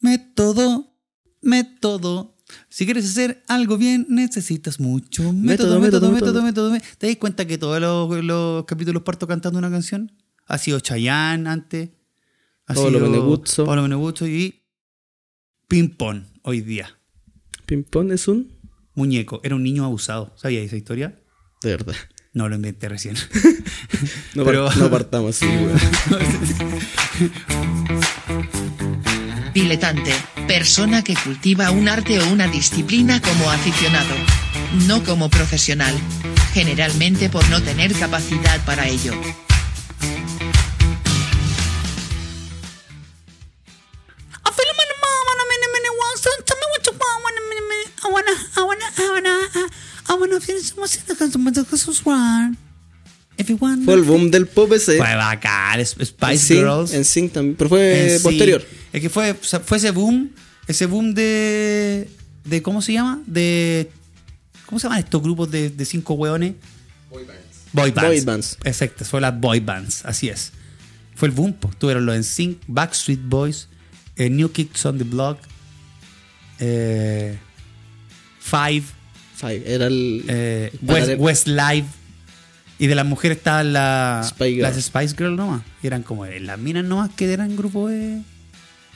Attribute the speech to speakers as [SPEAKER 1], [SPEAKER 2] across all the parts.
[SPEAKER 1] Método, método. Si quieres hacer algo bien, necesitas mucho método,
[SPEAKER 2] Método,
[SPEAKER 1] método,
[SPEAKER 2] método,
[SPEAKER 1] método,
[SPEAKER 2] método.
[SPEAKER 1] método. mé- ¿Te das cuenta que todos los, los capítulos parto cantando una canción? Ha sido Chayanne antes. Ha
[SPEAKER 2] Pablo
[SPEAKER 1] sido
[SPEAKER 2] Meneguzzo.
[SPEAKER 1] Pablo Meneguzzo y Ping Pong hoy día.
[SPEAKER 2] Ping-pong es un.
[SPEAKER 1] Muñeco, era un niño abusado. ¿Sabías esa historia?
[SPEAKER 2] De verdad.
[SPEAKER 1] No, lo inventé recién.
[SPEAKER 2] No,
[SPEAKER 1] Pero-
[SPEAKER 2] par- no partamos así, weón.
[SPEAKER 3] Diletante, persona que cultiva un arte o una disciplina como aficionado. No como profesional. Generalmente por no tener capacidad para ello.
[SPEAKER 2] Fue el boom del pop ese.
[SPEAKER 1] Fue bacán, es- ah, Spice
[SPEAKER 2] Sync-
[SPEAKER 1] Girls.
[SPEAKER 2] En Sync también. Pero fue
[SPEAKER 1] en sí.
[SPEAKER 2] posterior.
[SPEAKER 1] Es que fue, o sea, fue ese boom, ese boom de, de. ¿Cómo se llama? De. ¿Cómo se llaman estos grupos de, de cinco hueones? Boy bands.
[SPEAKER 2] Boy bands.
[SPEAKER 1] Exacto, fue las boy bands, así es. Fue el boom, pues. Tuvieron los NSYNC, Backstreet Boys, eh, New Kicks on the Block, eh, Five,
[SPEAKER 2] Five. Era el.
[SPEAKER 1] eh,
[SPEAKER 2] para
[SPEAKER 1] West,
[SPEAKER 2] de-
[SPEAKER 1] Westlife. Y de las mujeres estaban la-
[SPEAKER 2] Spice Girl.
[SPEAKER 1] las Spice Girls nomás. Y eran como eh, las minas nomás que eran grupo de.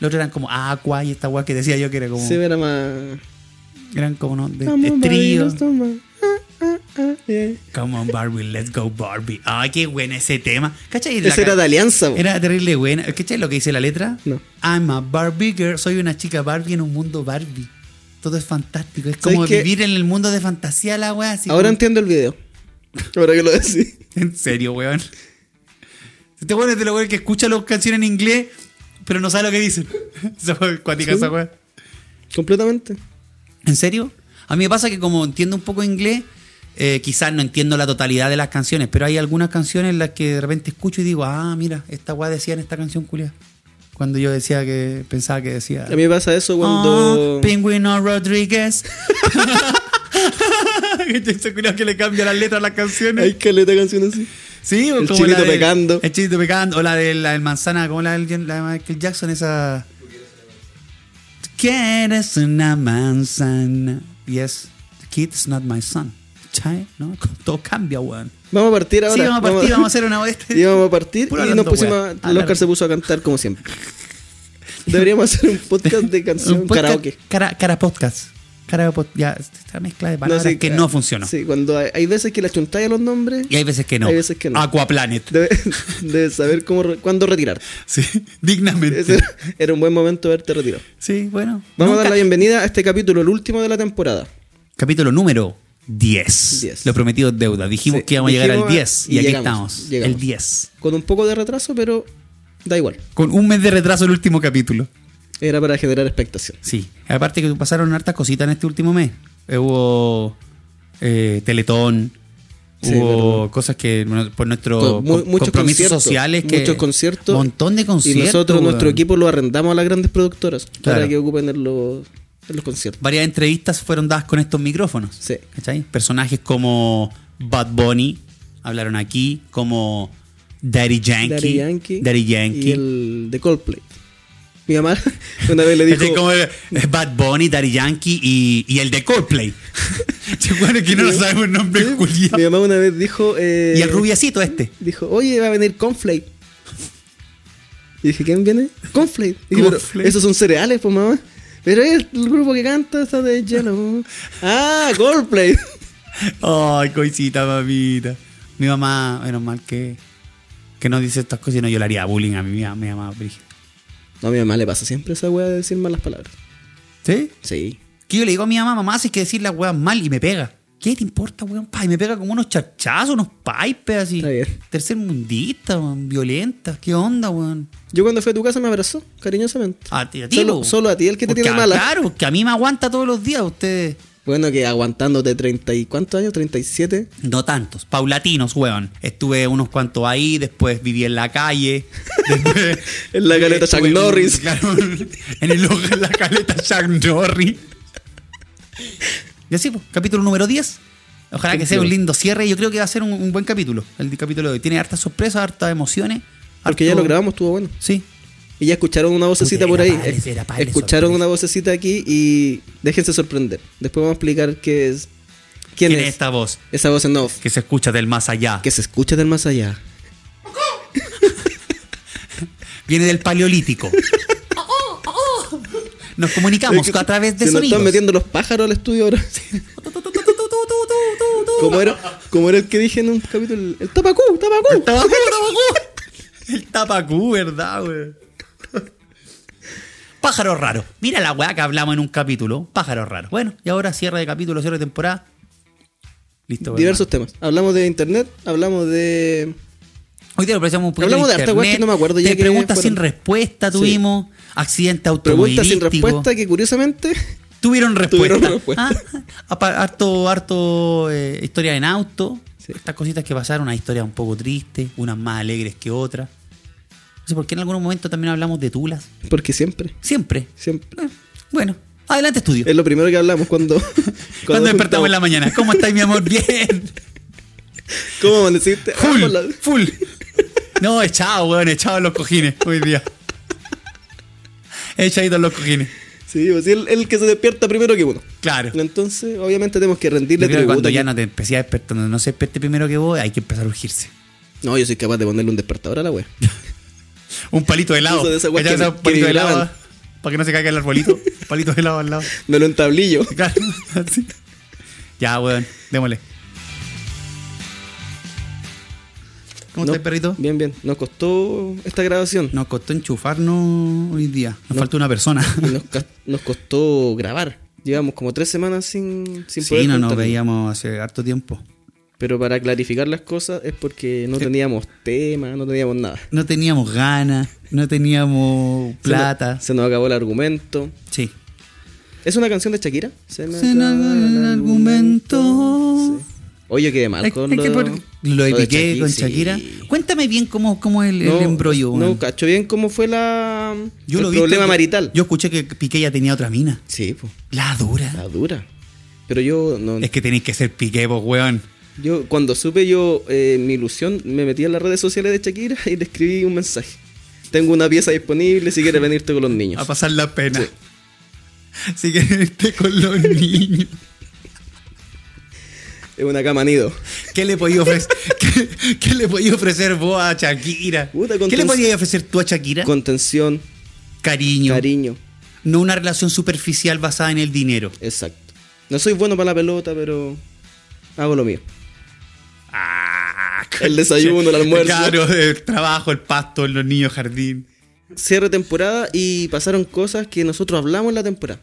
[SPEAKER 1] Los otros eran como Aqua y esta guay que decía yo que era como.
[SPEAKER 2] Se verá más.
[SPEAKER 1] Eran como ¿no? de,
[SPEAKER 2] Vamos,
[SPEAKER 1] de
[SPEAKER 2] Barbie,
[SPEAKER 1] trío.
[SPEAKER 2] nos toma. Ah, ah, ah, yeah.
[SPEAKER 1] Come on, Barbie, let's go, Barbie. Ay, qué bueno ese tema. ¿Cachai? La
[SPEAKER 2] Ese
[SPEAKER 1] ca-
[SPEAKER 2] era de Alianza, bo.
[SPEAKER 1] Era terrible buena. ¿Cachai lo que dice la letra?
[SPEAKER 2] No.
[SPEAKER 1] I'm a Barbie girl. Soy una chica Barbie en un mundo Barbie. Todo es fantástico. Es
[SPEAKER 2] ¿Sabes
[SPEAKER 1] como
[SPEAKER 2] qué?
[SPEAKER 1] vivir en el mundo de fantasía, la wea. Así
[SPEAKER 2] Ahora
[SPEAKER 1] como-
[SPEAKER 2] entiendo el video. Ahora que lo decís.
[SPEAKER 1] En serio, weón. Este weón es de los weón que escucha las canciones en inglés, pero no sabe lo que dicen. Esa fue cuática
[SPEAKER 2] Sí.
[SPEAKER 1] esa weón.
[SPEAKER 2] Completamente.
[SPEAKER 1] ¿En serio? A mí me pasa que como entiendo un poco inglés, eh, quizás no entiendo la totalidad de las canciones, pero hay algunas canciones en las que de repente escucho y digo, ah, mira, esta weá decía en esta canción, culia. Cuando yo decía que pensaba que decía...
[SPEAKER 2] A mí me pasa eso cuando.
[SPEAKER 1] Oh, Pingüino Rodríguez. Ese Este culiao que le cambia las letras a las canciones.
[SPEAKER 2] Hay caleta de canciones así.
[SPEAKER 1] Sí, o
[SPEAKER 2] El
[SPEAKER 1] como
[SPEAKER 2] chilito
[SPEAKER 1] la del-
[SPEAKER 2] pecando.
[SPEAKER 1] El chilito pecando. O la de la del manzana, como la del la de Michael Jackson, esa. Tú quieres una manzana. Yes, the kid is not my son. Chai, ¿no? Todo cambia, weón.
[SPEAKER 2] Vamos a partir ahora.
[SPEAKER 1] Sí, vamos a partir, vamos a hacer una oeste.
[SPEAKER 2] Y vamos a partir
[SPEAKER 1] Puro
[SPEAKER 2] y nos
[SPEAKER 1] hablando,
[SPEAKER 2] pusimos.
[SPEAKER 1] weá.
[SPEAKER 2] a- El Oscar se puso a cantar como siempre. Deberíamos hacer un podcast de canción
[SPEAKER 1] Un podcast-
[SPEAKER 2] karaoke.
[SPEAKER 1] Cara, cara podcast. Cara pod- ya, esta mezcla de palabras
[SPEAKER 2] sí,
[SPEAKER 1] que
[SPEAKER 2] ca-
[SPEAKER 1] no funciona.
[SPEAKER 2] Sí, cuando hay, hay veces que la chuntáis a los nombres,
[SPEAKER 1] Y hay veces que no.
[SPEAKER 2] Hay veces que no.
[SPEAKER 1] Aquaplanet.
[SPEAKER 2] debe- debes saber cómo re- cuándo retirar.
[SPEAKER 1] Sí, dignamente.
[SPEAKER 2] Ese era- era un buen momento de verte retirado.
[SPEAKER 1] Sí, bueno.
[SPEAKER 2] Vamos a dar
[SPEAKER 1] Nunca-
[SPEAKER 2] la bienvenida a este capítulo, el último de la temporada.
[SPEAKER 1] Capítulo número 10.
[SPEAKER 2] Diez.
[SPEAKER 1] Lo prometido es deuda. Dijimos
[SPEAKER 2] Sí,
[SPEAKER 1] que íbamos a llegar al
[SPEAKER 2] dijimos
[SPEAKER 1] 10 y,
[SPEAKER 2] y
[SPEAKER 1] aquí
[SPEAKER 2] llegamos,
[SPEAKER 1] estamos.
[SPEAKER 2] llegamos.
[SPEAKER 1] El 10.
[SPEAKER 2] Con un poco de retraso, pero da igual.
[SPEAKER 1] Con un mes de retraso el último capítulo.
[SPEAKER 2] Era para generar expectación.
[SPEAKER 1] Sí. Aparte que pasaron hartas cositas en este último mes. Eh, hubo eh, Teletón.
[SPEAKER 2] Sí,
[SPEAKER 1] hubo cosas que bueno, por nuestros
[SPEAKER 2] Con- mu-
[SPEAKER 1] com- compromisos
[SPEAKER 2] conciertos,
[SPEAKER 1] sociales que
[SPEAKER 2] muchos conciertos.
[SPEAKER 1] montón de conciertos
[SPEAKER 2] Y nosotros, nuestro
[SPEAKER 1] weón.
[SPEAKER 2] equipo, lo arrendamos a las grandes productoras
[SPEAKER 1] Claro.
[SPEAKER 2] para que ocupen en los, en los conciertos.
[SPEAKER 1] varias entrevistas fueron dadas con estos micrófonos.
[SPEAKER 2] Sí.
[SPEAKER 1] ¿Cachai? Personajes como Bad Bunny hablaron aquí, como Daddy Yankee.
[SPEAKER 2] Daddy Yankee.
[SPEAKER 1] Daddy Yankee.
[SPEAKER 2] Y el de Coldplay. Mi mamá una vez le
[SPEAKER 1] ¿Cachai?
[SPEAKER 2] dijo.
[SPEAKER 1] Como, eh, Bad Bunny, Daddy Yankee y, y el de Coldplay. Che, bueno, que no lo sabemos el nombre culiao.
[SPEAKER 2] Mi mamá una vez dijo. eh,
[SPEAKER 1] Y el rubiacito este.
[SPEAKER 2] Dijo, oye, va a venir Conflate. Y dije, ¿quién viene? Conflate. Dije, pero
[SPEAKER 1] Cornflake.
[SPEAKER 2] esos son cereales, pues mamá. Pero es el grupo que canta está de Yellow. ah, Coldplay.
[SPEAKER 1] Ay, coisita, mamita. Mi mamá, menos mal que, que no dice estas cosas, si no yo le haría bullying a mi, mi mamá. brígido.
[SPEAKER 2] No, a mi mamá le pasa siempre esa weá de decir malas palabras.
[SPEAKER 1] ¿Sí?
[SPEAKER 2] Sí.
[SPEAKER 1] Que yo le digo a mi mamá, mamá, si es que decir las weas mal y me pega. ¿Qué te importa, weón? Pa, y me pega como unos chachazos, unos pipes así.
[SPEAKER 2] Está bien.
[SPEAKER 1] Tercer mundista, weón, violenta. ¿Qué onda, weón?
[SPEAKER 2] Yo cuando fui a tu casa me abrazó, cariñosamente.
[SPEAKER 1] A ti, a ti,
[SPEAKER 2] Solo-
[SPEAKER 1] po.
[SPEAKER 2] solo a ti, el que te
[SPEAKER 1] Porque,
[SPEAKER 2] tiene mala.
[SPEAKER 1] Claro, que a mí me aguanta todos los días ustedes.
[SPEAKER 2] Bueno, que aguantándote 30 y cuántos años, 37.
[SPEAKER 1] No tantos, paulatinos, weón. Estuve unos cuantos ahí, después viví en la calle. después-
[SPEAKER 2] En la caleta Chuck
[SPEAKER 1] estuve-
[SPEAKER 2] Norris.
[SPEAKER 1] Claro, en el ojo en la caleta Chuck Norris. Y así, pues, capítulo número 10. Ojalá que sea un lindo cierre. Yo creo que va a ser un, un buen capítulo. El capítulo de hoy tiene hartas sorpresas, hartas emociones.
[SPEAKER 2] Porque ya
[SPEAKER 1] harto-
[SPEAKER 2] lo grabamos, estuvo bueno.
[SPEAKER 1] Sí.
[SPEAKER 2] Y ya escucharon una
[SPEAKER 1] Puta,
[SPEAKER 2] vocecita por
[SPEAKER 1] era
[SPEAKER 2] ahí.
[SPEAKER 1] pales, era pales,
[SPEAKER 2] escucharon
[SPEAKER 1] sorpresa.
[SPEAKER 2] una vocecita aquí y déjense sorprender. Después vamos a explicar qué es. ¿Quién,
[SPEAKER 1] ¿Quién
[SPEAKER 2] es?
[SPEAKER 1] es esta voz
[SPEAKER 2] Esa voz en off.
[SPEAKER 1] que se escucha del más allá?
[SPEAKER 2] Que se escucha del más allá.
[SPEAKER 1] Viene del paleolítico. Nos comunicamos
[SPEAKER 2] Es que
[SPEAKER 1] a través de
[SPEAKER 2] se nos
[SPEAKER 1] sonidos.
[SPEAKER 2] están metiendo los pájaros al estudio ahora. como, era, como era el que dije en un capítulo. El, el tapacú, tapacú.
[SPEAKER 1] Tabacú, tabacú. El tapacú, ¿verdad, güey? Pájaros raros. Mira la weá que hablamos en un capítulo. Pájaros raros. Bueno, y ahora cierre de capítulo, cierre de temporada. Listo,
[SPEAKER 2] Diversos temas. Hablamos de internet, hablamos de.
[SPEAKER 1] hermano. Hoy día lo precisamos un poquito
[SPEAKER 2] Hablamos de
[SPEAKER 1] internet.
[SPEAKER 2] harta weá que no me acuerdo ya
[SPEAKER 1] Te
[SPEAKER 2] que
[SPEAKER 1] preguntas
[SPEAKER 2] fueron.
[SPEAKER 1] sin respuesta tuvimos. Accidente
[SPEAKER 2] Preguntas
[SPEAKER 1] automovilístico.
[SPEAKER 2] sin respuesta que curiosamente.
[SPEAKER 1] Tuvieron respuesta.
[SPEAKER 2] Tuvieron respuesta.
[SPEAKER 1] Ah, apa- harto, harto eh, historia en auto.
[SPEAKER 2] Sí.
[SPEAKER 1] Estas cositas que pasaron, hay historias un poco tristes, unas más alegres que otras. No sé por qué en algún momento también hablamos de tulas.
[SPEAKER 2] Porque siempre.
[SPEAKER 1] Siempre.
[SPEAKER 2] Siempre.
[SPEAKER 1] Eh, Bueno, adelante estudio.
[SPEAKER 2] Es lo primero que hablamos cuando. Cuando,
[SPEAKER 1] Cuando despertamos
[SPEAKER 2] juntamos.
[SPEAKER 1] en la mañana. ¿Cómo estáis, mi amor? Bien.
[SPEAKER 2] ¿Cómo amaneciste? Ah,
[SPEAKER 1] Full.
[SPEAKER 2] por la-
[SPEAKER 1] Full. No, echado, weón, echado en los cojines hoy día. Echadito en los cojines.
[SPEAKER 2] Sí, pues, sí, el, el que se despierta primero que uno.
[SPEAKER 1] Claro.
[SPEAKER 2] Entonces, obviamente tenemos que
[SPEAKER 1] Yo
[SPEAKER 2] rendirle
[SPEAKER 1] creo que
[SPEAKER 2] tributo.
[SPEAKER 1] cuando ya
[SPEAKER 2] aquí.
[SPEAKER 1] no te empecé a despertar, cuando no se despierte primero que vos, hay que empezar a urgirse.
[SPEAKER 2] No, yo soy capaz de ponerle un despertador a la wea.
[SPEAKER 1] Un palito de helado.
[SPEAKER 2] Eso de esa weá
[SPEAKER 1] ¿Cachai?
[SPEAKER 2] que-
[SPEAKER 1] Esa
[SPEAKER 2] que
[SPEAKER 1] palito de
[SPEAKER 2] vibraban.
[SPEAKER 1] helado. Para que no se caiga el arbolito. Palito de helado al lado.
[SPEAKER 2] Me lo entablillo.
[SPEAKER 1] Claro, así. Ya, weón. Démosle. ¿Cómo
[SPEAKER 2] No,
[SPEAKER 1] está el perrito?
[SPEAKER 2] Bien, bien. Nos costó esta grabación.
[SPEAKER 1] Nos costó enchufarnos hoy día. Nos faltó una persona.
[SPEAKER 2] Y Nos, ca- nos costó grabar. Llevamos como tres semanas sin, sin
[SPEAKER 1] Sí, no nos
[SPEAKER 2] juntarnos.
[SPEAKER 1] veíamos hace harto tiempo.
[SPEAKER 2] Pero para clarificar las cosas es porque no teníamos tema, no teníamos nada.
[SPEAKER 1] No teníamos ganas, no teníamos
[SPEAKER 2] Se nos-
[SPEAKER 1] plata.
[SPEAKER 2] Se nos acabó el argumento.
[SPEAKER 1] Sí.
[SPEAKER 2] ¿Es una canción de Shakira? Se me
[SPEAKER 1] Se me
[SPEAKER 2] acaba
[SPEAKER 1] acaba el argumento.
[SPEAKER 2] Sí. Oye, yo quedé mal
[SPEAKER 1] Es-
[SPEAKER 2] con
[SPEAKER 1] es que
[SPEAKER 2] lo,
[SPEAKER 1] por- lo
[SPEAKER 2] de
[SPEAKER 1] epiqué con
[SPEAKER 2] sí.
[SPEAKER 1] Shakira. Cuéntame bien cómo, cómo el, el
[SPEAKER 2] No,
[SPEAKER 1] embrollo.
[SPEAKER 2] No,
[SPEAKER 1] weón.
[SPEAKER 2] cacho bien cómo fue la,
[SPEAKER 1] Yo
[SPEAKER 2] el
[SPEAKER 1] lo vi,
[SPEAKER 2] problema
[SPEAKER 1] yo-
[SPEAKER 2] marital.
[SPEAKER 1] Yo escuché que Piqué ya tenía otra mina.
[SPEAKER 2] Sí, pues,
[SPEAKER 1] La dura.
[SPEAKER 2] la dura. Pero yo, no,
[SPEAKER 1] Es que tenéis que ser Piqué, vos, weón.
[SPEAKER 2] yo cuando supe yo eh, mi ilusión, me metí en las redes sociales de Shakira y le escribí un mensaje. Tengo una pieza disponible si quieres venirte con los niños.
[SPEAKER 1] A pasar la pena. Así que esté con los niños.
[SPEAKER 2] Es una cama nido.
[SPEAKER 1] ¿Qué le podías ofrecer? ¿Qué, qué le podías ofrecer vos a Shakira?
[SPEAKER 2] Puta, con
[SPEAKER 1] ¿Qué le
[SPEAKER 2] tus-
[SPEAKER 1] podías ofrecer tú a Shakira?
[SPEAKER 2] Contención,
[SPEAKER 1] cariño.
[SPEAKER 2] cariño.
[SPEAKER 1] No una relación superficial basada en el dinero.
[SPEAKER 2] Exacto. No soy bueno para la pelota, pero hago lo mío.
[SPEAKER 1] Ah,
[SPEAKER 2] El desayuno, el almuerzo.
[SPEAKER 1] Claro, el trabajo, el pasto, los niños, jardín.
[SPEAKER 2] Cierre temporada y pasaron cosas que nosotros hablamos en la temporada.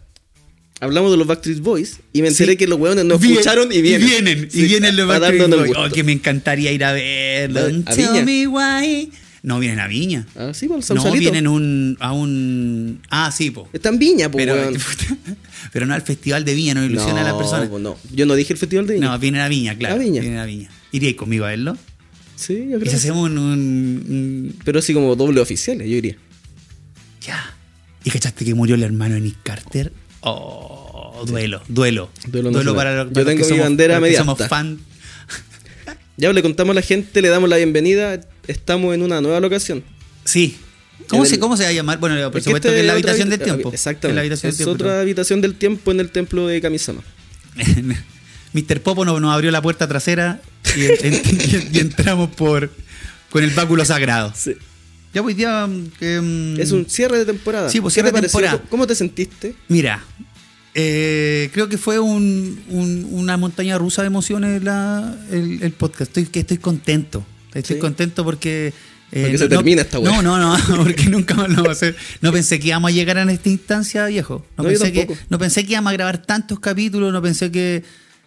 [SPEAKER 2] Hablamos de los Backstreet Boys y me enteré
[SPEAKER 1] Sí.
[SPEAKER 2] que los hueones nos
[SPEAKER 1] Bien,
[SPEAKER 2] escucharon y vienen.
[SPEAKER 1] Y vienen,
[SPEAKER 2] Sí,
[SPEAKER 1] y vienen los
[SPEAKER 2] a
[SPEAKER 1] Backstreet
[SPEAKER 2] darnos el
[SPEAKER 1] Boys.
[SPEAKER 2] gusto.
[SPEAKER 1] Oh, que me encantaría ir a verlo.
[SPEAKER 2] A Viña.
[SPEAKER 1] No vienen a Viña.
[SPEAKER 2] Ah, sí, pues, el
[SPEAKER 1] No
[SPEAKER 2] Sausalito.
[SPEAKER 1] vienen un, a un. Ah, sí, po.
[SPEAKER 2] Está en Viña, pues,
[SPEAKER 1] Pero,
[SPEAKER 2] weón.
[SPEAKER 1] pero no al festival de Viña, no ilusiona a la persona.
[SPEAKER 2] pues, no. Yo no dije el festival de Viña.
[SPEAKER 1] No, vienen a Viña, claro.
[SPEAKER 2] A Viña.
[SPEAKER 1] Vienen a Viña. Iría conmigo a verlo.
[SPEAKER 2] Sí, yo
[SPEAKER 1] Y
[SPEAKER 2] creo.
[SPEAKER 1] si hacemos un. un-
[SPEAKER 2] Pero así como doble oficial, yo diría.
[SPEAKER 1] Ya. ¿Y cachaste que murió el hermano de Nick Carter? Oh, duelo, duelo.
[SPEAKER 2] Duelo
[SPEAKER 1] Duelo,
[SPEAKER 2] nacional.
[SPEAKER 1] para, los-
[SPEAKER 2] Yo
[SPEAKER 1] para los
[SPEAKER 2] tengo
[SPEAKER 1] que
[SPEAKER 2] mi
[SPEAKER 1] somos,
[SPEAKER 2] bandera
[SPEAKER 1] para los que
[SPEAKER 2] media
[SPEAKER 1] somos
[SPEAKER 2] alta.
[SPEAKER 1] fan.
[SPEAKER 2] Ya le contamos a la gente, le damos la bienvenida. Estamos en una nueva locación.
[SPEAKER 1] Sí. ¿Cómo,
[SPEAKER 2] En
[SPEAKER 1] se,
[SPEAKER 2] el-
[SPEAKER 1] ¿Cómo se va a llamar? Bueno, Ah, por
[SPEAKER 2] Es que
[SPEAKER 1] supuesto
[SPEAKER 2] esta
[SPEAKER 1] que es la
[SPEAKER 2] es otra
[SPEAKER 1] habitación
[SPEAKER 2] habita-
[SPEAKER 1] del tiempo.
[SPEAKER 2] Exactamente.
[SPEAKER 1] Es la habitación
[SPEAKER 2] es
[SPEAKER 1] del tiempo.
[SPEAKER 2] otra habitación del tiempo en el templo de Kamisama.
[SPEAKER 1] Mr. Popo nos, nos abrió la puerta trasera y, en- en- y entramos por con el báculo sagrado. Ya hoy día. em,
[SPEAKER 2] Es un cierre de temporada.
[SPEAKER 1] Sí, pues,
[SPEAKER 2] ¿Qué
[SPEAKER 1] cierre
[SPEAKER 2] te
[SPEAKER 1] de
[SPEAKER 2] pareció?
[SPEAKER 1] temporada.
[SPEAKER 2] ¿Cómo te sentiste?
[SPEAKER 1] Mira, eh, creo que fue un- un- una montaña rusa de emociones la- el, el podcast. Estoy, que estoy contento. Estoy
[SPEAKER 2] Sí.
[SPEAKER 1] contento porque. eh,
[SPEAKER 2] Porque se termina esta
[SPEAKER 1] No,
[SPEAKER 2] weá.
[SPEAKER 1] no, no, porque nunca más lo vamos a hacer. No pensé que íbamos a llegar a esta instancia, viejo. No,
[SPEAKER 2] No, yo
[SPEAKER 1] pensé, que,
[SPEAKER 2] tampoco.
[SPEAKER 1] no pensé que íbamos a grabar tantos capítulos, no pensé que,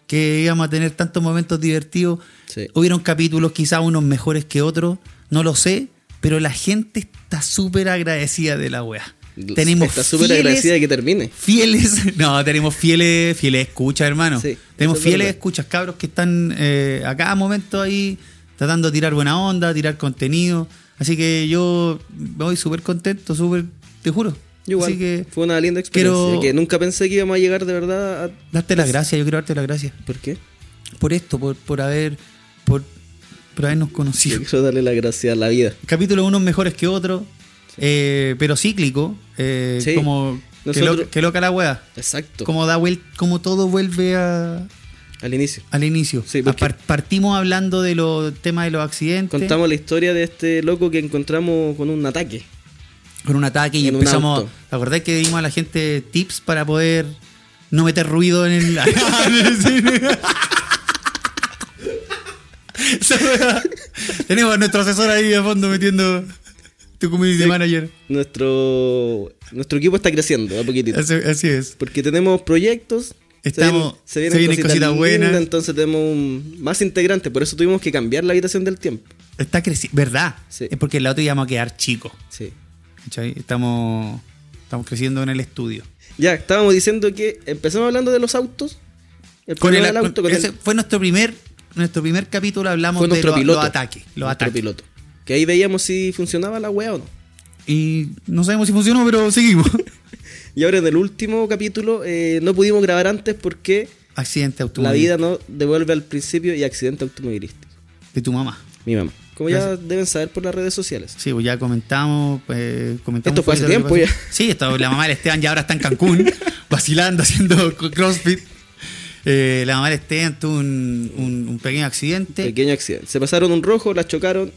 [SPEAKER 1] que íbamos a tener tantos momentos divertidos.
[SPEAKER 2] Sí.
[SPEAKER 1] Hubieron capítulos quizás unos mejores que otros, no lo sé, pero la gente está súper agradecida de la weá. Tenemos
[SPEAKER 2] Está súper
[SPEAKER 1] fieles-
[SPEAKER 2] agradecida de que termine.
[SPEAKER 1] Fieles, no, tenemos fieles, fieles escuchas, hermano.
[SPEAKER 2] Sí,
[SPEAKER 1] tenemos
[SPEAKER 2] eso es
[SPEAKER 1] fieles
[SPEAKER 2] verdad.
[SPEAKER 1] escuchas, cabros, que están eh, a cada momento ahí tratando de tirar buena onda, tirar contenido. Así que yo me voy súper contento, súper, te juro.
[SPEAKER 2] Yo Igual.
[SPEAKER 1] Así que
[SPEAKER 2] Fue una linda experiencia.
[SPEAKER 1] quiero-
[SPEAKER 2] Que nunca pensé que íbamos a llegar de verdad a.
[SPEAKER 1] darte las gracias, yo quiero darte las gracias
[SPEAKER 2] ¿Por qué?
[SPEAKER 1] por esto, por, por haber, por, por habernos
[SPEAKER 2] Yo
[SPEAKER 1] conocido.
[SPEAKER 2] quiero darle la gracia a la vida.
[SPEAKER 1] Capítulo unos mejores que otros. eh, pero cíclico, eh,
[SPEAKER 2] Sí.
[SPEAKER 1] como que,
[SPEAKER 2] Nosotros-
[SPEAKER 1] lo- que loca la wea,
[SPEAKER 2] Exacto.
[SPEAKER 1] como da vuel- como todo vuelve a-
[SPEAKER 2] Al inicio.
[SPEAKER 1] al inicio.
[SPEAKER 2] Sí,
[SPEAKER 1] A
[SPEAKER 2] porque-
[SPEAKER 1] par- partimos hablando de los temas de los accidentes,
[SPEAKER 2] Contamos la historia de este loco que encontramos con un ataque.
[SPEAKER 1] con un ataque y
[SPEAKER 2] en un
[SPEAKER 1] empezamos.
[SPEAKER 2] auto.
[SPEAKER 1] ¿Te acordás que dimos a la gente tips para poder no meter ruido en el. Sí. Esa wea. Tenemos a nuestro asesor ahí de fondo metiendo tu community manager.
[SPEAKER 2] Nuestro nuestro equipo está creciendo a poquitito.
[SPEAKER 1] Así, así es.
[SPEAKER 2] Porque tenemos proyectos. se
[SPEAKER 1] Estamos-
[SPEAKER 2] vienen- se vienen, cositas, buenas. entonces tenemos un- más integrantes. Por eso tuvimos que cambiar la habitación del tiempo.
[SPEAKER 1] Está creciendo, ¿verdad?
[SPEAKER 2] Sí.
[SPEAKER 1] Es porque el otro íbamos a quedar chicos.
[SPEAKER 2] Sí.
[SPEAKER 1] ¿cachai? Estamos, estamos creciendo en el estudio.
[SPEAKER 2] Ya, estábamos diciendo que empezamos hablando de los autos. El
[SPEAKER 1] Con
[SPEAKER 2] problema
[SPEAKER 1] el-
[SPEAKER 2] del auto,
[SPEAKER 1] con-
[SPEAKER 2] con el-
[SPEAKER 1] ese fue nuestro primer, nuestro primer capítulo, hablamos
[SPEAKER 2] fue
[SPEAKER 1] de
[SPEAKER 2] nuestro
[SPEAKER 1] lo-
[SPEAKER 2] piloto.
[SPEAKER 1] los ataques. Los
[SPEAKER 2] Nuestro
[SPEAKER 1] ataques.
[SPEAKER 2] piloto. Que ahí veíamos si funcionaba la wea o no.
[SPEAKER 1] Y no sabemos si funcionó, pero seguimos.
[SPEAKER 2] Y ahora en el último capítulo eh, no pudimos grabar antes porque
[SPEAKER 1] Accidente
[SPEAKER 2] la
[SPEAKER 1] automovilístico
[SPEAKER 2] vida no devuelve al principio y accidente automovilístico.
[SPEAKER 1] de tu mamá.
[SPEAKER 2] Mi mamá. Como ya deben saber por las redes sociales.
[SPEAKER 1] Sí, pues ya comentamos. eh, comentamos
[SPEAKER 2] Esto fue hace
[SPEAKER 1] un poquito lo que
[SPEAKER 2] tiempo
[SPEAKER 1] pasó. Sí, esto, la mamá de Esteban ya ahora está en Cancún, vacilando, haciendo crossfit. Eh, la mamá de Esteban tuvo un, un- un pequeño accidente.
[SPEAKER 2] Pequeño accidente. Se pasaron un rojo, las chocaron.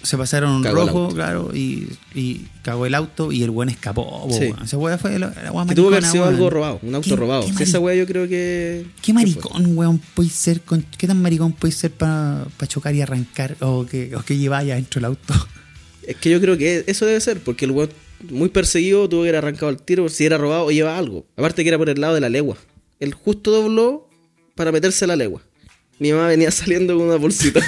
[SPEAKER 1] se pasaron un
[SPEAKER 2] Cagó el
[SPEAKER 1] rojo,
[SPEAKER 2] auto.
[SPEAKER 1] claro, y, y cagó el auto y el buen escapó. po,
[SPEAKER 2] Sí.
[SPEAKER 1] weón. Esa weá fue la, la weá
[SPEAKER 2] Que tuvo que haber
[SPEAKER 1] maricona,
[SPEAKER 2] sido
[SPEAKER 1] weón.
[SPEAKER 2] algo robado, un auto
[SPEAKER 1] ¿Qué-
[SPEAKER 2] robado.
[SPEAKER 1] Qué,
[SPEAKER 2] Sí, esa
[SPEAKER 1] mari-
[SPEAKER 2] wea yo creo que.
[SPEAKER 1] qué
[SPEAKER 2] fue?
[SPEAKER 1] maricón, weón, puede ser. Con, ¿Qué tan maricón puede ser para chocar y arrancar? O que, o que lleváis adentro el auto.
[SPEAKER 2] Es que yo creo que eso debe ser, porque el weón muy perseguido tuvo que haber arrancado el tiro, si era robado o llevaba algo. Aparte que era por el lado de la legua. Él justo dobló para meterse a la legua. Mi mamá venía saliendo con una bolsita.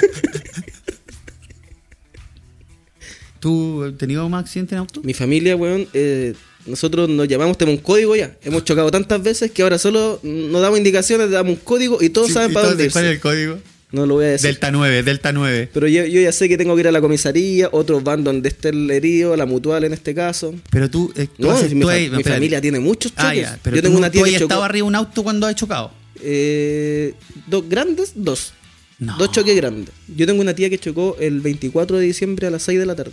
[SPEAKER 1] ¿Tú has tenido más accidentes en auto?
[SPEAKER 2] Mi familia, weón, eh, nosotros nos llamamos, tenemos un código ya. Hemos chocado tantas veces que ahora solo nos damos indicaciones, damos un código y todos
[SPEAKER 1] Sí,
[SPEAKER 2] saben
[SPEAKER 1] y
[SPEAKER 2] para
[SPEAKER 1] todos-
[SPEAKER 2] dónde irse.
[SPEAKER 1] ¿Cuál es el código?
[SPEAKER 2] No lo voy a decir.
[SPEAKER 1] Delta 9, Delta 9.
[SPEAKER 2] Pero yo, yo ya sé que tengo que ir a la comisaría, otros van donde esté el herido, a la mutual en este caso.
[SPEAKER 1] Pero tú. eh, tú
[SPEAKER 2] No,
[SPEAKER 1] haces-
[SPEAKER 2] mi,
[SPEAKER 1] tú
[SPEAKER 2] fa-
[SPEAKER 1] has-
[SPEAKER 2] mi
[SPEAKER 1] espérate.
[SPEAKER 2] familia tiene muchos choques.
[SPEAKER 1] Ah, ya, pero
[SPEAKER 2] yo tengo una tía
[SPEAKER 1] ¿Tú has
[SPEAKER 2] que chocó,
[SPEAKER 1] estado arriba de un auto cuando has chocado?
[SPEAKER 2] eh, dos grandes, dos.
[SPEAKER 1] No.
[SPEAKER 2] Dos choques grandes. Yo tengo una tía que chocó el 24 de diciembre a las 6 de la tarde.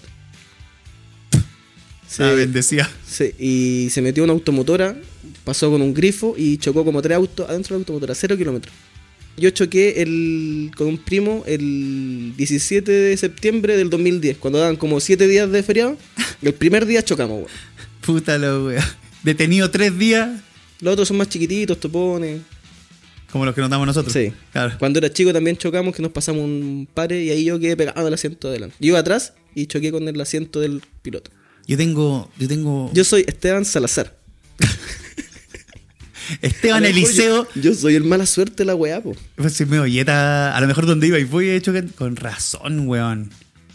[SPEAKER 1] Ah, bendecía.
[SPEAKER 2] Sí, y se metió una automotora, pasó con un grifo y chocó como tres autos adentro de la automotora, cero kilómetros. Yo choqué el, con un primo el 17 de septiembre del 2010, cuando daban como siete días de feriado. y el primer día chocamos, weón.
[SPEAKER 1] Puta la wea. Detenido tres días.
[SPEAKER 2] Los otros son más chiquititos, topones.
[SPEAKER 1] Como los que nos damos nosotros.
[SPEAKER 2] Sí.
[SPEAKER 1] Claro.
[SPEAKER 2] Cuando era chico también chocamos, que nos pasamos un pare y ahí yo quedé pegado al asiento de adelante. Yo iba atrás y choqué con el asiento del piloto.
[SPEAKER 1] Yo tengo. Yo tengo.
[SPEAKER 2] Yo soy Esteban Salazar.
[SPEAKER 1] Esteban
[SPEAKER 2] A lo mejor
[SPEAKER 1] Eliseo.
[SPEAKER 2] Yo, yo soy el mala suerte de la weá, po.
[SPEAKER 1] Pues si me olleta. A lo mejor donde iba y fui he hecho que- con razón, weón.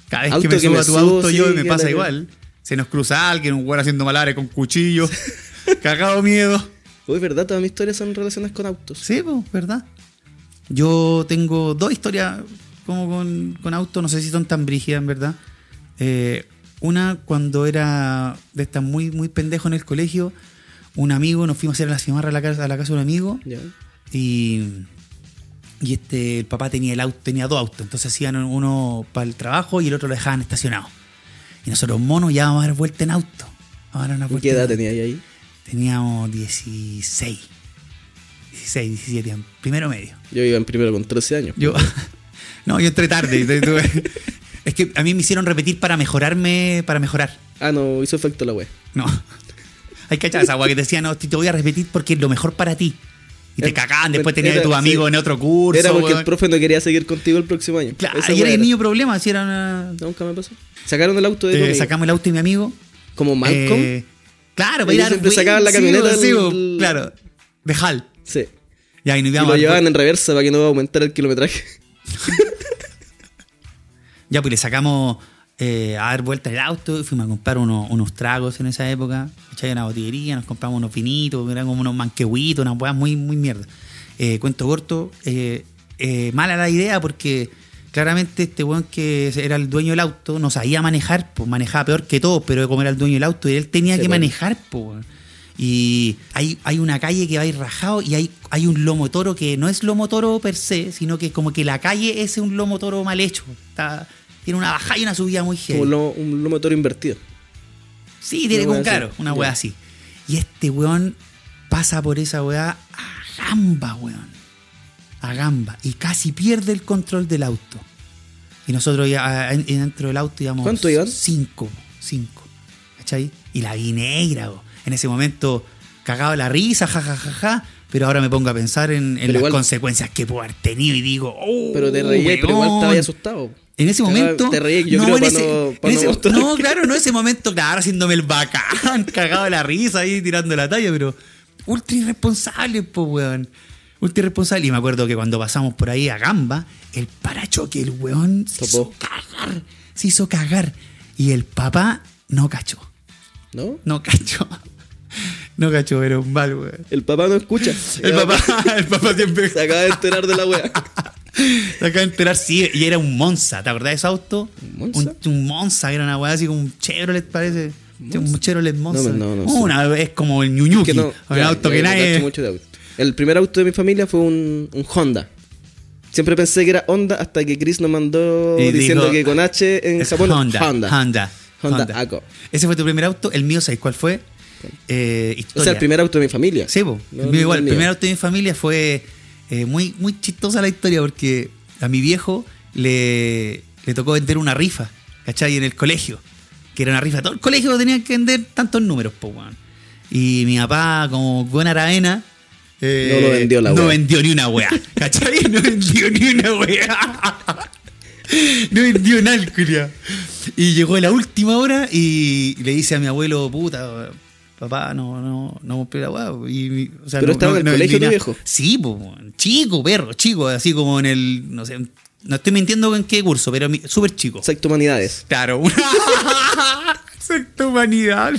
[SPEAKER 1] Cada vez
[SPEAKER 2] Auto
[SPEAKER 1] que me
[SPEAKER 2] que
[SPEAKER 1] subo
[SPEAKER 2] me
[SPEAKER 1] a tu
[SPEAKER 2] subo,
[SPEAKER 1] auto
[SPEAKER 2] sí,
[SPEAKER 1] yo me
[SPEAKER 2] que
[SPEAKER 1] pasa
[SPEAKER 2] la-
[SPEAKER 1] igual. Se nos cruza alguien, un weón haciendo malares con cuchillo. cagado miedo.
[SPEAKER 2] Hoy, ¿verdad? Todas mis historias son relacionadas con autos.
[SPEAKER 1] Sí, pues, ¿verdad? Yo tengo dos historias como con, con auto, no sé si son tan brígidas, en verdad. Eh, una, cuando era de estas muy, muy pendejo en el colegio, un amigo, nos fuimos a hacer la cimarra a la casa, a la casa de un amigo
[SPEAKER 2] Ya.
[SPEAKER 1] y, y este, el papá tenía el auto, tenía dos autos, entonces hacían uno para el trabajo y el otro lo dejaban estacionado. Y nosotros, monos, ya vamos a dar vuelta en auto. Vamos a dar una
[SPEAKER 2] ¿Y
[SPEAKER 1] vuelta
[SPEAKER 2] ¿Qué
[SPEAKER 1] en
[SPEAKER 2] edad
[SPEAKER 1] auto.
[SPEAKER 2] tenía ahí, ahí?
[SPEAKER 1] Teníamos 16. 16, 17 años. Primero medio.
[SPEAKER 2] Yo iba en primero con 13 años.
[SPEAKER 1] Yo. No, yo entré tarde. y tuve- es que a mí me hicieron repetir para mejorarme, para mejorar.
[SPEAKER 2] Ah, no, hizo efecto la wea.
[SPEAKER 1] No. Hay que echar esa agua que te decían, no, te te voy a repetir porque es lo mejor para ti. Y te
[SPEAKER 2] Eh,
[SPEAKER 1] cagaban, después
[SPEAKER 2] eh,
[SPEAKER 1] tenías a
[SPEAKER 2] era-
[SPEAKER 1] tu amigo
[SPEAKER 2] sí.
[SPEAKER 1] en otro curso.
[SPEAKER 2] Era porque
[SPEAKER 1] weón.
[SPEAKER 2] el profe no quería seguir contigo el próximo año.
[SPEAKER 1] Claro,
[SPEAKER 2] Esa
[SPEAKER 1] y
[SPEAKER 2] wea
[SPEAKER 1] era el
[SPEAKER 2] era.
[SPEAKER 1] niño problema, si era una-
[SPEAKER 2] Nunca me pasó. Sacaron el auto de
[SPEAKER 1] Eh,
[SPEAKER 2] conmigo.
[SPEAKER 1] sacamos el auto y mi amigo.
[SPEAKER 2] Como Malcolm.
[SPEAKER 1] Eh, claro,
[SPEAKER 2] Ellos
[SPEAKER 1] para ir a dar
[SPEAKER 2] siempre sacaban la
[SPEAKER 1] vueltas,
[SPEAKER 2] camioneta
[SPEAKER 1] sí,
[SPEAKER 2] del-
[SPEAKER 1] bo, sí, bo, Claro. De Hal.
[SPEAKER 2] Sí.
[SPEAKER 1] Ya, y nos
[SPEAKER 2] Y
[SPEAKER 1] íbamos
[SPEAKER 2] lo
[SPEAKER 1] a-
[SPEAKER 2] llevaban en reversa para que no aumentara el kilometraje.
[SPEAKER 1] Ya, pues le sacamos eh, a dar vuelta el auto y fuimos a comprar uno- unos tragos en esa época. ¿cachai? Una botillería, nos compramos unos vinitos, eran como unos manquehuitos, unas weas muy, muy mierda. Eh, cuento corto, eh, eh, mala la idea porque claramente este weón que era el dueño del auto no sabía manejar, pues manejaba peor que todos, pero como era el dueño del auto, él tenía
[SPEAKER 2] Sí,
[SPEAKER 1] que
[SPEAKER 2] bueno.
[SPEAKER 1] manejar, pues. weón. Y hay, hay una calle que va a ir rajado y hay, hay un lomo toro que no es lomo toro per se, sino que como que la calle es un lomo toro mal hecho. Está, tiene una bajada y una subida muy
[SPEAKER 2] Como
[SPEAKER 1] heavy.
[SPEAKER 2] lo- un lomo de toro invertido.
[SPEAKER 1] Sí, tiene como
[SPEAKER 2] wea
[SPEAKER 1] claro,
[SPEAKER 2] así.
[SPEAKER 1] una
[SPEAKER 2] Ya.
[SPEAKER 1] weá así. Y este weón pasa por esa weá a gamba, weón. A gamba. Y casi pierde el control del auto. Y nosotros ya ah, en- dentro del auto íbamos.
[SPEAKER 2] ¿Cuánto iban?
[SPEAKER 1] Cinco. Cinco. ¿Cachai? Y la vi negra, weón. En ese momento cagaba la risa, jajajaja. Pero ahora me pongo a pensar en, en
[SPEAKER 2] Pero
[SPEAKER 1] las
[SPEAKER 2] igual-
[SPEAKER 1] consecuencias que puedo haber tenido y digo, oh,
[SPEAKER 2] Pero te reías, pero igual
[SPEAKER 1] weón.
[SPEAKER 2] estabas asustado.
[SPEAKER 1] En ese
[SPEAKER 2] Te
[SPEAKER 1] momento.
[SPEAKER 2] va- te reí, yo creo,
[SPEAKER 1] en
[SPEAKER 2] pa'
[SPEAKER 1] ese-
[SPEAKER 2] no-
[SPEAKER 1] en
[SPEAKER 2] pa' no
[SPEAKER 1] ese-
[SPEAKER 2] mostrar
[SPEAKER 1] no, claro, no en ese momento, claro, haciéndome el bacán, cagado de la risa ahí tirando la talla, pero ultra irresponsable, po, weón. Ultra irresponsable. Y me acuerdo que cuando pasamos por ahí a Gamba, el parachoque, el weón se hizo
[SPEAKER 2] Topó.
[SPEAKER 1] cagar. Se hizo cagar. Y el papá no cachó.
[SPEAKER 2] ¿No?
[SPEAKER 1] No cachó. No cachó, pero un mal, weón.
[SPEAKER 2] El papá no escucha.
[SPEAKER 1] El papá, el papá siempre
[SPEAKER 2] Se acaba de enterar de la wea.
[SPEAKER 1] Te acabo de enterar, sí, y era un Monza, ¿te acordás de ese auto?
[SPEAKER 2] ¿Un Monza?
[SPEAKER 1] Un, un Monza, era una weá así como un Chevrolet, parece. Sí, Un Chevrolet Monza.
[SPEAKER 2] No, no, no
[SPEAKER 1] una, es como el Ñuñuki,
[SPEAKER 2] que no.
[SPEAKER 1] un
[SPEAKER 2] ya,
[SPEAKER 1] auto
[SPEAKER 2] ya,
[SPEAKER 1] que
[SPEAKER 2] no
[SPEAKER 1] nadie...
[SPEAKER 2] cacho mucho de auto. El primer auto de mi familia fue un, un Honda. Siempre pensé que era Honda hasta que Chris nos mandó
[SPEAKER 1] Y
[SPEAKER 2] diciendo
[SPEAKER 1] dijo,
[SPEAKER 2] que con H en
[SPEAKER 1] es
[SPEAKER 2] Japón es
[SPEAKER 1] Honda, Honda. Honda.
[SPEAKER 2] Honda Accord.
[SPEAKER 1] Ese fue tu primer auto, el mío, ¿sabes cuál fue? Eh,
[SPEAKER 2] O
[SPEAKER 1] historia.
[SPEAKER 2] sea, el primer auto de mi familia.
[SPEAKER 1] Sí, po.
[SPEAKER 2] No,
[SPEAKER 1] El mío
[SPEAKER 2] no,
[SPEAKER 1] igual, el
[SPEAKER 2] no, no.
[SPEAKER 1] primer auto de mi familia fue eh, muy, muy chistosa la historia porque a mi viejo le, le tocó vender una rifa, ¿cachai? En el colegio, que era una rifa. Todo el colegio tenía que vender tantos números, po, weón. Y mi papá, como buena aravena, eh,
[SPEAKER 2] No lo vendió la
[SPEAKER 1] No
[SPEAKER 2] wea.
[SPEAKER 1] vendió ni una wea, ¿cachai? No vendió ni una wea. No vendió nada, el culiao. Y llegó a la última hora y le dice a mi abuelo, puta, papá, no, no, no compré la weá. Y, mi- o sea,
[SPEAKER 2] Pero
[SPEAKER 1] no-
[SPEAKER 2] estaba
[SPEAKER 1] no-
[SPEAKER 2] en el
[SPEAKER 1] no vendí
[SPEAKER 2] colegio tu
[SPEAKER 1] nada.
[SPEAKER 2] viejo.
[SPEAKER 1] Sí, po, weón. chico, perro, chico, así como en el, no sé, no estoy mintiendo en qué curso, pero mi- súper chico.
[SPEAKER 2] Exacto, humanidades.
[SPEAKER 1] Claro, una- Secta humanidad.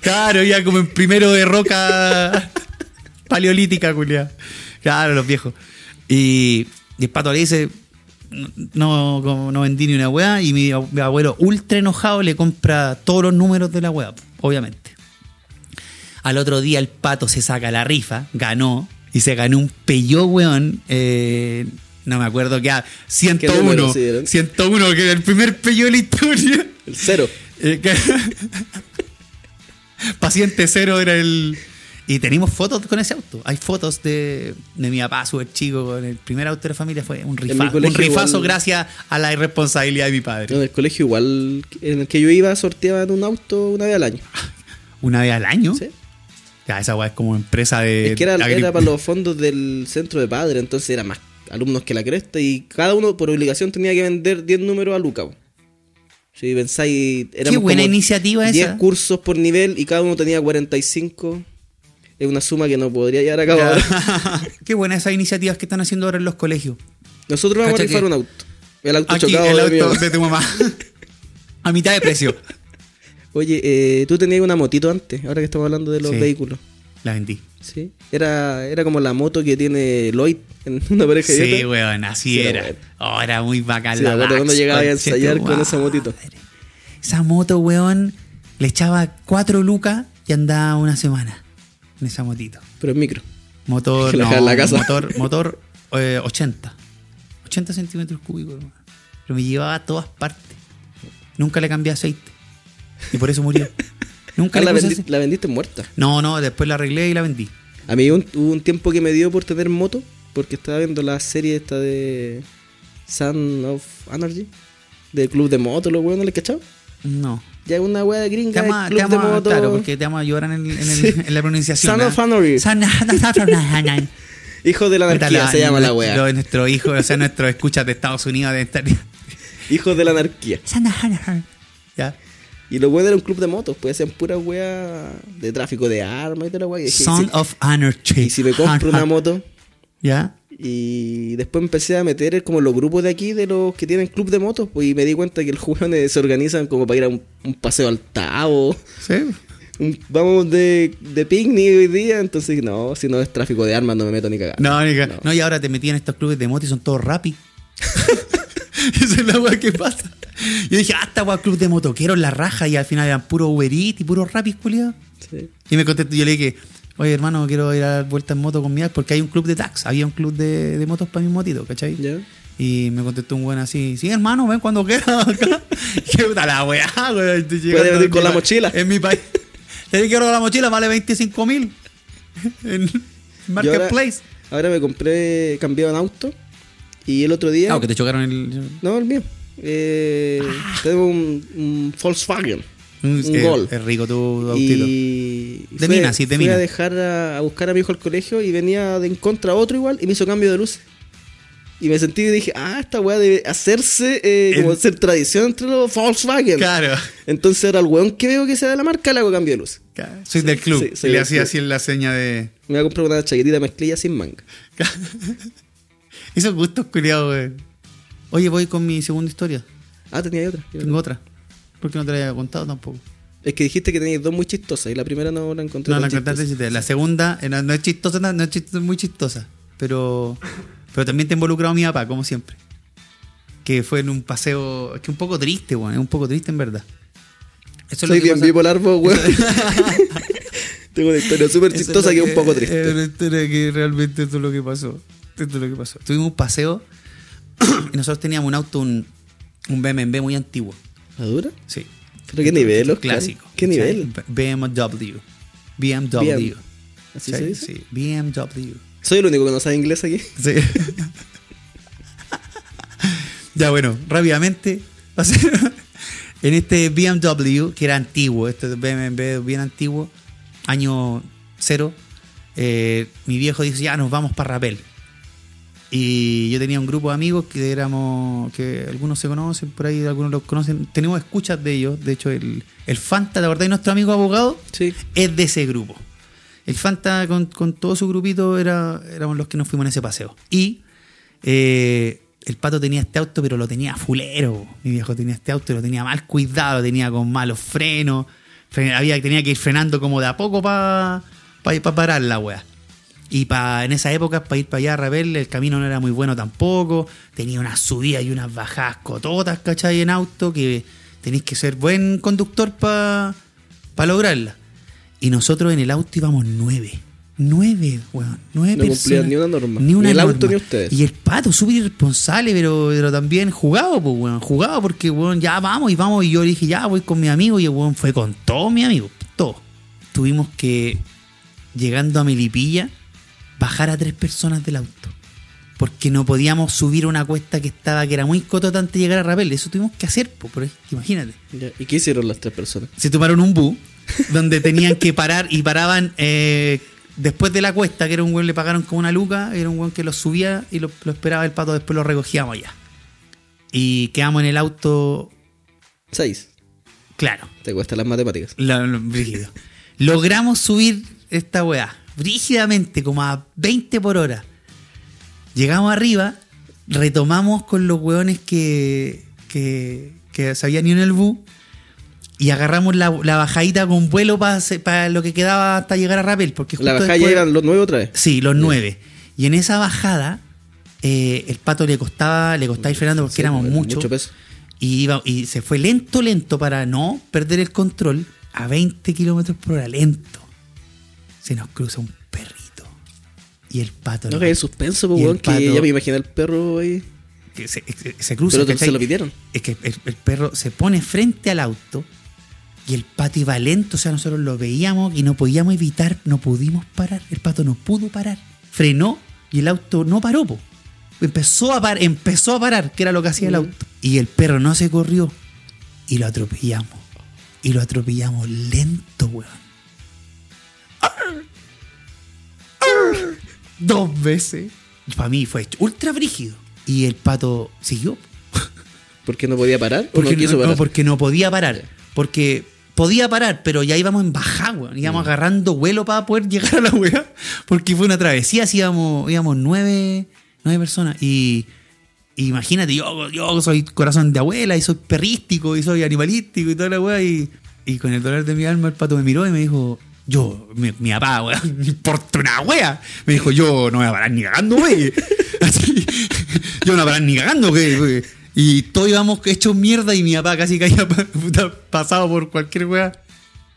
[SPEAKER 1] Claro, ya como en primero de roca paleolítica, culia. Claro, los viejos. Y, y el pato le dice, no, como no vendí ni una weá. Y mi, ab- mi abuelo, ultra enojado, le compra todos los números de la weá, obviamente. Al otro día el pato se saca la rifa, ganó, y se ganó un peyó, weón. eh, no me acuerdo qué, ah, 101.
[SPEAKER 2] número se dieron?
[SPEAKER 1] 101, que era el primer peyó de la historia.
[SPEAKER 2] El cero.
[SPEAKER 1] Eh, que- Paciente cero era el. Y tenemos fotos con ese auto. Hay fotos de, de mi papá, súper chico, con el primer auto de la familia. Fue un
[SPEAKER 2] mi
[SPEAKER 1] rifazo. Un
[SPEAKER 2] colegio
[SPEAKER 1] rifazo
[SPEAKER 2] igual-
[SPEAKER 1] gracias a la irresponsabilidad de mi padre.
[SPEAKER 2] En el colegio igual en el que yo iba sorteaban un auto una vez al año.
[SPEAKER 1] Una vez al año.
[SPEAKER 2] ¿sí?
[SPEAKER 1] Ya, esa weá es como empresa de.
[SPEAKER 2] Es que era,
[SPEAKER 1] agri-
[SPEAKER 2] era para los fondos del centro de padre, entonces era más alumnos que la cresta y cada uno por obligación tenía que vender 10 números a Luca. po. Si pensáis, éramos
[SPEAKER 1] buena
[SPEAKER 2] como
[SPEAKER 1] iniciativa esa.
[SPEAKER 2] cursos por nivel y cada uno tenía 45. Es una suma que no podría llegar a cabo. ahora.
[SPEAKER 1] Ya. Qué buenas esas iniciativas que están haciendo ahora en los colegios.
[SPEAKER 2] Nosotros vamos
[SPEAKER 1] Cacha
[SPEAKER 2] a rifar
[SPEAKER 1] que-
[SPEAKER 2] un auto. El auto
[SPEAKER 1] Aquí,
[SPEAKER 2] chocado.
[SPEAKER 1] el
[SPEAKER 2] de mi
[SPEAKER 1] auto
[SPEAKER 2] mamá.
[SPEAKER 1] de tu mamá. a mitad de precio.
[SPEAKER 2] Oye, eh, tú tenías una motito antes, ahora que estamos hablando de los
[SPEAKER 1] Sí.
[SPEAKER 2] vehículos.
[SPEAKER 1] La vendí.
[SPEAKER 2] Sí. Era, era como la moto que tiene Lloyd en una pareja de
[SPEAKER 1] Sí,
[SPEAKER 2] dieta.
[SPEAKER 1] weón, así
[SPEAKER 2] Sí,
[SPEAKER 1] era.
[SPEAKER 2] weón.
[SPEAKER 1] Oh, era muy bacán
[SPEAKER 2] Sí,
[SPEAKER 1] la
[SPEAKER 2] me acuerdo
[SPEAKER 1] Dax,
[SPEAKER 2] cuando llegaba a
[SPEAKER 1] conchete,
[SPEAKER 2] ensayar con
[SPEAKER 1] madre.
[SPEAKER 2] esa motito.
[SPEAKER 1] Esa moto, weón, le echaba cuatro lucas y andaba una semana en esa motito.
[SPEAKER 2] Pero es micro.
[SPEAKER 1] Motor,
[SPEAKER 2] La
[SPEAKER 1] no,
[SPEAKER 2] dejaba en la casa.
[SPEAKER 1] motor, motor eh, 80. 80 centímetros cúbicos, hermano. Pero me llevaba a todas partes. Nunca le cambié aceite. Y por eso murió. Nunca
[SPEAKER 2] Ah,
[SPEAKER 1] le
[SPEAKER 2] la,
[SPEAKER 1] puse
[SPEAKER 2] vendi-
[SPEAKER 1] ace-
[SPEAKER 2] la vendiste muerta.
[SPEAKER 1] No, no, después la arreglé y la vendí.
[SPEAKER 2] A mí un- hubo un tiempo que me dio por tener moto, porque estaba viendo la serie esta de Sun of Anarchy, del club de moto, los weones, ¿les cachaba?
[SPEAKER 1] No.
[SPEAKER 2] Ya una wea de
[SPEAKER 1] Te
[SPEAKER 2] gringa,
[SPEAKER 1] ama,
[SPEAKER 2] el club
[SPEAKER 1] te ama-
[SPEAKER 2] de moto.
[SPEAKER 1] claro, porque te vamos a llorar en, el- en, el-
[SPEAKER 2] Sí.
[SPEAKER 1] en la pronunciación.
[SPEAKER 2] Son
[SPEAKER 1] ¿ah?
[SPEAKER 2] of anarchy.
[SPEAKER 1] Son-
[SPEAKER 2] Hijo de la anarquía
[SPEAKER 1] Puta,
[SPEAKER 2] se llama la
[SPEAKER 1] lo-
[SPEAKER 2] wea.
[SPEAKER 1] lo de nuestro hijo, o sea, nuestro escuchas de Estados Unidos de estar.
[SPEAKER 2] Hijo de la anarquía.
[SPEAKER 1] Son of anarchy. Ya.
[SPEAKER 2] Y los weones era un club de motos, pues hacían pura wea de tráfico de armas y toda la wea. Y dije,
[SPEAKER 1] Son
[SPEAKER 2] y si-
[SPEAKER 1] of Anarchy.
[SPEAKER 2] y si me compro una moto,
[SPEAKER 1] ¿Ya?
[SPEAKER 2] Y después empecé a meter como los grupos de aquí, de los que tienen club de motos, pues, y me di cuenta que los jóvenes se organizan como para ir a un, un paseo al Tao.
[SPEAKER 1] Sí.
[SPEAKER 2] un- vamos de, de picnic hoy día, entonces no, si no es tráfico de armas no me meto ni cagar.
[SPEAKER 1] No, ni ca- no, y ahora te metí en estos clubes de moto y son todos rapi. Esa es la weá que pasa. Yo dije, ah, esta weá, club de motoqueros, la raja, y al final eran puro Uber Eats y puro rapi, culiado.
[SPEAKER 2] Sí.
[SPEAKER 1] Y me contestó, yo le dije, oye hermano, quiero ir a dar vuelta en moto con mi ex", porque hay un club de tax, había un club de, de motos para mi motito, ¿cachai?
[SPEAKER 2] Ya.
[SPEAKER 1] Y Y me contestó un buen así, sí, hermano, ven cuando quieras acá. Qué puta la weá, güey. Estoy llegando
[SPEAKER 2] venir
[SPEAKER 1] en
[SPEAKER 2] con
[SPEAKER 1] mi
[SPEAKER 2] la
[SPEAKER 1] pa-
[SPEAKER 2] mochila.
[SPEAKER 1] En mi país. Te quiero la mochila, vale 25 mil. En
[SPEAKER 2] Yo ahora-
[SPEAKER 1] Marketplace.
[SPEAKER 2] Ahora, me compré, cambié un auto. Y el otro día.
[SPEAKER 1] Ah, que te chocaron el.
[SPEAKER 2] No, el mío. Eh,
[SPEAKER 1] Ah.
[SPEAKER 2] Tengo un, un Volkswagen. Un
[SPEAKER 1] Sí,
[SPEAKER 2] gol.
[SPEAKER 1] Es rico tu autito.
[SPEAKER 2] Y
[SPEAKER 1] De
[SPEAKER 2] fui-
[SPEAKER 1] mina, sí, de
[SPEAKER 2] fui
[SPEAKER 1] mina.
[SPEAKER 2] a dejar a, a buscar a mi hijo al colegio y venía de en contra otro igual y me hizo cambio de luz. Y me sentí y dije, ah, esta weá debe hacerse eh, como
[SPEAKER 1] En-
[SPEAKER 2] ser tradición entre los Volkswagen.
[SPEAKER 1] Claro.
[SPEAKER 2] Entonces ahora el weón que veo que sea de la marca le hago cambio de luz.
[SPEAKER 1] Claro. Soy del club.
[SPEAKER 2] sí, soy
[SPEAKER 1] Y le
[SPEAKER 2] del
[SPEAKER 1] hacía
[SPEAKER 2] club.
[SPEAKER 1] así en la seña de.
[SPEAKER 2] Me voy a comprar una chaquetita mezclilla sin manga.
[SPEAKER 1] Esos gustos culiados, güey. Oye, voy con mi segunda historia.
[SPEAKER 2] Ah, tenía ahí otra.
[SPEAKER 1] Tengo otra. Porque no te la había contado tampoco.
[SPEAKER 2] Es que dijiste que tenías dos muy chistosas y la primera no la encontré.
[SPEAKER 1] No,
[SPEAKER 2] tan
[SPEAKER 1] la
[SPEAKER 2] chistosa.
[SPEAKER 1] cantante chiste. La segunda eh, no, no es chistosa, no, no es chist- muy chistosa. Pero, pero también te ha involucrado mi papá, como siempre. Que fue en un paseo. Es que un poco triste, weón. Es un poco triste en verdad. Eso
[SPEAKER 2] Soy bien
[SPEAKER 1] pasa-
[SPEAKER 2] bipolar, vos, weón. Tengo una historia súper
[SPEAKER 1] Eso es
[SPEAKER 2] chistosa
[SPEAKER 1] lo eh,
[SPEAKER 2] que es un poco triste.
[SPEAKER 1] es una historia que realmente esto es lo que pasó. Esto es lo que pasó. Tuvimos un paseo y nosotros teníamos un auto, un, un BMW muy antiguo.
[SPEAKER 2] ¿La dura?
[SPEAKER 1] Sí.
[SPEAKER 2] Pero qué nivel, Oscar.
[SPEAKER 1] Clásico.
[SPEAKER 2] ¿Qué nivel?
[SPEAKER 1] ¿cachai? BMW. BMW.
[SPEAKER 2] Bien. ¿Así se
[SPEAKER 1] ¿cachai?
[SPEAKER 2] dice?
[SPEAKER 1] Sí, BMW.
[SPEAKER 2] Soy el único que no sabe inglés aquí.
[SPEAKER 1] Sí. ya bueno, rápidamente. va a ser- en este BMW, que era antiguo, este BMW bien antiguo, año cero, eh, mi viejo dice, ya nos vamos para Rapel. Y yo tenía un grupo de amigos que éramos, que algunos se conocen por ahí, algunos los conocen, tenemos escuchas de ellos, de hecho el, el Fanta, ¿te acordás de nuestro amigo abogado?
[SPEAKER 2] Sí.
[SPEAKER 1] es de ese grupo. El Fanta con, con todo su grupito era, éramos los que nos fuimos en ese paseo. Y eh, el pato tenía este auto, pero lo tenía fulero. Mi viejo tenía este auto, y lo tenía mal cuidado, lo tenía con malos frenos. Fre- Había, tenía que ir frenando como de a poco para parar la wea. Y pa, en esa época, para ir para allá a Rabel, el camino no era muy bueno tampoco. Tenía unas subidas y unas bajadas cototas, ¿cachai? En auto, que tenéis que ser buen conductor para lograrla. Y nosotros en el auto íbamos nueve. Nueve, weón. Nueve
[SPEAKER 2] No cumplían
[SPEAKER 1] personas.
[SPEAKER 2] ni una norma.
[SPEAKER 1] Ni una
[SPEAKER 2] Ni el auto,
[SPEAKER 1] norma.
[SPEAKER 2] ni ustedes.
[SPEAKER 1] Y el pato, súper irresponsable, pero, pero también jugado, pues, weón. Jugado porque, weón, ya vamos y vamos. Y yo dije, ya voy con mi amigo. Y el weón fue con todo mi amigo. Todo. Tuvimos que, llegando a Melipilla, bajar a tres personas del auto. Porque no podíamos subir una cuesta que estaba, que era muy cotota antes de llegar a Rapel. Eso tuvimos que hacer, pues, por- imagínate
[SPEAKER 2] Ya, ¿Y qué hicieron las tres personas?
[SPEAKER 1] se tomaron un bus donde tenían que parar y paraban eh, después de la cuesta, que era un weón, le pagaron con una luca, era un weón que los subía y lo, lo esperaba el pato, después lo recogíamos allá. Y quedamos en el auto,
[SPEAKER 2] Seis.
[SPEAKER 1] claro,
[SPEAKER 2] Te cuestan las matemáticas.
[SPEAKER 1] la- lo- brígido. Logramos subir esta weá, brígidamente, como a 20 por hora. Llegamos arriba, retomamos con los weones que, que, que se habían ido en el bus y agarramos la, la bajadita con vuelo para lo que quedaba hasta llegar a Rapel. Porque
[SPEAKER 2] La
[SPEAKER 1] justo
[SPEAKER 2] bajada ya
[SPEAKER 1] después-
[SPEAKER 2] eran los nueve otra vez.
[SPEAKER 1] Sí, los nueve. Y en esa bajada, eh, el pato le costaba, le costaba ir frenando porque
[SPEAKER 2] Sí,
[SPEAKER 1] éramos
[SPEAKER 2] era
[SPEAKER 1] muchos.
[SPEAKER 2] Mucho peso.
[SPEAKER 1] Y, iba, y se fue lento, lento para no perder el control a 20 kilómetros por hora, lento. Se nos cruza un perrito. Y el pato.
[SPEAKER 2] No
[SPEAKER 1] lo-
[SPEAKER 2] caí en suspenso, po,
[SPEAKER 1] Y el
[SPEAKER 2] weón, que
[SPEAKER 1] pato-
[SPEAKER 2] ya me imaginé al perro ahí.
[SPEAKER 1] que se, se- se cruza.
[SPEAKER 2] Pero se
[SPEAKER 1] ¿cachai?
[SPEAKER 2] lo pidieron.
[SPEAKER 1] Es que el, el perro se pone frente al auto y el pato iba lento. O sea, nosotros lo veíamos y no podíamos evitar, no pudimos parar. El pato no pudo parar. Frenó y el auto no paró. po. Empezó, a par- empezó a parar, que era lo que hacía el auto. Y el perro no se corrió y lo atropellamos. Y lo atropellamos lento, weón. ¡Arr! ¡Arr! Dos veces. Para mí fue ultra brígido. Y el pato siguió.
[SPEAKER 2] Porque no podía parar. ¿O
[SPEAKER 1] Porque
[SPEAKER 2] no quiso
[SPEAKER 1] no,
[SPEAKER 2] parar.
[SPEAKER 1] no, porque no podía parar. Porque podía parar, pero ya íbamos en bajada, weón.
[SPEAKER 2] Mm.
[SPEAKER 1] Íbamos agarrando vuelo para poder llegar a la weá. Porque fue una travesía, así íbamos, íbamos nueve, nueve personas. Y imagínate, yo, yo soy corazón de abuela y soy perrístico y soy animalístico y toda la weá. Y, y con el dolor de mi alma el pato me miró y me dijo... Yo, mi, mi papá, weón, me importa una wea. Me dijo, yo no voy a parar ni cagando, wey. Así, yo no voy a parar ni cagando, que que- Y todos íbamos hechos mierda y mi papá casi caía pa- puta, pasado por cualquier wea.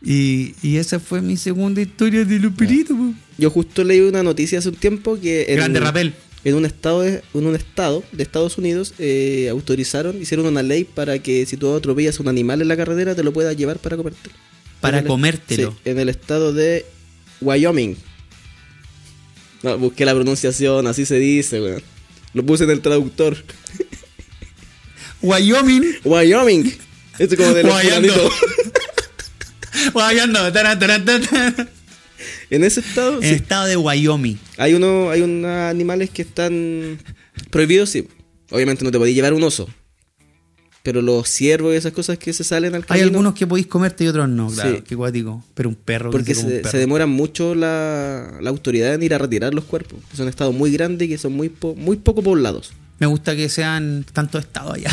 [SPEAKER 1] Y, y esa fue mi segunda historia de Luperito, po.
[SPEAKER 2] Yo justo leí una noticia hace un tiempo que. en-
[SPEAKER 1] Grande Rapel.
[SPEAKER 2] en un estado de, en un estado de Estados Unidos eh, autorizaron, hicieron una ley para que si tú atropellas a un animal en la carretera, te lo puedas llevar para comértelo.
[SPEAKER 1] Para
[SPEAKER 2] En el-
[SPEAKER 1] comértelo.
[SPEAKER 2] sí, en el estado de Wyoming. No, busqué la pronunciación, así se dice, weón. Lo puse en el traductor.
[SPEAKER 1] Wyoming.
[SPEAKER 2] Wyoming. Esto es como del
[SPEAKER 1] Wyoming.
[SPEAKER 2] fulanito.
[SPEAKER 1] Wyoming. taran, taran, taran, taran.
[SPEAKER 2] En ese estado,
[SPEAKER 1] En
[SPEAKER 2] sí,
[SPEAKER 1] estado de Wyoming.
[SPEAKER 2] Hay uno, hay unos animales que están prohibidos, sí. Obviamente no te podéis llevar un oso. Pero los ciervos y esas cosas que se salen al
[SPEAKER 1] Hay
[SPEAKER 2] camino.
[SPEAKER 1] algunos que podéis comerte y otros no, claro.
[SPEAKER 2] Sí.
[SPEAKER 1] Qué guático. Pero un perro. que
[SPEAKER 2] Porque
[SPEAKER 1] se come un
[SPEAKER 2] se,
[SPEAKER 1] perro.
[SPEAKER 2] se demora mucho la, la autoridad en ir a retirar los cuerpos. que Son estados muy grandes y que son muy, po- muy poco poblados.
[SPEAKER 1] Me gusta que sean tanto estado allá.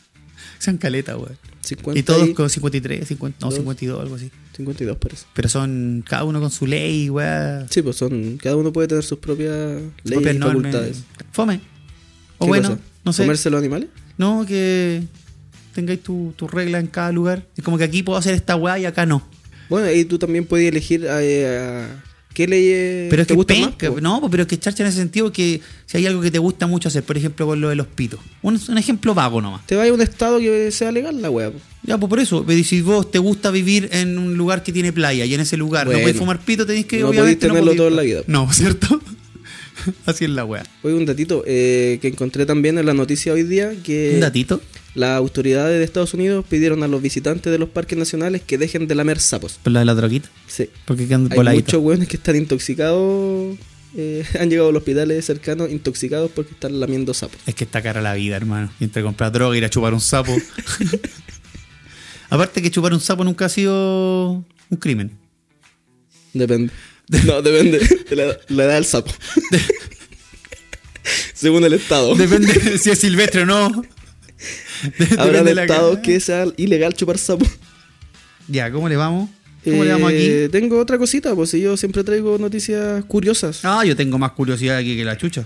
[SPEAKER 1] sean caleta, weón.
[SPEAKER 2] 50
[SPEAKER 1] Y todos con 53, 50, no, 52, algo así.
[SPEAKER 2] 52 parece.
[SPEAKER 1] Pero son cada uno con su ley, weón.
[SPEAKER 2] Sí, pues son. Cada uno puede tener sus propias leyes
[SPEAKER 1] Propias
[SPEAKER 2] y
[SPEAKER 1] normas.
[SPEAKER 2] facultades.
[SPEAKER 1] Fome. O
[SPEAKER 2] ¿Qué
[SPEAKER 1] bueno,
[SPEAKER 2] cosa?
[SPEAKER 1] no sé.
[SPEAKER 2] ¿Comerse los animales?
[SPEAKER 1] No, que tengáis tu, tu regla en cada lugar. Es como que aquí puedo hacer esta weá y acá no.
[SPEAKER 2] Bueno, ahí tú también puedes elegir eh, a- qué leyes
[SPEAKER 1] Pero es
[SPEAKER 2] te
[SPEAKER 1] que
[SPEAKER 2] gustan más.
[SPEAKER 1] penca,
[SPEAKER 2] po.
[SPEAKER 1] no, pero es que charcha en ese sentido que si hay algo que te gusta mucho hacer, por ejemplo con lo de los pitos. Un, un ejemplo vago nomás.
[SPEAKER 2] Te vaya a un estado que sea legal la wea. po.
[SPEAKER 1] Ya, pues por eso, pero si vos te gusta vivir en un lugar que tiene playa y en ese lugar no
[SPEAKER 2] Bueno.
[SPEAKER 1] podés fumar pito, tenés que
[SPEAKER 2] No
[SPEAKER 1] obviamente
[SPEAKER 2] podís tenerlo
[SPEAKER 1] podís-
[SPEAKER 2] todo en la vida.
[SPEAKER 1] No, ¿cierto? Así es la weá.
[SPEAKER 2] Oye, un datito eh, que encontré también en la noticia hoy día que
[SPEAKER 1] Un datito.
[SPEAKER 2] las autoridades de Estados Unidos pidieron a los visitantes de los parques nacionales que dejen de lamer sapos.
[SPEAKER 1] Por la de la droguita.
[SPEAKER 2] Sí.
[SPEAKER 1] Porque quedan
[SPEAKER 2] Hay
[SPEAKER 1] voladitos.
[SPEAKER 2] muchos hueones que están intoxicados, eh, han llegado a los hospitales cercanos intoxicados porque están lamiendo sapos.
[SPEAKER 1] Es que está cara la vida, hermano. Y entre comprar droga y ir a chupar un sapo. Aparte que chupar un sapo nunca ha sido un crimen.
[SPEAKER 2] Depende. No, depende de la, la edad del sapo. Según el estado.
[SPEAKER 1] Depende si es silvestre o no. De-
[SPEAKER 2] Habrá
[SPEAKER 1] depende de la
[SPEAKER 2] estados
[SPEAKER 1] cagada.
[SPEAKER 2] que sea ilegal chupar sapo.
[SPEAKER 1] Ya, ¿cómo le vamos? ¿Cómo le vamos
[SPEAKER 2] Eh,
[SPEAKER 1] aquí?
[SPEAKER 2] Tengo otra cosita, pues si yo siempre traigo noticias curiosas.
[SPEAKER 1] Ah, yo tengo más curiosidad aquí que la chucha.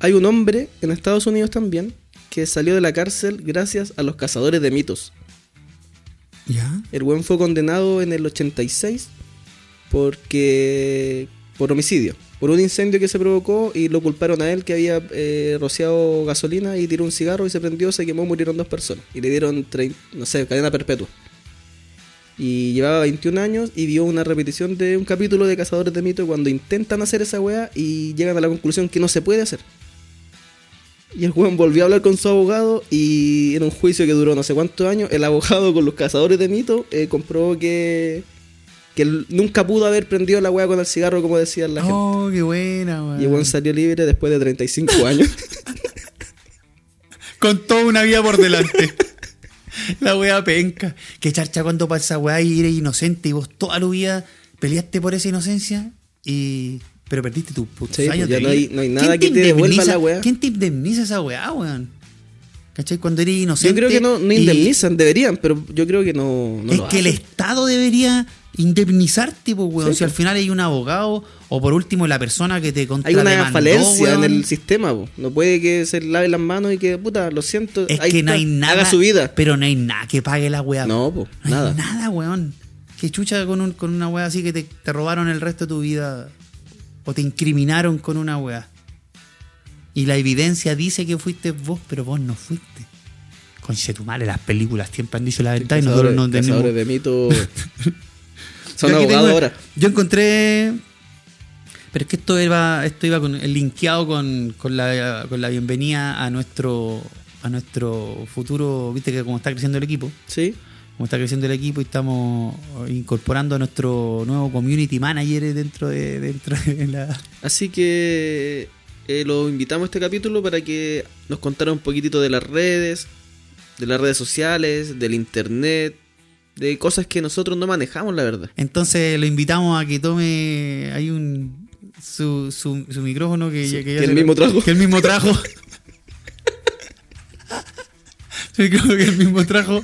[SPEAKER 2] Hay un hombre en Estados Unidos también que salió de la cárcel gracias a los cazadores de mitos.
[SPEAKER 1] ¿Ya?
[SPEAKER 2] El buen fue condenado en el 86 porque por homicidio, por un incendio que se provocó y lo culparon a él que había eh, rociado gasolina y tiró un cigarro y se prendió, se quemó, murieron dos personas y le dieron, trein- no sé, cadena perpetua. Y llevaba 21 años y vio una repetición de un capítulo de Cazadores de Mito cuando intentan hacer esa weá y llegan a la conclusión que no se puede hacer. Y el weón volvió a hablar con su abogado y en un juicio que duró no sé cuántos años, el abogado con los cazadores de mito eh, comprobó que, que él nunca pudo haber prendido la weá con el cigarro como decía la gente.
[SPEAKER 1] Oh, qué buena, weón.
[SPEAKER 2] Y el weón salió libre después de 35 años.
[SPEAKER 1] Con toda una vida por delante. la wea penca. Que charcha cuando pasa weá y eres inocente y vos toda tu vida peleaste por esa inocencia y. Pero perdiste tus putos
[SPEAKER 2] Sí, pues
[SPEAKER 1] años
[SPEAKER 2] ya
[SPEAKER 1] de
[SPEAKER 2] no
[SPEAKER 1] vida.
[SPEAKER 2] hay- no hay
[SPEAKER 1] ¿Quién
[SPEAKER 2] nada que te devuelva
[SPEAKER 1] indemniza-
[SPEAKER 2] la weá?
[SPEAKER 1] ¿Quién te indemniza esa weá, weón? ¿Cachai? Cuando eres inocente.
[SPEAKER 2] yo creo que no, no
[SPEAKER 1] y-
[SPEAKER 2] indemnizan, deberían, pero yo creo que no, no
[SPEAKER 1] es
[SPEAKER 2] lo
[SPEAKER 1] que el
[SPEAKER 2] hacen.
[SPEAKER 1] Estado debería indemnizarte, pues, weón.
[SPEAKER 2] Sí,
[SPEAKER 1] si al
[SPEAKER 2] pues.
[SPEAKER 1] final hay un abogado o por último la persona que te
[SPEAKER 2] Hay
[SPEAKER 1] contrademandó,
[SPEAKER 2] una falencia en
[SPEAKER 1] weón.
[SPEAKER 2] el sistema, po. no puede que se lave las manos y que, puta, lo siento,
[SPEAKER 1] Es
[SPEAKER 2] ahí
[SPEAKER 1] que no
[SPEAKER 2] está,
[SPEAKER 1] hay nada.
[SPEAKER 2] haga su vida.
[SPEAKER 1] Pero no hay nada que pague la weá.
[SPEAKER 2] No,
[SPEAKER 1] po.
[SPEAKER 2] po,
[SPEAKER 1] No hay
[SPEAKER 2] nada.
[SPEAKER 1] nada, weón. Que chucha con, un- con una weá así que te, te robaron el resto de tu vida. O te incriminaron con una weá. Y la evidencia dice que fuiste vos, pero vos no fuiste. Conche tu madre, las películas siempre han dicho la verdad y nosotros
[SPEAKER 2] Cazadores-
[SPEAKER 1] no tenemos.
[SPEAKER 2] cazadores de mito son
[SPEAKER 1] Yo aquí
[SPEAKER 2] abogados
[SPEAKER 1] tengo-
[SPEAKER 2] ahora.
[SPEAKER 1] Yo encontré. Pero es que esto iba, esto iba con, linkeado con, con la, con la bienvenida a nuestro, a nuestro futuro. Viste que como está creciendo el equipo,
[SPEAKER 2] Sí.
[SPEAKER 1] como está creciendo el equipo y estamos incorporando a nuestro nuevo community manager dentro de, dentro de la.
[SPEAKER 2] Así que eh, los invitamos a este capítulo para que nos contara un poquitito de las redes, de las redes sociales, del internet, de cosas que nosotros no manejamos, la verdad.
[SPEAKER 1] Entonces lo invitamos a que tome ahí un su, su, su micrófono que, ya-
[SPEAKER 2] Sí,
[SPEAKER 1] que ya
[SPEAKER 2] que
[SPEAKER 1] se
[SPEAKER 2] él mismo trajo.
[SPEAKER 1] Que el mismo trajo. Su micrófono que el mismo trajo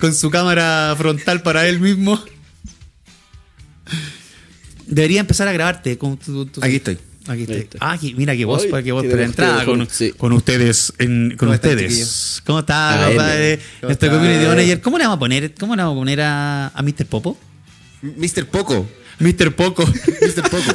[SPEAKER 1] con su cámara frontal para él mismo. Debería empezar a grabarte con tu- tu-
[SPEAKER 4] Aquí estoy.
[SPEAKER 1] Aquí estoy.
[SPEAKER 2] Ahí está.
[SPEAKER 1] Ah, que- mira que vos,
[SPEAKER 2] Ay,
[SPEAKER 1] que vos
[SPEAKER 2] tiene
[SPEAKER 1] por la
[SPEAKER 2] usted
[SPEAKER 1] entrada
[SPEAKER 2] fondo,
[SPEAKER 1] con,
[SPEAKER 2] sí.
[SPEAKER 1] con ustedes en, con
[SPEAKER 4] ¿Cómo están,
[SPEAKER 1] ustedes.
[SPEAKER 4] chiquillos? Ah,
[SPEAKER 1] ¿Cómo está,
[SPEAKER 2] A él.
[SPEAKER 1] compadre?
[SPEAKER 4] ¿Cómo
[SPEAKER 1] Nuestro
[SPEAKER 4] está?
[SPEAKER 1] community manager. ¿Cómo le vamos a poner? ¿Cómo le vamos a poner a, a Mr. Popo?
[SPEAKER 4] Mr. Poco.
[SPEAKER 1] Mr. Poco.
[SPEAKER 4] Mr. Poco.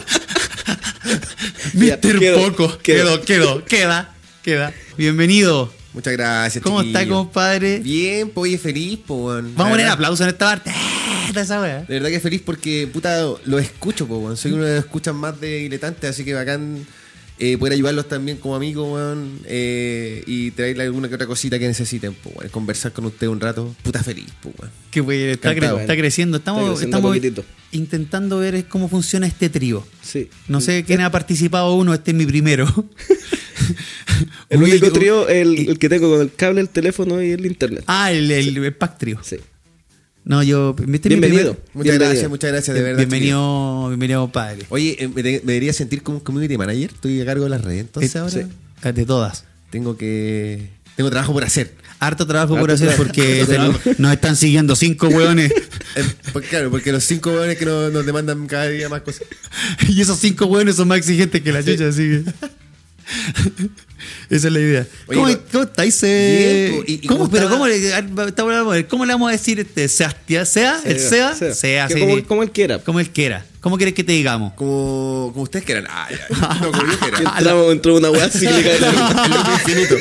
[SPEAKER 2] Ya,
[SPEAKER 1] Mister
[SPEAKER 2] quedo,
[SPEAKER 1] Poco.
[SPEAKER 2] quedo.
[SPEAKER 1] Quedó, quedó, queda, queda. Bienvenido.
[SPEAKER 4] Muchas gracias.
[SPEAKER 1] ¿Cómo está,
[SPEAKER 4] chiquillo.
[SPEAKER 1] compadre?
[SPEAKER 4] Bien, pues, oye, feliz, pues, weón.
[SPEAKER 1] Vamos a
[SPEAKER 4] La
[SPEAKER 1] poner
[SPEAKER 4] verdad-
[SPEAKER 1] aplauso en esta parte. Ah, de esa wea.
[SPEAKER 4] De verdad que feliz porque, puta, lo escucho, pues, weón. Soy uno de los escuchas más de diletantes, así que bacán eh, poder ayudarlos también como amigo, weón. eh, y traerle alguna que otra cosita que necesiten, pues, weón. Conversar con usted un rato, puta feliz, pues, weón.
[SPEAKER 1] Que wey, está,
[SPEAKER 4] Encantado.
[SPEAKER 1] cre- está creciendo. Estamos,
[SPEAKER 2] Está creciendo
[SPEAKER 1] estamos
[SPEAKER 2] poquitito.
[SPEAKER 1] intentando ver cómo funciona este trío.
[SPEAKER 2] Sí.
[SPEAKER 1] No sé quién ha participado uno, este es mi primero.
[SPEAKER 2] El único
[SPEAKER 1] Humilde-
[SPEAKER 2] trío, el, el que tengo con el cable, el teléfono y el internet.
[SPEAKER 1] Ah, el, el, el pack trío.
[SPEAKER 2] Sí.
[SPEAKER 1] No, yo. este es mi
[SPEAKER 2] Bienvenido.
[SPEAKER 1] primer-
[SPEAKER 4] Muchas
[SPEAKER 2] Bienvenido.
[SPEAKER 4] gracias, muchas gracias, de verdad. chiquillo.
[SPEAKER 1] Bienvenido, bienvenido, padre.
[SPEAKER 4] Oye, eh, me, de- me debería sentir como un community manager. Estoy a cargo de las redes, entonces
[SPEAKER 1] Eh,
[SPEAKER 4] ahora
[SPEAKER 2] sí.
[SPEAKER 1] De todas.
[SPEAKER 4] tengo que. Tengo trabajo por hacer.
[SPEAKER 1] Harto trabajo por
[SPEAKER 2] Harto
[SPEAKER 1] hacer
[SPEAKER 2] trabajo.
[SPEAKER 1] porque
[SPEAKER 2] Harto
[SPEAKER 1] tenemos- nos están siguiendo cinco hueones.
[SPEAKER 4] Eh, pues, claro, porque los cinco weones que nos, nos demandan cada día más cosas.
[SPEAKER 1] y esos cinco hueones son más exigentes que la chucha, así que- Esa es la idea.
[SPEAKER 4] Oye,
[SPEAKER 1] ¿Cómo,
[SPEAKER 4] pero-
[SPEAKER 1] cómo estáis? eh?
[SPEAKER 4] Bien, pues, y- y
[SPEAKER 1] ¿Cómo,
[SPEAKER 4] como
[SPEAKER 1] pero
[SPEAKER 4] estaba-
[SPEAKER 1] cómo le, a- está bueno, vamos a ver, ¿cómo le vamos a decir este? ¿Sea? ¿Sea? ¿El sea?
[SPEAKER 2] Sea.
[SPEAKER 1] Sea,
[SPEAKER 2] Que
[SPEAKER 1] sí,
[SPEAKER 2] como-
[SPEAKER 1] sí.
[SPEAKER 2] como él quiera.
[SPEAKER 1] Como él quiera. ¿Cómo quieres que te digamos?
[SPEAKER 4] Como, como ustedes quieran. Ah, ya. No, como yo quiera.
[SPEAKER 2] Entramos dentro de una weá así que le cae la-
[SPEAKER 4] El loco infinito.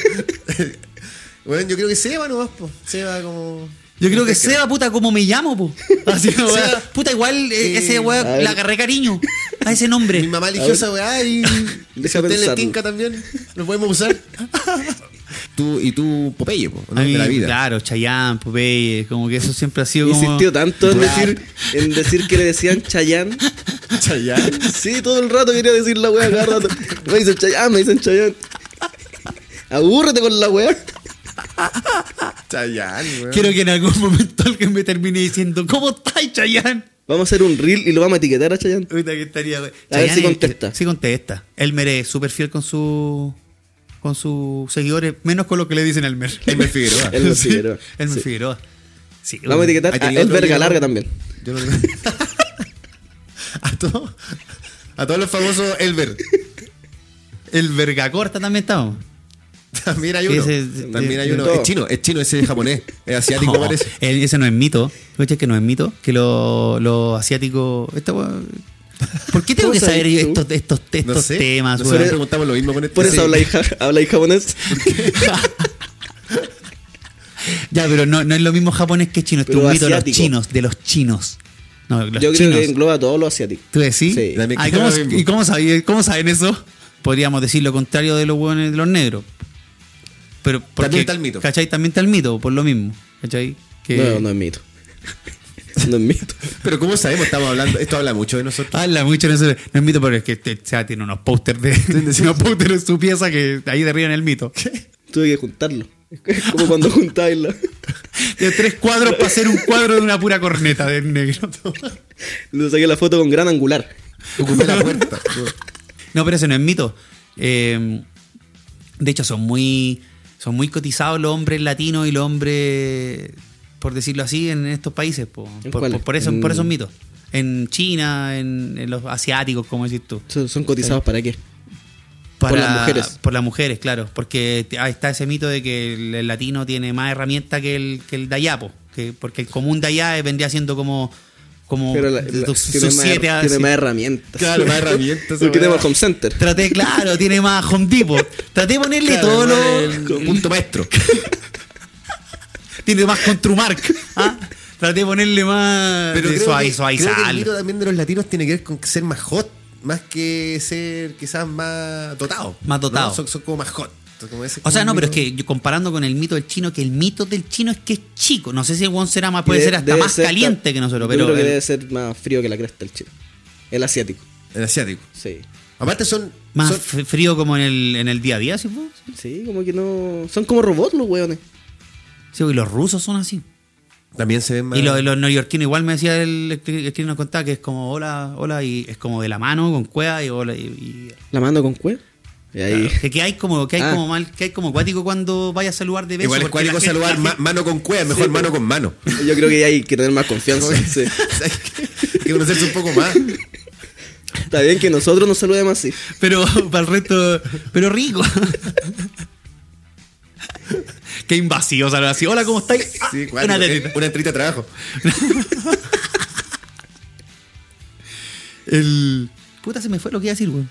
[SPEAKER 4] bueno, yo creo que Seba nomás, po. Seba como.
[SPEAKER 1] Yo creo que Seba, puta, como me llamo, po. Así, weá. Puta, igual eh,
[SPEAKER 4] Sí.
[SPEAKER 1] ese
[SPEAKER 2] A
[SPEAKER 1] weá
[SPEAKER 2] ver.
[SPEAKER 1] la agarré cariño a ese nombre.
[SPEAKER 4] Mi mamá eligió esa weá y. Si a
[SPEAKER 2] Deja
[SPEAKER 4] usted le
[SPEAKER 2] pensarlo.
[SPEAKER 4] tinca también, lo podemos usar. tú, y tú, Popeye, po, ¿no?
[SPEAKER 1] A mí,
[SPEAKER 4] de la vida.
[SPEAKER 1] Claro, Chayanne, Popeye, como que eso siempre ha sido como...
[SPEAKER 2] Insistió tanto en decir, en decir que le decían Chayán.
[SPEAKER 4] Chayanne.
[SPEAKER 2] Sí, todo el rato quería decir la weá, cada rato. Me dicen Chayán, me dicen Chayán. Abúrrete con la weá.
[SPEAKER 4] Chayanne, weón.
[SPEAKER 1] Quiero que en algún momento alguien me termine diciendo, ¿cómo estáis, Chayanne?
[SPEAKER 2] Vamos a hacer un reel y lo vamos a etiquetar a Chayán.
[SPEAKER 1] Puta, que estaría... A
[SPEAKER 2] ver si contesta.
[SPEAKER 1] Sí contesta. Elmer es súper fiel con su... Con sus seguidores, menos con lo que le dicen a Elmer.
[SPEAKER 4] Elmer Figueroa.
[SPEAKER 2] Elmer
[SPEAKER 1] Sí,
[SPEAKER 2] Figueroa.
[SPEAKER 1] Elmer
[SPEAKER 2] Sí.
[SPEAKER 1] Figueroa. Sí,
[SPEAKER 2] Vamos a
[SPEAKER 1] weón.
[SPEAKER 2] etiquetar
[SPEAKER 4] Ahí
[SPEAKER 2] a
[SPEAKER 4] tenía
[SPEAKER 2] El
[SPEAKER 4] otro
[SPEAKER 2] Verga
[SPEAKER 4] video.
[SPEAKER 2] Larga también.
[SPEAKER 4] Yo no lo- a, todos a todos los famosos Elber.
[SPEAKER 1] El verga corta también estamos.
[SPEAKER 4] También hay
[SPEAKER 1] Sí,
[SPEAKER 4] uno.
[SPEAKER 1] ese-
[SPEAKER 4] también
[SPEAKER 1] de-
[SPEAKER 4] hay
[SPEAKER 2] de
[SPEAKER 4] uno.
[SPEAKER 2] todo.
[SPEAKER 4] Es chino, es chino ese japonés. Es asiático,
[SPEAKER 1] No,
[SPEAKER 4] parece.
[SPEAKER 1] el- ese no es mito. ¿Cachai que no es mito? Que los lo asiáticos. Esta wea- ¿Por qué tengo
[SPEAKER 2] ¿Cómo
[SPEAKER 1] que saber
[SPEAKER 2] sabes tú?
[SPEAKER 1] estos, estos, estos
[SPEAKER 4] No sé.
[SPEAKER 1] temas,
[SPEAKER 4] Nosotros
[SPEAKER 1] weón?
[SPEAKER 4] preguntamos lo mismo con este.
[SPEAKER 2] Por eso
[SPEAKER 4] Sí.
[SPEAKER 2] habláis, ja- habláis japonés.
[SPEAKER 1] Ya, pero no, no es lo mismo japonés que chino. Este es
[SPEAKER 2] Pero
[SPEAKER 1] un mito de los
[SPEAKER 2] asiático.
[SPEAKER 1] chinos. De los chinos. No, los
[SPEAKER 2] Yo creo
[SPEAKER 1] chinos.
[SPEAKER 2] que engloba todo lo asiático.
[SPEAKER 1] ¿Tú decís?
[SPEAKER 2] Sí.
[SPEAKER 4] También
[SPEAKER 1] Ay,
[SPEAKER 4] creo
[SPEAKER 1] ¿cómo-
[SPEAKER 4] lo mismo.
[SPEAKER 1] ¿Y cómo saben, cómo saben eso? Podríamos decir lo contrario de los hueones de los negros. Pero porque,
[SPEAKER 4] También está el mito.
[SPEAKER 1] ¿Cachai? También está el mito, por lo mismo. ¿Cachai? Que-
[SPEAKER 2] No, no es mito. No es mito.
[SPEAKER 4] Pero ¿cómo sabemos? Estamos hablando. Esto habla mucho de nosotros.
[SPEAKER 1] Habla mucho, no sé, no es mito, pero es que este, o sea, tiene unos pósters de, unos pósters en su pieza que ahí derriban el mito.
[SPEAKER 2] Tuve que juntarlo. Es como cuando juntáis la-
[SPEAKER 1] De tres cuadros para hacer un cuadro de una pura corneta de negro.
[SPEAKER 2] Le saqué la foto con gran angular.
[SPEAKER 4] Ocupé la puerta.
[SPEAKER 1] No, pero ese no es mito. Eh, de hecho, son muy, son muy cotizados los hombres latinos y los hombres, por decirlo así, en estos países. po.
[SPEAKER 2] ¿En
[SPEAKER 1] Por,
[SPEAKER 2] cuáles?
[SPEAKER 1] por- por eso,
[SPEAKER 2] En-
[SPEAKER 1] por esos mitos. En China, en, en los asiáticos, como decís tú.
[SPEAKER 2] Son, son cotizados para qué?
[SPEAKER 1] Para-
[SPEAKER 2] Por las mujeres.
[SPEAKER 1] Por las mujeres, claro. Porque te- ah, está ese mito de que el, el latino tiene más herramientas que el, que el de allá, po. Que, porque el común de allá eh, vendría siendo como, como
[SPEAKER 2] Pero la- la-
[SPEAKER 1] sus-
[SPEAKER 2] tiene,
[SPEAKER 1] sus
[SPEAKER 2] más,
[SPEAKER 1] siete a-
[SPEAKER 2] tiene
[SPEAKER 1] sí.
[SPEAKER 2] más herramientas.
[SPEAKER 4] Claro, más herramientas,
[SPEAKER 2] Porque
[SPEAKER 4] weá.
[SPEAKER 2] tenemos el home center.
[SPEAKER 1] Traté, claro, tiene más Home Depot. Traté de ponerle
[SPEAKER 4] Claro,
[SPEAKER 1] todo lo.
[SPEAKER 4] el punto maestro.
[SPEAKER 1] Tiene más Contrumark. ¿ah? Traté de ponerle más.
[SPEAKER 4] Pero
[SPEAKER 1] de
[SPEAKER 4] creo,
[SPEAKER 1] suavi-
[SPEAKER 4] que, creo que el
[SPEAKER 1] suavizarle.
[SPEAKER 4] mito también de los latinos tiene que ver con ser más hot, más que ser quizás más dotado.
[SPEAKER 1] Más dotado.
[SPEAKER 4] ¿no? Son, son como más hot. Entonces, como ese
[SPEAKER 1] O sea,
[SPEAKER 4] como
[SPEAKER 1] no,
[SPEAKER 4] un
[SPEAKER 1] pero es
[SPEAKER 4] mito-
[SPEAKER 1] que yo comparando con el mito del chino, que el mito del chino es que es chico. No sé si el one será más,
[SPEAKER 2] Y
[SPEAKER 1] puede
[SPEAKER 2] de-
[SPEAKER 1] ser hasta
[SPEAKER 2] debe
[SPEAKER 1] más
[SPEAKER 2] ser
[SPEAKER 1] caliente
[SPEAKER 2] ta-
[SPEAKER 1] que nosotros,
[SPEAKER 2] yo
[SPEAKER 1] pero.
[SPEAKER 2] creo que
[SPEAKER 1] el-
[SPEAKER 2] debe ser más frío que la cresta el chino. El asiático.
[SPEAKER 4] El asiático.
[SPEAKER 2] Sí.
[SPEAKER 4] Aparte son.
[SPEAKER 1] Más
[SPEAKER 4] son-
[SPEAKER 1] f- frío como en el, en el día a día, ¿sí? po?
[SPEAKER 2] Sí, como que no. Son como robots los weones.
[SPEAKER 1] Sí, y los rusos son así.
[SPEAKER 4] también se ven más.
[SPEAKER 1] Y los, los neoyorquinos, igual me decía el el que nos contaba que es como hola, hola, y es como de la mano, con cueva y hola. Y, y-
[SPEAKER 2] La mando con cuero. Y ahí.
[SPEAKER 1] Eh, que, que hay como que hay
[SPEAKER 2] Ah.
[SPEAKER 1] como mal, que hay como cuático cuando vaya a saludar de beso.
[SPEAKER 4] Igual es
[SPEAKER 1] porque la
[SPEAKER 4] cuático
[SPEAKER 1] gente-
[SPEAKER 4] saludar ma- mano con cueva, mejor mano con mano.
[SPEAKER 2] Yo creo que hay que tener más confianza. sí.
[SPEAKER 4] Hay que- hay que conocerse un poco más.
[SPEAKER 2] Está bien que nosotros nos saludemos así.
[SPEAKER 1] Pero para el resto, pero rico. Qué invasivo saludar así. Hola, ¿cómo estáis? Ah,
[SPEAKER 4] Sí, cuático.
[SPEAKER 1] una tetita.
[SPEAKER 4] Eh, una entrevista de trabajo.
[SPEAKER 1] El puta se me fue lo que iba a decir, güey.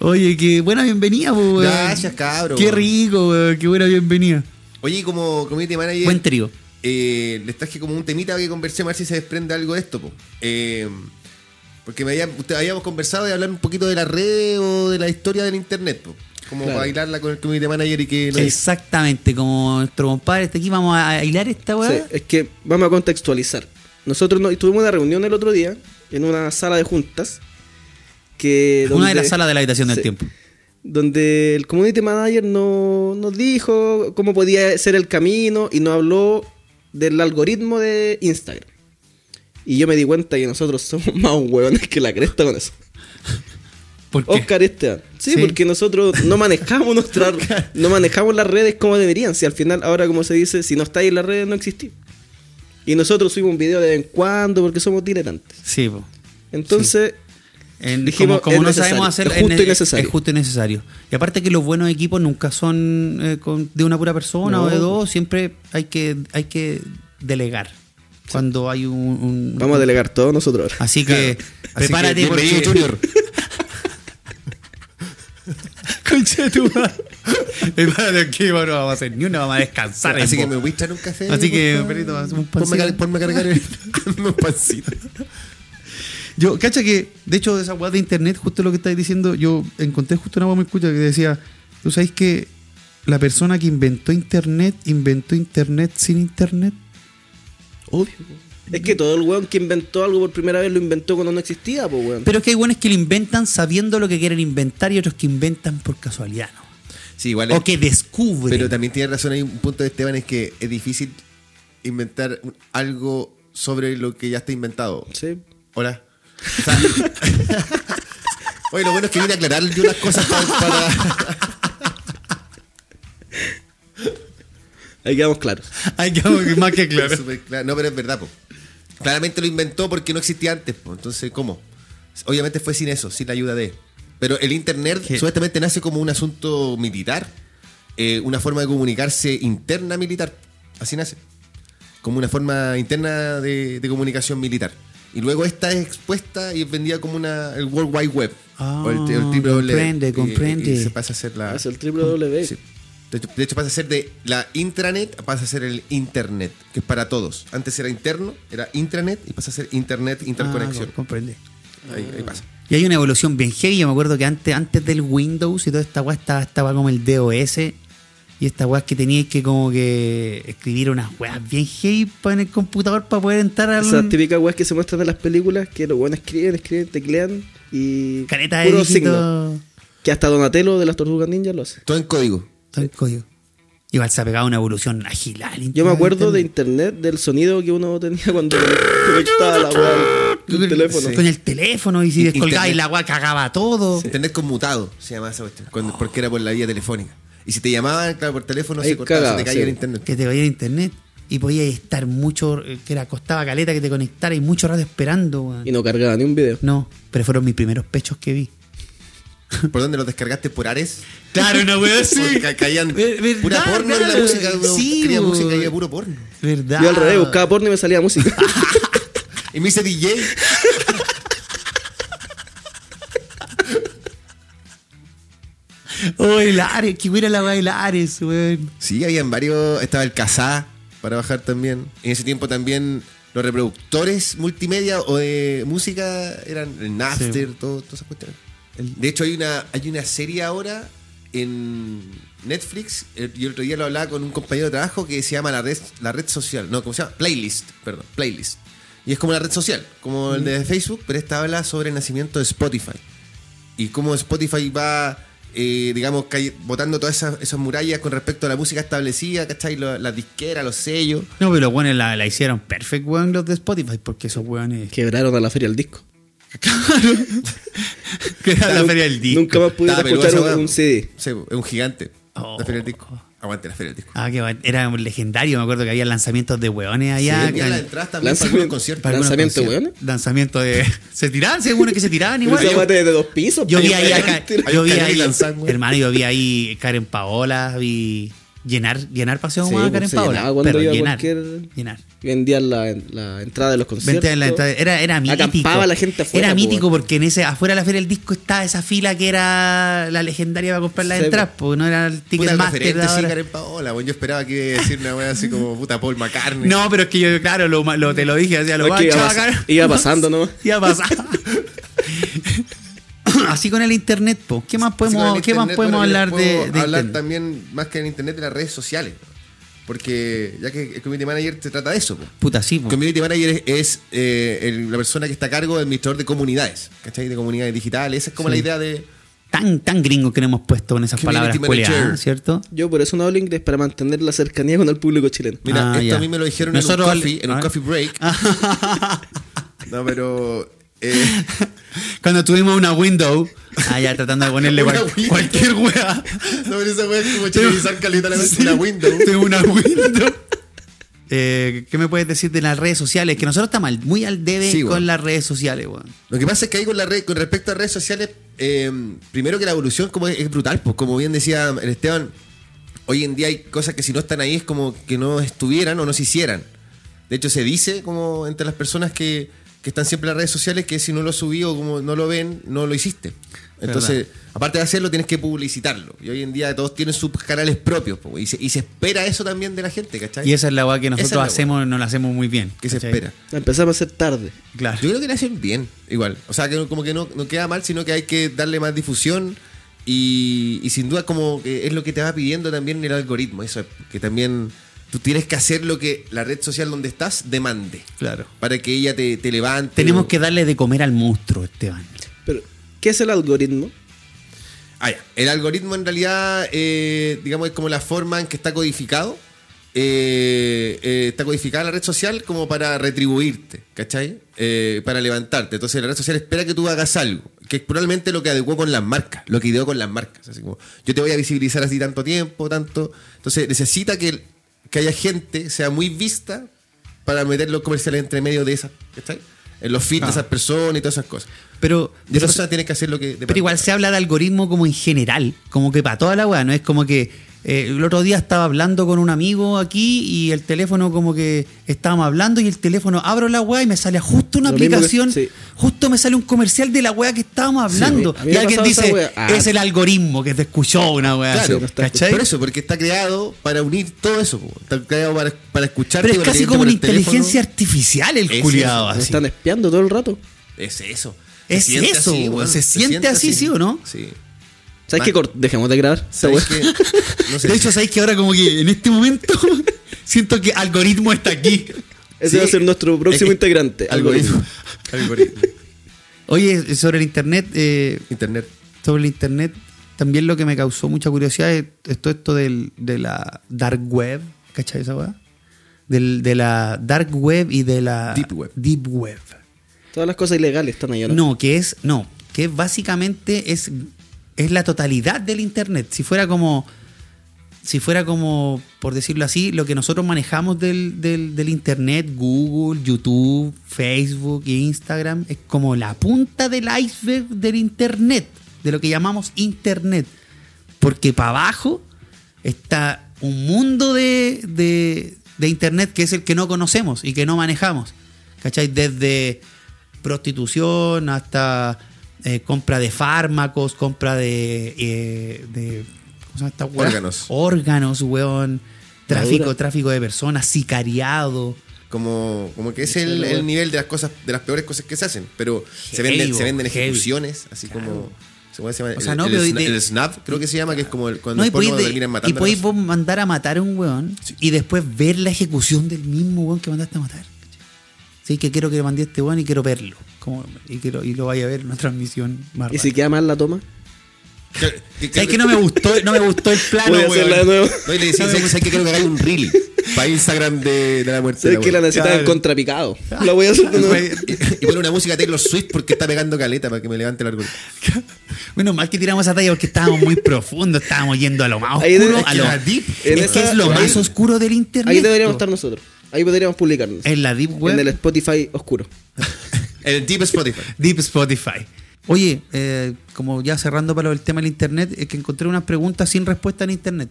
[SPEAKER 1] Oye, qué buena bienvenida, po, weón.
[SPEAKER 4] Gracias, cabro,
[SPEAKER 1] Qué
[SPEAKER 4] weón.
[SPEAKER 1] rico, weón. Qué buena bienvenida.
[SPEAKER 4] Oye, y como community manager.
[SPEAKER 1] Buen trío.
[SPEAKER 4] eh, les traje como un temita que conversemos a ver si se desprende algo de esto. po. Eh, porque me había- usted- habíamos conversado de hablar un poquito de la red o de la historia del internet. po. Como
[SPEAKER 2] Claro.
[SPEAKER 4] bailarla con el community manager y que no
[SPEAKER 1] Exactamente, como nuestro compadre está aquí, vamos a hilar esta
[SPEAKER 2] Sí, eh,
[SPEAKER 1] weá.
[SPEAKER 2] es que vamos a contextualizar. Nosotros no, tuvimos una reunión el otro día en una sala de juntas.
[SPEAKER 1] Una
[SPEAKER 2] Que
[SPEAKER 1] de
[SPEAKER 2] donde-
[SPEAKER 1] las salas de la habitación del
[SPEAKER 2] Sí.
[SPEAKER 1] tiempo.
[SPEAKER 2] donde el community manager no, nos dijo cómo podía ser el camino y nos habló del algoritmo de Instagram. Y yo me di cuenta que nosotros somos más huevones que la cresta con eso.
[SPEAKER 1] ¿Por qué?
[SPEAKER 2] Oscar Esteban. Sí,
[SPEAKER 1] Sí.
[SPEAKER 2] porque nosotros no manejamos nuestra, no manejamos las redes como deberían. Si al final, ahora como se dice, si no estáis en las redes no existís. Y nosotros subimos un video de vez en cuando porque somos diletantes.
[SPEAKER 1] Sí, po.
[SPEAKER 2] Entonces,
[SPEAKER 1] En-
[SPEAKER 2] Dijimos,
[SPEAKER 1] como como
[SPEAKER 2] es
[SPEAKER 1] no
[SPEAKER 2] necesario,
[SPEAKER 1] sabemos hacer
[SPEAKER 2] es justo
[SPEAKER 1] en- e-
[SPEAKER 2] y necesario.
[SPEAKER 1] es justo y necesario. Y aparte que los buenos equipos nunca son eh, con- de una pura persona
[SPEAKER 2] No.
[SPEAKER 1] o de dos, siempre hay que, hay que delegar. Cuando hay un, un-
[SPEAKER 2] vamos a delegar todos nosotros ahora.
[SPEAKER 1] Así que
[SPEAKER 4] Así que,
[SPEAKER 1] prepárate
[SPEAKER 4] bienvenido,
[SPEAKER 1] porque-
[SPEAKER 4] Junior.
[SPEAKER 1] Concha de tu madre. Prepárate aquí, bueno, no vamos a hacer ni una, vamos a descansar.
[SPEAKER 4] Así
[SPEAKER 1] en
[SPEAKER 4] que me
[SPEAKER 1] vos.
[SPEAKER 4] voy a echar un café.
[SPEAKER 1] Así que,
[SPEAKER 4] por favor.
[SPEAKER 1] perrito, hazme un
[SPEAKER 4] Ponme a
[SPEAKER 1] pancito.
[SPEAKER 4] car- Ponme a cargar el- unos pancitos.
[SPEAKER 1] Yo, cacha que, de hecho, de esa weá de internet, justo lo que estáis diciendo, yo encontré justo una weá muy escucha que decía, ¿tú sabes que la persona que inventó internet, inventó internet sin internet?
[SPEAKER 2] Obvio. Es que todo el weón que inventó algo por primera vez lo inventó cuando no existía, pues weón.
[SPEAKER 1] Pero es que hay buenos que lo inventan sabiendo lo que quieren inventar y otros que inventan por casualidad, ¿no?
[SPEAKER 4] Sí, igual.
[SPEAKER 1] O que descubren.
[SPEAKER 4] Pero también tiene razón ahí un punto de Esteban, es que es difícil inventar un- algo sobre lo que ya está inventado.
[SPEAKER 2] Sí.
[SPEAKER 4] Hola. O sea, oye, lo bueno es que vine a aclarar yo las cosas pa- para...
[SPEAKER 2] Ahí quedamos claros.
[SPEAKER 1] Hay que más que claro.
[SPEAKER 4] Súper claro. No, pero es verdad, po. Claramente lo inventó porque no existía antes, po. Entonces, ¿cómo? Obviamente fue sin eso, sin la ayuda de. Pero el internet
[SPEAKER 1] ¿Qué?
[SPEAKER 4] supuestamente nace como un asunto militar, eh, una forma de comunicarse interna militar. Así nace. Como una forma interna de, de comunicación militar. Y luego esta es expuesta y es vendida como una, el World Wide Web.
[SPEAKER 1] Ah,
[SPEAKER 4] o el, el triple W.
[SPEAKER 1] comprende,
[SPEAKER 4] Y- y
[SPEAKER 1] comprende.
[SPEAKER 4] se pasa a ser la.
[SPEAKER 2] Ah, Es el triple W.
[SPEAKER 4] Sí. De hecho, de hecho, pasa a ser de la intranet, pasa a ser el internet, que es para todos. Antes era interno, era intranet y pasa a ser internet, interconexión.
[SPEAKER 1] Ah, comprende.
[SPEAKER 4] ahí, ahí pasa.
[SPEAKER 1] Y hay una evolución bien heavy. Yo me acuerdo que antes, antes del Windows y toda esta weá estaba, estaba como el DOS. Y esta weá que tenías que como que escribir unas weas bien heavy pa- en el computador para poder entrar al...
[SPEAKER 2] Esas típicas weas que se muestran en las películas que los weones escriben, escriben, teclean y.
[SPEAKER 1] Careta de
[SPEAKER 2] signo.
[SPEAKER 1] dígito.
[SPEAKER 2] Que hasta Donatello de las Tortugas Ninja lo hace.
[SPEAKER 4] Todo en código.
[SPEAKER 1] Todo el código. Igual se ha pegado una evolución agilal.
[SPEAKER 2] Yo me acuerdo de internet del sonido que uno tenía cuando conectaba la wea al- al teléfono.
[SPEAKER 1] Con el teléfono y si
[SPEAKER 4] Internet.
[SPEAKER 1] descolgáis la weá cagaba todo.
[SPEAKER 4] Internet conmutado se llamaba esa cuestión, cuando- porque era por la vía telefónica. Y si te llamaban, claro, por teléfono
[SPEAKER 2] Ahí
[SPEAKER 4] se cortaba,
[SPEAKER 2] cagaba,
[SPEAKER 4] se te caía
[SPEAKER 2] sí.
[SPEAKER 4] el internet.
[SPEAKER 1] Que te vaya el internet. Y podías estar mucho, eh, que era costaba caleta que te conectara y mucho rato esperando, weón.
[SPEAKER 2] Y no cargaba ni un video.
[SPEAKER 1] No, pero fueron mis primeros pechos que vi.
[SPEAKER 4] ¿Por dónde lo descargaste? ¿Por Ares?
[SPEAKER 1] Claro, una wea así.
[SPEAKER 4] Porque ca- caían
[SPEAKER 1] Ver-
[SPEAKER 4] pura
[SPEAKER 1] verdad,
[SPEAKER 4] porno en la
[SPEAKER 1] claro.
[SPEAKER 4] música. weón.
[SPEAKER 1] Sí,
[SPEAKER 4] Quería música y
[SPEAKER 1] weón.
[SPEAKER 4] había puro porno.
[SPEAKER 1] ¿Verdad?
[SPEAKER 2] Yo al revés buscaba porno y me salía música.
[SPEAKER 4] Y me hice DJ.
[SPEAKER 1] Oh, el Ares, que hubiera la weá del Ares, weón.
[SPEAKER 4] Sí, habían varios. Estaba el Kazaa para bajar también. En ese tiempo también los reproductores multimedia o de música eran el Napster, todo- todas esas cuestiones. De hecho, hay una, hay una serie ahora en Netflix. eh, Y el otro día lo hablaba con un compañero de trabajo que se llama La Red, la red Social. No, ¿cómo se llama? Playlist, perdón, Playlist. Y es como la red social, como el de Facebook, pero esta habla sobre el nacimiento de Spotify y cómo Spotify va, eh, digamos, calle- botando todas esas, esas murallas con respecto a la música establecida, ¿cachai? Lo- Las disqueras, los sellos.
[SPEAKER 1] No, pero los weones la, la hicieron perfect, weón, los de Spotify, porque esos weones.
[SPEAKER 2] Quebraron a la feria el disco.
[SPEAKER 1] Que era la feria del disco.
[SPEAKER 2] Nunca más pudieron
[SPEAKER 4] Estaba
[SPEAKER 2] escuchar
[SPEAKER 4] peluda esa
[SPEAKER 2] un, un
[SPEAKER 4] weá.
[SPEAKER 2] CD.
[SPEAKER 4] Sí, es un gigante.
[SPEAKER 1] Oh.
[SPEAKER 4] La Feria del Disco. Aguante la Feria del Disco.
[SPEAKER 1] Ah, que bueno, era un legendario, me acuerdo que había lanzamientos de weones allá.
[SPEAKER 4] Sí, tenía
[SPEAKER 1] can-
[SPEAKER 4] las entradas también para algunos
[SPEAKER 2] Lanzamiento-
[SPEAKER 4] conciertos.
[SPEAKER 1] para algunos
[SPEAKER 2] ¿Lanzamiento de
[SPEAKER 1] conciertos. Lanzamiento de. Se tiraban, sí, weones que se tiraban
[SPEAKER 2] Pero
[SPEAKER 1] igual.
[SPEAKER 2] esa
[SPEAKER 1] Yo-
[SPEAKER 2] weá de de dos pisos.
[SPEAKER 1] Yo
[SPEAKER 2] pues,
[SPEAKER 1] vi ahí
[SPEAKER 2] weón.
[SPEAKER 1] acá,
[SPEAKER 4] Hay
[SPEAKER 1] yo
[SPEAKER 4] un
[SPEAKER 1] vi
[SPEAKER 4] canal
[SPEAKER 1] ahí,
[SPEAKER 4] lanzando, güey.
[SPEAKER 1] hermano, yo vi ahí Karen Paola, vi Llenar, llenar Paseo
[SPEAKER 2] Sí,
[SPEAKER 1] Ahumada,
[SPEAKER 2] pues,
[SPEAKER 1] Karen
[SPEAKER 2] se
[SPEAKER 1] Paola.
[SPEAKER 2] llenaba cuando
[SPEAKER 1] pero
[SPEAKER 2] iba a
[SPEAKER 1] llenar,
[SPEAKER 2] cualquier-
[SPEAKER 1] llenar.
[SPEAKER 2] Vendían la, la entrada de los conciertos.
[SPEAKER 1] Vente en la entrada. Era, era mítico.
[SPEAKER 2] Acampaba la gente afuera,
[SPEAKER 1] Era
[SPEAKER 2] po,
[SPEAKER 1] mítico
[SPEAKER 2] weón.
[SPEAKER 1] porque en ese, afuera de la feria del disco estaba esa fila que era la legendaria para comprar las
[SPEAKER 2] Sí, pues.
[SPEAKER 1] entradas, porque no era el
[SPEAKER 4] Puta,
[SPEAKER 1] ticket
[SPEAKER 4] el
[SPEAKER 1] master
[SPEAKER 4] referente,
[SPEAKER 1] de
[SPEAKER 4] sí,
[SPEAKER 1] ahora.
[SPEAKER 4] Karen Paola, weón. Yo esperaba que iba a decir una weá así como puta Paul McCartney.
[SPEAKER 1] No, pero es que yo, claro, lo, lo- te lo dije, hacía lo
[SPEAKER 2] No, es que
[SPEAKER 1] guacho,
[SPEAKER 2] iba pas-
[SPEAKER 1] bacán.
[SPEAKER 2] iba pasando nomás.
[SPEAKER 1] Iba pasando. Así con el internet, po. ¿Qué más
[SPEAKER 4] Así
[SPEAKER 1] podemos,
[SPEAKER 4] con el
[SPEAKER 1] ¿qué más
[SPEAKER 4] internet,
[SPEAKER 1] podemos
[SPEAKER 4] bueno, yo
[SPEAKER 1] hablar
[SPEAKER 4] les puedo
[SPEAKER 1] de, este de
[SPEAKER 4] hablar
[SPEAKER 1] internet?
[SPEAKER 4] también más que en internet de las redes sociales. Porque ya que el community manager se trata de eso. po.
[SPEAKER 1] Puta, sí, po.
[SPEAKER 4] Community manager es, es, eh, el- la persona que está a cargo del administrador de comunidades, ¿cachai? De comunidades digitales. Esa es como la idea de.
[SPEAKER 1] Tan, tan gringo que le hemos puesto con esas
[SPEAKER 4] Community
[SPEAKER 1] palabras
[SPEAKER 4] manager.
[SPEAKER 1] culiadas, ¿cierto?
[SPEAKER 2] Yo por eso no hablo inglés, para mantener la cercanía con el público chileno.
[SPEAKER 4] Mira,
[SPEAKER 1] Ah,
[SPEAKER 4] esto
[SPEAKER 1] ya.
[SPEAKER 4] a mí me lo dijeron
[SPEAKER 1] Nosotros
[SPEAKER 4] en
[SPEAKER 1] al-
[SPEAKER 4] un coffee, en
[SPEAKER 1] a
[SPEAKER 4] un
[SPEAKER 1] ver.
[SPEAKER 4] coffee break. No, pero. eh,
[SPEAKER 1] Cuando tuvimos una window, allá tratando de ponerle
[SPEAKER 4] Una
[SPEAKER 1] cual-
[SPEAKER 4] window.
[SPEAKER 1] cualquier wea.
[SPEAKER 4] no, pero esa weá es como chilizar caleta la
[SPEAKER 1] Sí,
[SPEAKER 4] la window.
[SPEAKER 1] Tengo una window. Eh, ¿Qué me puedes decir de las redes sociales? Que nosotros estamos al- muy al debe
[SPEAKER 4] Sí,
[SPEAKER 1] con
[SPEAKER 4] weón.
[SPEAKER 1] las redes sociales, weón.
[SPEAKER 4] Lo que pasa es que ahí con, la red, con respecto a redes sociales, eh, primero que la evolución como es, es brutal, pues como bien decía el Esteban, hoy en día hay cosas que si no están ahí es como que no estuvieran o no se hicieran. De hecho, se dice como entre las personas que, que están siempre en las redes sociales que si no lo subí o como no lo ven, no lo hiciste. Entonces, aparte de hacerlo, tienes que publicitarlo. Y hoy en día todos tienen sus canales propios, pues, y, se, y se espera eso también de la gente, ¿cachai?
[SPEAKER 1] Y esa es la weá que nosotros
[SPEAKER 4] Esa es la
[SPEAKER 1] hacemos, no la hacemos muy bien.
[SPEAKER 4] que se
[SPEAKER 1] ¿cachai?
[SPEAKER 4] espera.
[SPEAKER 2] La empezamos a hacer tarde.
[SPEAKER 1] Claro.
[SPEAKER 4] Yo creo que le hacen bien, igual. O sea, que no- como que no, no queda mal, sino que hay que darle más difusión y, y sin duda como que es lo que te va pidiendo también el algoritmo. Eso, es, que también tú tienes que hacer lo que la red social donde estás demande
[SPEAKER 1] Claro.
[SPEAKER 4] para que ella te, te levante.
[SPEAKER 1] Tenemos
[SPEAKER 4] o-
[SPEAKER 1] que darle de comer al monstruo, Esteban.
[SPEAKER 2] Pero, ¿qué es el algoritmo?
[SPEAKER 4] Ah, ya. El algoritmo en realidad, eh, digamos, es como la forma en que está codificado. eh, eh, está codificada la red social como para retribuirte, ¿cachai? Eh, para levantarte. Entonces la red social espera que tú hagas algo, que es probablemente lo que adecuó con las marcas, lo que ideó con las marcas. Así como, yo te voy a visibilizar así tanto tiempo, tanto. Entonces necesita que, que haya gente, sea muy vista, para meter los comerciales entre medio de esas, ¿cachai? En los feeds
[SPEAKER 1] Ah.
[SPEAKER 4] de esas personas y todas esas cosas.
[SPEAKER 1] Pero,
[SPEAKER 4] Y esa
[SPEAKER 1] pero,
[SPEAKER 4] persona tiene que hacer lo que...
[SPEAKER 1] pero igual se habla de algoritmo como en general, como que para toda la weá, no es como que eh, el otro día estaba hablando con un amigo aquí y el teléfono como que estábamos hablando y el teléfono abro la weá y me sale justo una
[SPEAKER 2] Lo mismo que-
[SPEAKER 1] aplicación,
[SPEAKER 2] sí.
[SPEAKER 1] justo me sale un comercial de la weá que estábamos hablando.
[SPEAKER 2] a mí me
[SPEAKER 1] y
[SPEAKER 2] ha
[SPEAKER 1] alguien
[SPEAKER 2] pasado esa
[SPEAKER 1] dice,
[SPEAKER 2] weá. Ah.
[SPEAKER 1] es el algoritmo que te escuchó una weá.
[SPEAKER 4] Claro,
[SPEAKER 1] así,
[SPEAKER 2] no está
[SPEAKER 1] ¿cachai?
[SPEAKER 4] Por eso, porque está creado para unir todo eso. po. Está creado para, para escucharte.
[SPEAKER 1] Pero es
[SPEAKER 4] para
[SPEAKER 1] casi
[SPEAKER 4] leerte
[SPEAKER 1] como
[SPEAKER 4] por
[SPEAKER 1] una
[SPEAKER 4] el teléfono.
[SPEAKER 1] inteligencia artificial el
[SPEAKER 4] Es
[SPEAKER 1] culiado
[SPEAKER 4] eso,
[SPEAKER 1] así.
[SPEAKER 2] Nos están espiando todo el rato.
[SPEAKER 4] Es eso.
[SPEAKER 1] Es
[SPEAKER 4] siente
[SPEAKER 1] eso,
[SPEAKER 4] así,
[SPEAKER 1] weón.
[SPEAKER 4] weón.
[SPEAKER 1] Se siente así, ¿sí o no?
[SPEAKER 4] Sí.
[SPEAKER 2] ¿Sabes
[SPEAKER 4] Man.
[SPEAKER 2] qué? Cort- Dejemos de grabar. esta
[SPEAKER 4] ¿Sabes
[SPEAKER 2] wea.
[SPEAKER 4] qué? No sé.
[SPEAKER 1] De hecho, sabéis que ahora como que en este momento siento que algoritmo está aquí.
[SPEAKER 2] Ese va a ser nuestro próximo
[SPEAKER 4] Es que-
[SPEAKER 2] integrante.
[SPEAKER 4] algoritmo. algoritmo.
[SPEAKER 1] Oye, sobre el internet, eh,
[SPEAKER 4] Internet.
[SPEAKER 1] sobre el internet, también lo que me causó mucha curiosidad es, es todo esto del- de la dark web, ¿cachai esa weá? Del- de la dark web y de la
[SPEAKER 4] Deep web.
[SPEAKER 1] Deep web.
[SPEAKER 2] Todas las cosas ilegales están ahí ahora.
[SPEAKER 1] No, que es, no, que básicamente es, es la totalidad del internet. Si fuera como, si fuera como, por decirlo así, lo que nosotros manejamos del, del- del internet, Google, YouTube, Facebook, Instagram, es como la punta del iceberg del internet, de lo que llamamos internet. Porque para abajo está un mundo de, de- de internet que es el que no conocemos y que no manejamos. ¿Cachai? Desde prostitución hasta eh, compra de fármacos, compra de. eh, de- ¿Cómo se llama esta weá?
[SPEAKER 4] Órganos.
[SPEAKER 1] Órganos, weón. Tráfico,
[SPEAKER 2] Madura.
[SPEAKER 1] tráfico de personas, sicariado.
[SPEAKER 4] Como, como que es el, el nivel de las cosas, de las peores cosas que se hacen. Pero se
[SPEAKER 1] Heavy,
[SPEAKER 4] venden,
[SPEAKER 1] weón,
[SPEAKER 4] se venden
[SPEAKER 1] heavy.
[SPEAKER 4] ejecuciones, así como. ¿se puede llamar?
[SPEAKER 1] O sea,
[SPEAKER 4] El-
[SPEAKER 1] no,
[SPEAKER 4] el,
[SPEAKER 1] pero
[SPEAKER 4] sna-
[SPEAKER 1] de-
[SPEAKER 4] el snap, creo que se llama, que es como el, cuando
[SPEAKER 1] No, y
[SPEAKER 4] el porno
[SPEAKER 1] podéis, de-
[SPEAKER 4] terminan
[SPEAKER 1] y
[SPEAKER 4] matando. a
[SPEAKER 1] podéis
[SPEAKER 4] las-
[SPEAKER 1] vos mandar a matar a un weón y después ver la ejecución del mismo weón que mandaste a matar. ¿cachai? Sí, que quiero que mandé a este weón y quiero verlo. Como- y, quiero, y lo vaya a ver en una transmisión más
[SPEAKER 2] ¿Y
[SPEAKER 1] rara.
[SPEAKER 2] si queda mal la toma?
[SPEAKER 4] Que- que-
[SPEAKER 1] ¿Sabes que no me gustó, no me gustó el plano,
[SPEAKER 2] Voy a hacerla de
[SPEAKER 1] weón?
[SPEAKER 2] nuevo.
[SPEAKER 4] No, y le decís, ¿sabes qué? Creo que hagáis un reel para Instagram de, de la muerte. de
[SPEAKER 2] ¿Sabes
[SPEAKER 4] la
[SPEAKER 2] que la
[SPEAKER 4] abuela.
[SPEAKER 2] necesitaba
[SPEAKER 1] Claro.
[SPEAKER 2] en contrapicado? La voy a hacer de nuevo.
[SPEAKER 4] y pone una música de Taylor Swift porque está pegando caleta para que me levante el árbol.
[SPEAKER 1] Menos mal que tiramos esa talla porque estábamos muy profundos, estábamos yendo a lo más
[SPEAKER 2] Ahí
[SPEAKER 1] oscuro,
[SPEAKER 2] de-
[SPEAKER 1] a lo
[SPEAKER 4] en la deep-
[SPEAKER 1] Es
[SPEAKER 2] en
[SPEAKER 1] que
[SPEAKER 2] esa-
[SPEAKER 1] es lo
[SPEAKER 2] ahí-
[SPEAKER 1] más oscuro del internet.
[SPEAKER 2] Ahí deberíamos
[SPEAKER 1] po.
[SPEAKER 2] estar nosotros. Ahí podríamos publicarnos.
[SPEAKER 1] En la deep web.
[SPEAKER 2] En el Spotify oscuro.
[SPEAKER 4] En el Deep Spotify.
[SPEAKER 1] Deep Spotify. Oye, eh, como ya cerrando para el tema del internet, es que encontré unas preguntas sin respuesta en internet.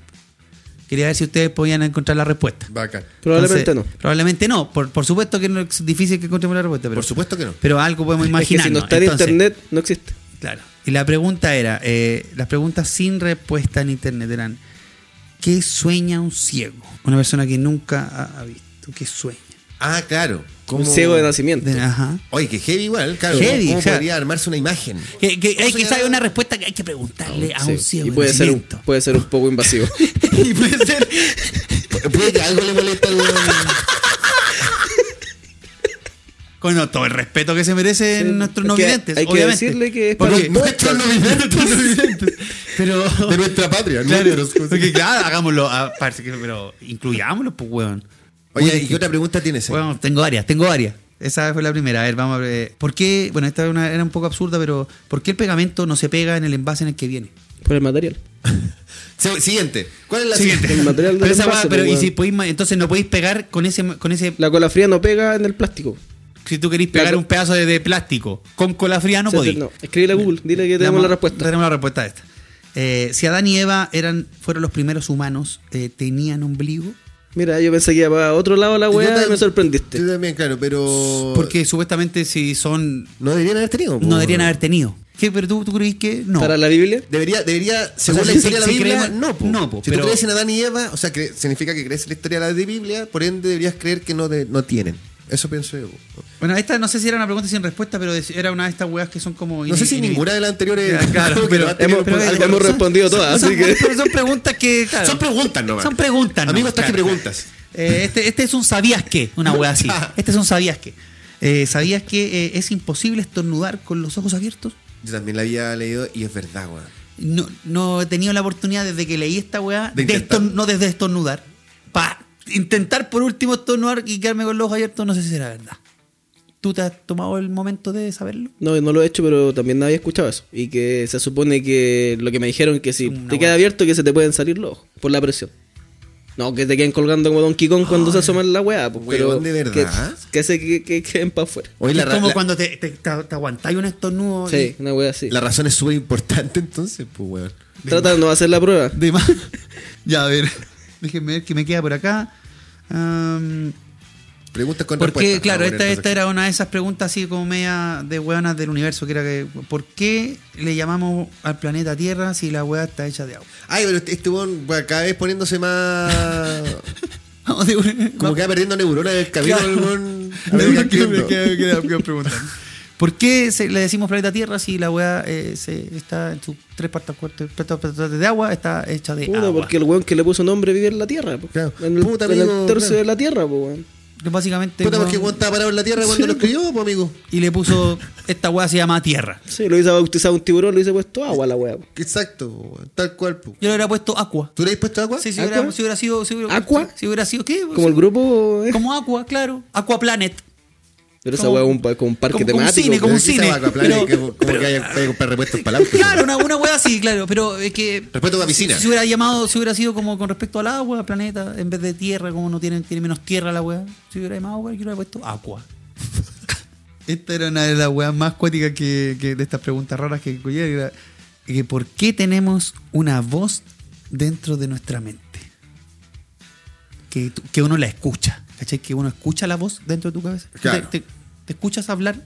[SPEAKER 1] Quería ver si ustedes podían encontrar la respuesta.
[SPEAKER 4] Bacán.
[SPEAKER 2] Probablemente
[SPEAKER 1] Entonces, Probablemente no. Por, por supuesto que no es difícil que encontremos la respuesta. Pero,
[SPEAKER 4] Por supuesto que no.
[SPEAKER 1] Pero algo podemos
[SPEAKER 2] no. Es que
[SPEAKER 1] imaginar.
[SPEAKER 2] si no está en internet, no existe.
[SPEAKER 1] Claro. Y la pregunta era, eh, las preguntas sin respuesta en internet eran, ¿qué sueña un ciego? Una persona que nunca ha, ha visto, ¿qué sueña?
[SPEAKER 4] Ah, claro. Como... Ah.
[SPEAKER 2] Un ciego de nacimiento.
[SPEAKER 1] De- ajá.
[SPEAKER 4] Oye, que heavy igual, claro.
[SPEAKER 1] Heavy,
[SPEAKER 4] ¿Cómo
[SPEAKER 1] o sea-
[SPEAKER 4] podría armarse una imagen?
[SPEAKER 1] Que, que- hay
[SPEAKER 4] O
[SPEAKER 1] que
[SPEAKER 4] sea-
[SPEAKER 1] saber una respuesta que hay que preguntarle a
[SPEAKER 2] Sí.
[SPEAKER 1] un ciego.
[SPEAKER 2] Y puede
[SPEAKER 1] de
[SPEAKER 2] ser, un,
[SPEAKER 1] nacimiento.
[SPEAKER 2] puede ser un poco invasivo.
[SPEAKER 4] y puede ser. pu- Puede que algo le moleste al weón.
[SPEAKER 1] Con no, todo el respeto que se merecen
[SPEAKER 2] Sí.
[SPEAKER 1] nuestros
[SPEAKER 2] Hay
[SPEAKER 1] no
[SPEAKER 2] que-
[SPEAKER 1] videntes,
[SPEAKER 2] hay que
[SPEAKER 1] obviamente.
[SPEAKER 2] decirle que es
[SPEAKER 1] Porque-
[SPEAKER 2] para-
[SPEAKER 4] Nuestros no videntes, no videntes.
[SPEAKER 1] Pero...
[SPEAKER 4] De nuestra patria,
[SPEAKER 1] Claro,
[SPEAKER 4] nuestros. ¿cómo se
[SPEAKER 1] porque,
[SPEAKER 4] llama?
[SPEAKER 1] claro, hagámoslo, ah, parece que- pero incluyámoslo, pues, weón.
[SPEAKER 4] Oye, ¿y qué otra pregunta tienes? ahí?
[SPEAKER 1] Bueno, tengo varias, tengo varias. Esa fue la primera. A ver, vamos a ver. ¿Por qué? Bueno, esta era, una- era un poco absurda, pero ¿por qué el pegamento no se pega en el envase en el que viene?
[SPEAKER 2] Por el material.
[SPEAKER 4] Se- Siguiente. ¿Cuál es la
[SPEAKER 1] Siguiente.
[SPEAKER 2] El material del
[SPEAKER 1] pero esa
[SPEAKER 2] envase,
[SPEAKER 1] weá, pero
[SPEAKER 2] pues,
[SPEAKER 1] y
[SPEAKER 2] weón.
[SPEAKER 1] si podéis ma- entonces no podéis pegar con ese con ese
[SPEAKER 2] La cola fría no pega en el plástico.
[SPEAKER 1] si tú queréis pegar
[SPEAKER 2] La-
[SPEAKER 1] un pedazo de, de plástico con cola fría no
[SPEAKER 2] O sea,
[SPEAKER 1] podéis.
[SPEAKER 2] no. Escríbele a Google, dile que tenemos
[SPEAKER 1] Vamos-
[SPEAKER 2] la respuesta.
[SPEAKER 1] Tenemos la respuesta a esta. Eh, si Adán y Eva eran fueron los primeros humanos, eh, tenían ombligo
[SPEAKER 2] Mira, yo pensé que iba para otro lado la
[SPEAKER 4] Yo
[SPEAKER 2] weá y
[SPEAKER 4] tam-
[SPEAKER 2] me sorprendiste.
[SPEAKER 4] Yo también, claro,
[SPEAKER 2] Oh.
[SPEAKER 4] pero.
[SPEAKER 1] porque supuestamente si son
[SPEAKER 4] No deberían haber tenido. po.
[SPEAKER 1] no deberían haber tenido. ¿Qué? Pero tú, tú creís que no.
[SPEAKER 2] Para la Biblia.
[SPEAKER 4] Debería, debería según
[SPEAKER 1] O sea,
[SPEAKER 4] la
[SPEAKER 1] si-
[SPEAKER 4] historia
[SPEAKER 1] si
[SPEAKER 4] de la Biblia,
[SPEAKER 1] creemos-
[SPEAKER 4] no, po.
[SPEAKER 1] no, po,
[SPEAKER 4] Si
[SPEAKER 1] pero-
[SPEAKER 4] tú crees en Adán y Eva, o sea, que significa que crees en la historia de la Biblia, por ende deberías creer que no, de- no tienen. Eso pienso yo. po.
[SPEAKER 1] Bueno, esta no sé si era una pregunta sin respuesta, pero de- era una de estas weas que son como.
[SPEAKER 4] No sé si
[SPEAKER 1] inevi-
[SPEAKER 4] ninguna de las anteriores.
[SPEAKER 1] Ya, claro,
[SPEAKER 4] que
[SPEAKER 1] pero
[SPEAKER 4] no han tenido
[SPEAKER 2] hemos-
[SPEAKER 4] por-
[SPEAKER 2] pero-
[SPEAKER 4] algo-
[SPEAKER 2] hemos
[SPEAKER 4] son-
[SPEAKER 2] respondido todas,
[SPEAKER 1] son,
[SPEAKER 2] así que-
[SPEAKER 1] pero son preguntas que. claro,
[SPEAKER 4] Son preguntas nomás.
[SPEAKER 1] Son preguntas. nomás,
[SPEAKER 4] Amigos, traje
[SPEAKER 1] claro.
[SPEAKER 4] preguntas.
[SPEAKER 1] Eh, este, este es un sabías que, una wea así. Este es un sabías que. Eh, ¿Sabías que eh, es imposible estornudar con los ojos abiertos?
[SPEAKER 4] Yo también la había leído y es verdad, weón.
[SPEAKER 1] No, no he tenido la oportunidad desde que leí esta weá,
[SPEAKER 4] De
[SPEAKER 1] de
[SPEAKER 4] intentar.
[SPEAKER 1] estorn- no desde estornudar, para intentar por último estornudar y quedarme con los ojos abiertos, no sé si será verdad. ¿Tú te has tomado el momento de saberlo?
[SPEAKER 2] No, no lo he hecho, pero también nadie ha escuchado eso. Y que se supone que lo que me dijeron que si
[SPEAKER 1] Una
[SPEAKER 2] te queda
[SPEAKER 1] hueá.
[SPEAKER 2] abierto que se te pueden salir los ojos por la presión. No, que te queden colgando como Donkey Kong cuando se asoman la weá. Pues, pero
[SPEAKER 4] Huevón, ¿de verdad?
[SPEAKER 2] Que, que se que, que queden para afuera.
[SPEAKER 4] Oye, la,
[SPEAKER 1] es
[SPEAKER 4] ra-
[SPEAKER 1] como
[SPEAKER 4] la-
[SPEAKER 1] cuando te, te, te- te aguantáis un estornudo.
[SPEAKER 2] Sí, una weá así.
[SPEAKER 4] la razón es súper importante entonces, pues, weón.
[SPEAKER 2] Trata de no hacer la prueba.
[SPEAKER 1] y- de más. ya, a ver. Déjenme ver que me queda por acá. Am,
[SPEAKER 4] Preguntas con
[SPEAKER 1] porque,
[SPEAKER 4] respuestas.
[SPEAKER 1] claro,
[SPEAKER 4] Vamos a
[SPEAKER 1] esta, esta
[SPEAKER 4] poner entonces.
[SPEAKER 1] era una de esas preguntas así como media de hueonas del universo, que era que, ¿por qué le llamamos al planeta Tierra si la hueá está hecha de agua?
[SPEAKER 4] Ay, pero este este weón, weón, cada vez poniéndose más.
[SPEAKER 1] Vamos de una-
[SPEAKER 4] Como que va perdiendo neuronas del camino,
[SPEAKER 1] Claro.
[SPEAKER 4] el weón. A
[SPEAKER 1] No,
[SPEAKER 4] ver, ya
[SPEAKER 1] no, que-
[SPEAKER 4] entiendo.
[SPEAKER 1] que- que- que- que preguntan. ¿Por qué se- le decimos planeta Tierra si la hueá eh, se- está en sus tres partes, cuartas partes- partes de agua, está hecha de
[SPEAKER 2] Puta,
[SPEAKER 1] agua?
[SPEAKER 2] porque el weón que le puso nombre vive en la tierra. pues.
[SPEAKER 4] Claro.
[SPEAKER 2] En el,
[SPEAKER 4] Puta,
[SPEAKER 2] en el
[SPEAKER 4] amigo,
[SPEAKER 2] tercio
[SPEAKER 4] claro.
[SPEAKER 2] de la tierra, pues, weón.
[SPEAKER 1] Básicamente.
[SPEAKER 4] Puta, porque
[SPEAKER 1] weón,
[SPEAKER 4] weón estaba parado en la tierra cuando lo escribió, pues, amigo.
[SPEAKER 1] y le puso esta weá se llama tierra.
[SPEAKER 2] Sí, lo hizo bautizado un tiburón, lo hizo puesto agua a la weá. pues.
[SPEAKER 4] Exacto, po, weón. tal cual, pues.
[SPEAKER 1] Yo le hubiera puesto aqua.
[SPEAKER 4] ¿Tú le has puesto agua?
[SPEAKER 1] Sí, si,
[SPEAKER 2] ¿Aqua?
[SPEAKER 1] Hubiera, si hubiera sido. Si hubiera,
[SPEAKER 2] ¿Aqua?
[SPEAKER 1] Si hubiera sido. ¿Qué?
[SPEAKER 2] Como el grupo. eh.
[SPEAKER 1] Como aqua, claro. Aqua Planet.
[SPEAKER 2] Pero esa
[SPEAKER 1] como-
[SPEAKER 2] weá es un, pa- como un parque
[SPEAKER 1] como- como un
[SPEAKER 2] temático.
[SPEAKER 1] cine, como
[SPEAKER 2] pues.
[SPEAKER 1] un cine, pero-
[SPEAKER 4] Pero, como
[SPEAKER 1] pero-
[SPEAKER 4] que haya haya que comprar repuestos para auto.
[SPEAKER 1] Claro, una, una weá así, claro. Pero es que.
[SPEAKER 4] Respecto a una piscina.
[SPEAKER 1] Si, si hubiera llamado, si hubiera sido como con respecto al agua, planeta, en vez de tierra, como no tiene, tiene menos tierra la weá. Si hubiera llamado agua, yo hubiera puesto agua. Esta era una de las weas más cuáticas que, que de estas preguntas raras que incluía. Era, que ¿Por qué tenemos una voz dentro de nuestra mente? Que, tú- que uno la escucha. ¿Cachai? Que uno escucha la voz dentro de tu cabeza.
[SPEAKER 4] Claro.
[SPEAKER 1] Te, te- te escuchas hablar?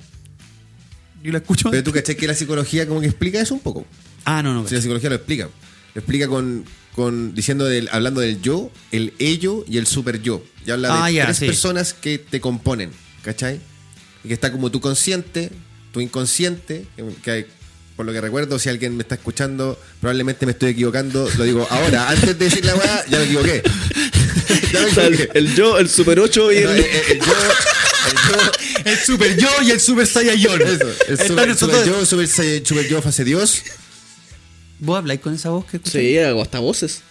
[SPEAKER 1] Yo la escucho.
[SPEAKER 4] Pero tú cachai que la psicología como que explica eso un poco.
[SPEAKER 1] ah, no, no.
[SPEAKER 4] Si la psicología lo explica. Lo explica con, con diciendo del, hablando del yo, el ello y el super yo. Y habla
[SPEAKER 1] Ah,
[SPEAKER 4] de
[SPEAKER 1] ya,
[SPEAKER 4] tres
[SPEAKER 1] sí.
[SPEAKER 4] personas que te componen, ¿cachai? Y que está como tu consciente, tu inconsciente, que, que hay- por lo que recuerdo, si alguien me está escuchando, probablemente me estoy equivocando. Lo digo ahora, antes de decir la weá, ya me equivoqué. ya me
[SPEAKER 2] O sea,
[SPEAKER 4] equivoqué.
[SPEAKER 2] el, el yo, el Super 8 y
[SPEAKER 4] No, el-
[SPEAKER 1] eh,
[SPEAKER 2] el.
[SPEAKER 4] el- el yo- el yo-
[SPEAKER 1] El super yo y el super saiyajón.
[SPEAKER 4] Eso, el super, super yo, super, Sai- super yo, fase Dios.
[SPEAKER 1] ¿Vos habláis con esa voz que escucháis?
[SPEAKER 2] Sí, hago hasta voces.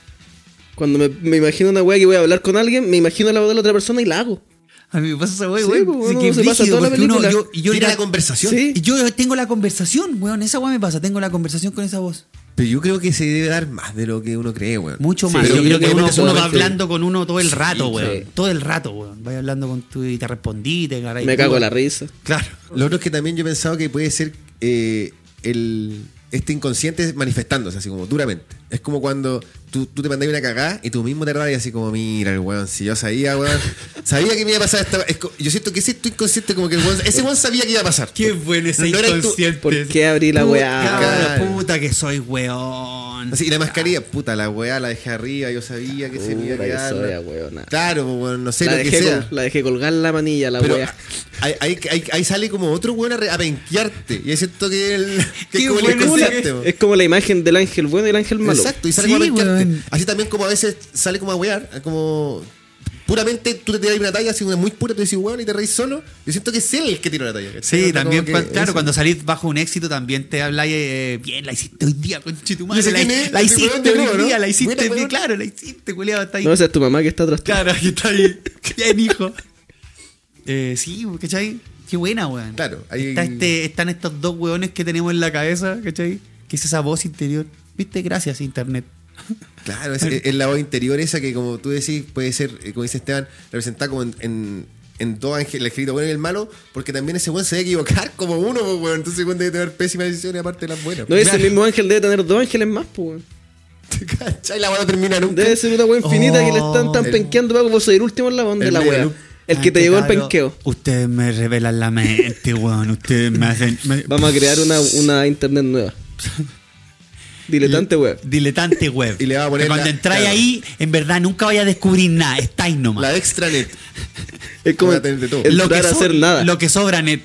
[SPEAKER 2] Cuando me, me imagino una weá que voy a hablar con alguien, me imagino la voz de la otra persona y la hago.
[SPEAKER 1] A mí me pasa esa wey,
[SPEAKER 2] Sí,
[SPEAKER 1] wey.
[SPEAKER 2] pues,
[SPEAKER 1] Sí,
[SPEAKER 2] uno
[SPEAKER 1] que
[SPEAKER 2] se pasa
[SPEAKER 1] brígido,
[SPEAKER 2] toda la
[SPEAKER 1] porque uno-
[SPEAKER 2] película.
[SPEAKER 1] yo- y yo
[SPEAKER 4] Tira
[SPEAKER 1] la-
[SPEAKER 4] la conversación.
[SPEAKER 2] Sí.
[SPEAKER 1] y yo tengo la conversación, weón. Esa weá me pasa. Tengo la conversación con esa voz.
[SPEAKER 4] Pero yo creo que se debe dar más de lo que uno cree, weón.
[SPEAKER 1] Mucho
[SPEAKER 2] Sí,
[SPEAKER 1] más. yo
[SPEAKER 2] pero
[SPEAKER 1] creo que uno,
[SPEAKER 2] obviamente
[SPEAKER 1] uno va
[SPEAKER 2] seguramente-
[SPEAKER 1] hablando con uno todo el rato,
[SPEAKER 4] Sí,
[SPEAKER 1] weón.
[SPEAKER 2] sí.
[SPEAKER 1] Todo el rato, weón. Vaya hablando con tú y te respondí, te aclaráis
[SPEAKER 2] Me
[SPEAKER 1] todo.
[SPEAKER 2] cago en la risa.
[SPEAKER 1] Claro.
[SPEAKER 4] Lo otro es que también yo he pensado que puede ser eh, el, este inconsciente manifestándose, así como duramente. Es como cuando tú, tú te mandas una cagada y tú mismo te rayas así como, mira el weón, si yo sabía, weón, sabía que me iba a pasar esta... es co- yo siento que ese tu inconsciente como que el weón- ese weón sabía que iba a pasar.
[SPEAKER 1] Qué bueno ese
[SPEAKER 4] No eres tú.
[SPEAKER 1] inconsciente.
[SPEAKER 2] ¿Por qué abrí la
[SPEAKER 1] Puta,
[SPEAKER 2] weá?
[SPEAKER 4] Claro.
[SPEAKER 1] Puta que soy weón.
[SPEAKER 4] Así, y la mascarilla, puta, la weá la dejé arriba, yo sabía que se me iba a
[SPEAKER 2] Puta que
[SPEAKER 4] quedar.
[SPEAKER 2] soy, weona.
[SPEAKER 4] Claro, pues, weón, no sé
[SPEAKER 2] La
[SPEAKER 4] lo que
[SPEAKER 2] dejé,
[SPEAKER 4] sea.
[SPEAKER 2] col- la dejé colgar la manilla, la
[SPEAKER 4] Pero
[SPEAKER 2] weá.
[SPEAKER 4] ahí, ahí- ahí- ahí sale como otro weón a, re- a penquearte. Y es cierto que, el,
[SPEAKER 1] Qué
[SPEAKER 4] que es como el
[SPEAKER 1] bueno ese-
[SPEAKER 4] inconsciente, weón.
[SPEAKER 2] Es como la imagen del ángel bueno y el ángel malo.
[SPEAKER 4] Exacto, y sale
[SPEAKER 1] Sí,
[SPEAKER 4] como a penquearte.
[SPEAKER 1] weón.
[SPEAKER 4] Así también como a veces sale como a wear, como puramente tú te tiras una talla así una muy pura, tú dices weón y te reís solo. Yo siento que es él el que tira la talla. ¿cachai?
[SPEAKER 1] Sí,
[SPEAKER 4] O sea,
[SPEAKER 1] también,
[SPEAKER 4] como
[SPEAKER 1] cuan-
[SPEAKER 4] que
[SPEAKER 1] claro,
[SPEAKER 4] eso.
[SPEAKER 1] cuando salís bajo un éxito también te habláis, eh, bien, la hiciste hoy día, conchetumare,
[SPEAKER 4] Yo sé
[SPEAKER 1] la,
[SPEAKER 4] quién es,
[SPEAKER 1] la
[SPEAKER 4] el weón
[SPEAKER 1] hiciste
[SPEAKER 4] de
[SPEAKER 1] hoy
[SPEAKER 4] nuevo, ¿no?
[SPEAKER 1] día, la hiciste
[SPEAKER 4] Buena,
[SPEAKER 1] bien,
[SPEAKER 4] weón.
[SPEAKER 1] claro, la hiciste, culiado, está ahí.
[SPEAKER 2] No, esa es tu mamá que está atrás. tuyo.
[SPEAKER 1] Claro, aquí está ahí. Bien, hijo. Eh, sí, ¿cachai? Qué buena, weón.
[SPEAKER 4] Claro, ahí-
[SPEAKER 1] Está este- están estos dos weones que tenemos en la cabeza, ¿cachai? Que es esa voz interior. ¿Viste? Gracias, internet.
[SPEAKER 4] Claro, es, es la voz interior esa que, como tú decís, puede ser, eh, como dice Esteban, representada como en, en, en dos ángeles, el escrito bueno y el malo, porque también ese weón se debe equivocar como uno, pues, weón. Entonces, weón debe tener pésimas decisiones aparte de las buenas.
[SPEAKER 2] No, ese
[SPEAKER 1] Claro.
[SPEAKER 2] mismo ángel debe tener dos ángeles más, pues, weón.
[SPEAKER 4] ¿Cachai? La weón no termina nunca.
[SPEAKER 2] Debe ser una weá infinita que le están tan
[SPEAKER 4] el-
[SPEAKER 2] penqueando para vos soy el último en la onda de
[SPEAKER 4] el
[SPEAKER 2] la
[SPEAKER 4] mega
[SPEAKER 2] weá.
[SPEAKER 4] loop.
[SPEAKER 2] El que
[SPEAKER 1] Ante
[SPEAKER 2] te llegó el
[SPEAKER 1] Pablo,
[SPEAKER 2] penqueo.
[SPEAKER 1] Ustedes me revelan la mente, weón. Ustedes me hacen. me-
[SPEAKER 2] Vamos a crear una, una internet nueva. Diletante, weá.
[SPEAKER 1] Diletante web.
[SPEAKER 4] Y le va a poner
[SPEAKER 1] Que cuando
[SPEAKER 4] la-
[SPEAKER 1] entráis
[SPEAKER 4] claro.
[SPEAKER 1] ahí, en verdad nunca vaya a descubrir nada. Estáis nomás.
[SPEAKER 4] La extranet.
[SPEAKER 2] Es como
[SPEAKER 4] Voy a tener de todo.
[SPEAKER 2] el
[SPEAKER 1] Lo que
[SPEAKER 2] entrar a
[SPEAKER 1] so-
[SPEAKER 2] hacer nada.
[SPEAKER 1] Lo que sobra, net.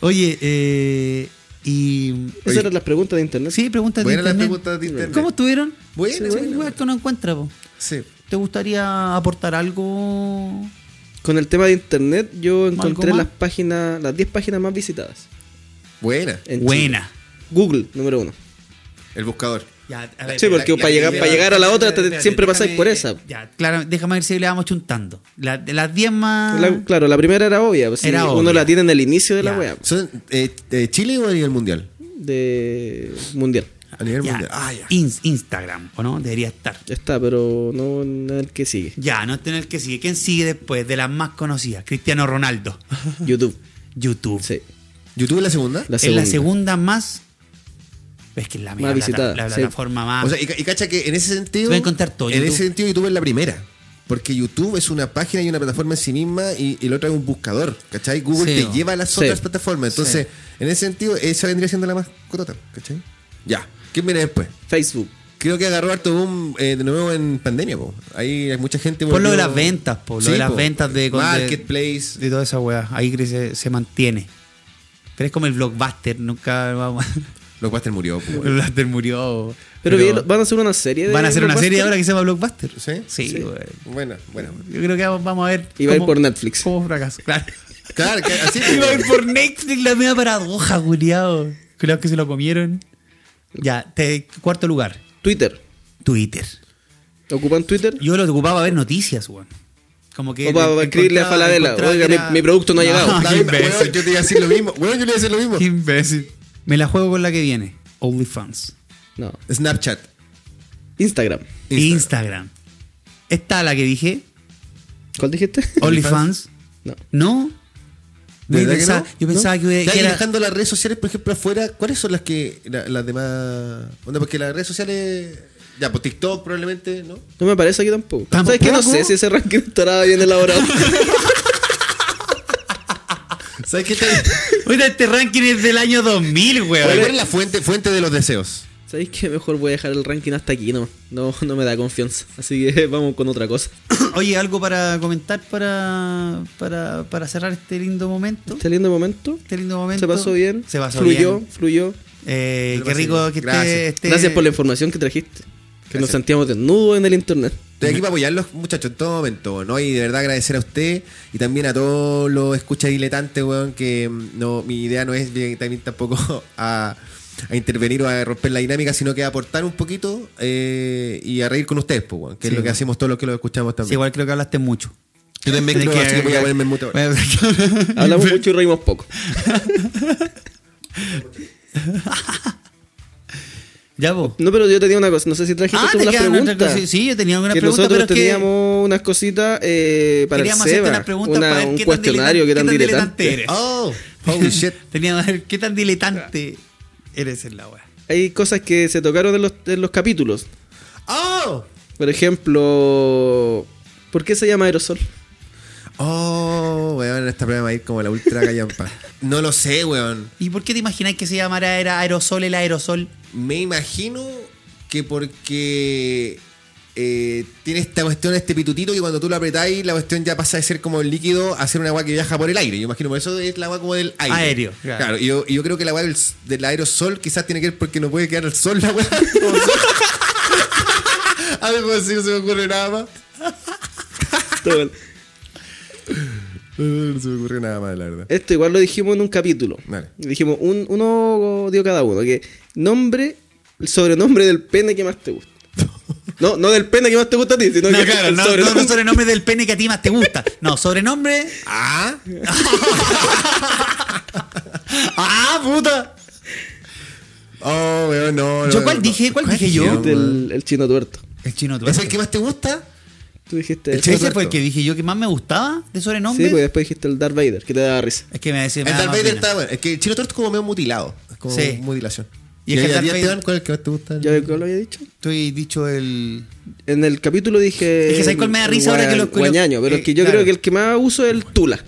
[SPEAKER 1] Oye, eh, y.
[SPEAKER 2] Esas eran las preguntas de internet.
[SPEAKER 1] Sí, preguntas de
[SPEAKER 4] Buena la
[SPEAKER 1] internet.
[SPEAKER 4] pregunta de internet.
[SPEAKER 1] ¿Cómo estuvieron?
[SPEAKER 4] Buena,
[SPEAKER 1] Sí,
[SPEAKER 4] buena.
[SPEAKER 1] igual que no encuentra, po.
[SPEAKER 4] Sí.
[SPEAKER 1] ¿Te gustaría aportar algo?
[SPEAKER 2] Con el tema de internet, yo encontré
[SPEAKER 1] más?
[SPEAKER 2] las páginas, las 10 páginas más visitadas.
[SPEAKER 4] Buena.
[SPEAKER 2] en Chile.
[SPEAKER 1] Buena.
[SPEAKER 2] Google, número uno.
[SPEAKER 4] El buscador.
[SPEAKER 1] Ya, a
[SPEAKER 2] Sí, porque
[SPEAKER 4] la-
[SPEAKER 2] para,
[SPEAKER 4] la-
[SPEAKER 2] llegar,
[SPEAKER 4] la-
[SPEAKER 2] para llegar a la otra te-
[SPEAKER 1] Espérate,
[SPEAKER 2] siempre
[SPEAKER 1] déjame-
[SPEAKER 2] pasáis por esa.
[SPEAKER 1] Ya, claro, déjame ver si le vamos chuntando. La- de las 10 más.
[SPEAKER 2] La- claro, la primera era obvia. pues, sí,
[SPEAKER 1] Era
[SPEAKER 2] Uno
[SPEAKER 1] obvia.
[SPEAKER 2] la tiene en el inicio de la
[SPEAKER 1] Ya.
[SPEAKER 2] wea.
[SPEAKER 4] ¿Son eh, eh, Chile o a nivel mundial?
[SPEAKER 2] De mundial.
[SPEAKER 4] A nivel
[SPEAKER 1] Ya,
[SPEAKER 4] mundial. Ah, ya.
[SPEAKER 1] Ins- Instagram, ¿o no? Debería estar.
[SPEAKER 2] Ya está, pero no en el que sigue.
[SPEAKER 1] Ya, no tener que sigue. ¿Quién sigue después? De las más conocidas. Cristiano Ronaldo.
[SPEAKER 2] YouTube.
[SPEAKER 1] YouTube.
[SPEAKER 2] Sí.
[SPEAKER 4] ¿YouTube es la segunda?
[SPEAKER 2] La
[SPEAKER 1] Es la
[SPEAKER 2] segunda.
[SPEAKER 1] segunda más. Es que es la, mía,
[SPEAKER 2] Más
[SPEAKER 1] la-
[SPEAKER 2] visitada,
[SPEAKER 1] la, la
[SPEAKER 2] sí.
[SPEAKER 1] plataforma más.
[SPEAKER 4] O sea, y, ca- y cacha que en ese sentido.
[SPEAKER 1] Ah. Voy a encontrar todo,
[SPEAKER 4] En
[SPEAKER 1] YouTube.
[SPEAKER 4] ese sentido, YouTube es la primera. Porque YouTube es una página y una plataforma en sí misma y, y la otra es un buscador. ¿Cachai? Google
[SPEAKER 1] Sí,
[SPEAKER 4] te
[SPEAKER 1] o-
[SPEAKER 4] lleva a las
[SPEAKER 2] sí.
[SPEAKER 4] otras plataformas. Entonces, en ese sentido, esa vendría siendo la más corota. ¿Cachai? Ya. ¿Quién viene después?
[SPEAKER 2] Facebook.
[SPEAKER 4] Creo que agarró harto boom eh, de nuevo en pandemia, po. Ahí hay mucha gente.
[SPEAKER 1] por lo
[SPEAKER 4] volvió-
[SPEAKER 1] de las ventas, por lo
[SPEAKER 4] Sí,
[SPEAKER 1] de las
[SPEAKER 4] po.
[SPEAKER 1] ventas de. con- de-
[SPEAKER 4] Marketplace.
[SPEAKER 1] De, toda esa weá. Ahí cre- se, se mantiene. Pero es como el blockbuster. Nunca vamos.
[SPEAKER 4] Blockbuster murió, po,
[SPEAKER 1] el
[SPEAKER 4] weón.
[SPEAKER 1] blockbuster murió.
[SPEAKER 2] Pero, bien, van a hacer una serie de
[SPEAKER 1] van a hacer una serie
[SPEAKER 2] blockbuster?
[SPEAKER 1] ahora que se llama Blockbuster.
[SPEAKER 4] ¿Sí?
[SPEAKER 1] Sí, weón.
[SPEAKER 4] Bueno, bueno.
[SPEAKER 1] Yo creo que vamos, vamos a ver.
[SPEAKER 2] Y va a ir
[SPEAKER 1] cómo-
[SPEAKER 2] por Netflix.
[SPEAKER 1] ¿Cómo fracaso? Claro.
[SPEAKER 4] Claro, que así.
[SPEAKER 1] Iba a ir por Netflix, la media paradoja, culiao. Culiao que se lo comieron. Ya, te- cuarto lugar,
[SPEAKER 2] Twitter.
[SPEAKER 1] Twitter.
[SPEAKER 2] ¿Ocupan Twitter?
[SPEAKER 1] Yo lo ocupaba ver noticias, weón. Como que.
[SPEAKER 2] O para escribirle a
[SPEAKER 1] encontraba-
[SPEAKER 2] Falabella,
[SPEAKER 1] encontraba
[SPEAKER 2] "Oiga,
[SPEAKER 1] que
[SPEAKER 2] mi- mi producto no ha llegado".
[SPEAKER 1] qué
[SPEAKER 4] Está bien, weón,
[SPEAKER 1] imbécil.
[SPEAKER 4] yo te iba a decir lo mismo. Bueno, yo le iba a decir lo mismo.
[SPEAKER 1] qué imbécil. Me la juego con la que viene: OnlyFans.
[SPEAKER 2] No.
[SPEAKER 4] Snapchat.
[SPEAKER 2] Instagram.
[SPEAKER 1] Instagram. Instagram. Esta la que dije:
[SPEAKER 2] ¿Cuál dijiste?
[SPEAKER 1] Oh. OnlyFans.
[SPEAKER 2] no.
[SPEAKER 1] No.
[SPEAKER 4] ¿De
[SPEAKER 1] Yo
[SPEAKER 4] verdad que
[SPEAKER 1] pensaba,
[SPEAKER 4] no?
[SPEAKER 1] yo pensaba
[SPEAKER 4] ¿No?
[SPEAKER 1] que,
[SPEAKER 4] Ya,
[SPEAKER 1] que
[SPEAKER 4] y
[SPEAKER 1] era-
[SPEAKER 4] dejando las redes sociales, por ejemplo, afuera, ¿cuáles son las que. la- las demás. Onda, porque las redes sociales. Ya, pues TikTok probablemente, ¿no?
[SPEAKER 2] No me parece aquí tampoco.
[SPEAKER 1] ¿Tampoco?
[SPEAKER 2] ¿Sabes qué? No sé si ese ranking estará bien elaborado.
[SPEAKER 4] ¿Sabes qué?
[SPEAKER 1] Oiga, este ranking es del año 2000,
[SPEAKER 4] ¿Cuál
[SPEAKER 1] weón.
[SPEAKER 4] es la fuente, fuente de los deseos?
[SPEAKER 2] ¿Sabéis qué? Mejor voy a dejar el ranking hasta aquí, no. No, no me da confianza. Así que vamos con otra cosa.
[SPEAKER 1] Oye, algo para comentar para, para, para cerrar este lindo momento.
[SPEAKER 2] Este lindo momento.
[SPEAKER 1] Este lindo momento.
[SPEAKER 2] Se pasó bien.
[SPEAKER 1] Se pasó
[SPEAKER 2] fluyó,
[SPEAKER 1] bien. Este
[SPEAKER 2] Fluyó,
[SPEAKER 1] Eh,
[SPEAKER 4] Se lo
[SPEAKER 1] qué
[SPEAKER 4] pasé
[SPEAKER 1] rico
[SPEAKER 4] bien.
[SPEAKER 1] que
[SPEAKER 4] Gracias.
[SPEAKER 1] esté. esté-
[SPEAKER 2] Gracias por la información que trajiste. Que nos
[SPEAKER 4] Gracias.
[SPEAKER 2] sentíamos desnudos en el internet.
[SPEAKER 4] Estoy aquí para apoyarlos, muchachos, en todo momento, ¿no? Y de verdad agradecer a usted y también a todos los escuchas diletantes, weón, que mm, no, mi idea no es bien, también tampoco a, a intervenir o a romper la dinámica, sino que a aportar un poquito eh, y a reír con ustedes, pues, weón, que
[SPEAKER 1] Sí.
[SPEAKER 4] es lo que hacemos todos los que los escuchamos
[SPEAKER 1] Sí,
[SPEAKER 4] también.
[SPEAKER 1] igual creo que hablaste mucho.
[SPEAKER 4] Yo también
[SPEAKER 1] Tenés
[SPEAKER 4] creo,
[SPEAKER 1] que-
[SPEAKER 4] así que voy a ponerme en mute ahora.
[SPEAKER 2] Hablamos mucho y reímos poco.
[SPEAKER 1] ya vos.
[SPEAKER 2] No, pero yo tenía una cosa. No sé si trajiste
[SPEAKER 1] Ah,
[SPEAKER 2] tú
[SPEAKER 1] te
[SPEAKER 2] las
[SPEAKER 1] quedan otras
[SPEAKER 2] preguntas.
[SPEAKER 1] cosas. Sí, yo tenía algunas
[SPEAKER 2] que
[SPEAKER 1] preguntas,
[SPEAKER 2] nosotros
[SPEAKER 1] pero es que-
[SPEAKER 2] teníamos unas cositas eh, para el
[SPEAKER 1] Queríamos hacerte
[SPEAKER 2] Seba.
[SPEAKER 1] unas preguntas
[SPEAKER 2] una-
[SPEAKER 1] para ver
[SPEAKER 2] un
[SPEAKER 1] qué tan
[SPEAKER 2] cuestionario
[SPEAKER 1] diletan-
[SPEAKER 2] que tan
[SPEAKER 1] qué tan
[SPEAKER 2] diletante.
[SPEAKER 1] diletante eres.
[SPEAKER 4] Oh, holy shit.
[SPEAKER 1] Teníamos a ver qué tan diletante eres en la weá.
[SPEAKER 2] hay cosas que se tocaron en los, en los capítulos.
[SPEAKER 4] ¡Oh!
[SPEAKER 2] Por ejemplo, ¿por qué se llama aerosol?
[SPEAKER 4] ¡Oh! Weón, esta prueba va a ir como la ultra callampa. No lo sé, weón.
[SPEAKER 1] ¿Y por qué te imagináis que se llamara era aerosol el aerosol?
[SPEAKER 4] Me imagino que porque eh, tiene esta cuestión, este pitutito, que cuando tú lo apretáis, la cuestión ya pasa de ser como el líquido a ser una agua que viaja por el aire. Yo imagino, por eso es la agua como del aire.
[SPEAKER 1] Aéreo,
[SPEAKER 4] Claro,
[SPEAKER 1] claro.
[SPEAKER 4] y yo, y yo creo que la agua del, del aerosol quizás tiene que ver porque no puede quedar el sol la agua. como sol. Algo así no se me ocurre nada más.
[SPEAKER 2] Todo-
[SPEAKER 4] No se me ocurre nada más, la verdad.
[SPEAKER 2] Esto igual lo dijimos en un capítulo.
[SPEAKER 4] Vale.
[SPEAKER 2] Dijimos, un, uno dio cada uno, que nombre, el sobrenombre del pene que más te gusta. No, no del pene que más te gusta a ti, sino
[SPEAKER 1] No,
[SPEAKER 2] que
[SPEAKER 1] claro,
[SPEAKER 2] el
[SPEAKER 1] no, no,
[SPEAKER 2] sobrenombre.
[SPEAKER 1] no sobrenombre del pene que a ti más te gusta. No, sobrenombre.
[SPEAKER 4] Ah,
[SPEAKER 1] ¡Ah, puta!
[SPEAKER 4] oh, weón, no, no.
[SPEAKER 1] ¿Yo cuál
[SPEAKER 4] no.
[SPEAKER 1] dije? ¿Cuál dije yo?
[SPEAKER 4] weón?
[SPEAKER 2] Del- el chino tuerto.
[SPEAKER 1] El chino tuerto.
[SPEAKER 4] ¿Es el que más te gusta?
[SPEAKER 2] Tú dijiste
[SPEAKER 4] El
[SPEAKER 2] eso.
[SPEAKER 4] chino
[SPEAKER 1] Ese fue el
[SPEAKER 4] tuerto. pues.
[SPEAKER 1] que dije yo que más me gustaba de
[SPEAKER 2] Sí,
[SPEAKER 1] sobrenombre.
[SPEAKER 2] porque después dijiste el Darth Vader, que te daba risa.
[SPEAKER 1] Es que me decía.
[SPEAKER 4] El
[SPEAKER 1] me da
[SPEAKER 4] Darth
[SPEAKER 1] más
[SPEAKER 4] Vader
[SPEAKER 1] pena.
[SPEAKER 4] está bueno. Es que el chino torto es como medio mutilado. Es como
[SPEAKER 1] Sí.
[SPEAKER 4] mutilación.
[SPEAKER 1] Y es que
[SPEAKER 4] ahí
[SPEAKER 1] el
[SPEAKER 4] a ti,
[SPEAKER 1] Darth
[SPEAKER 4] Esteban,
[SPEAKER 1] Vader-
[SPEAKER 4] ¿Cuál es el que más te gusta?
[SPEAKER 2] ¿Ya ves cómo lo había dicho?
[SPEAKER 1] Estoy dicho el.
[SPEAKER 2] En el capítulo dije.
[SPEAKER 1] Es que ¿sabes cuál me da
[SPEAKER 2] el
[SPEAKER 1] risa ahora que lo- que lo-
[SPEAKER 2] guañaño, pero
[SPEAKER 1] eh,
[SPEAKER 2] es que yo
[SPEAKER 1] claro.
[SPEAKER 2] creo que el que más uso es el Tula.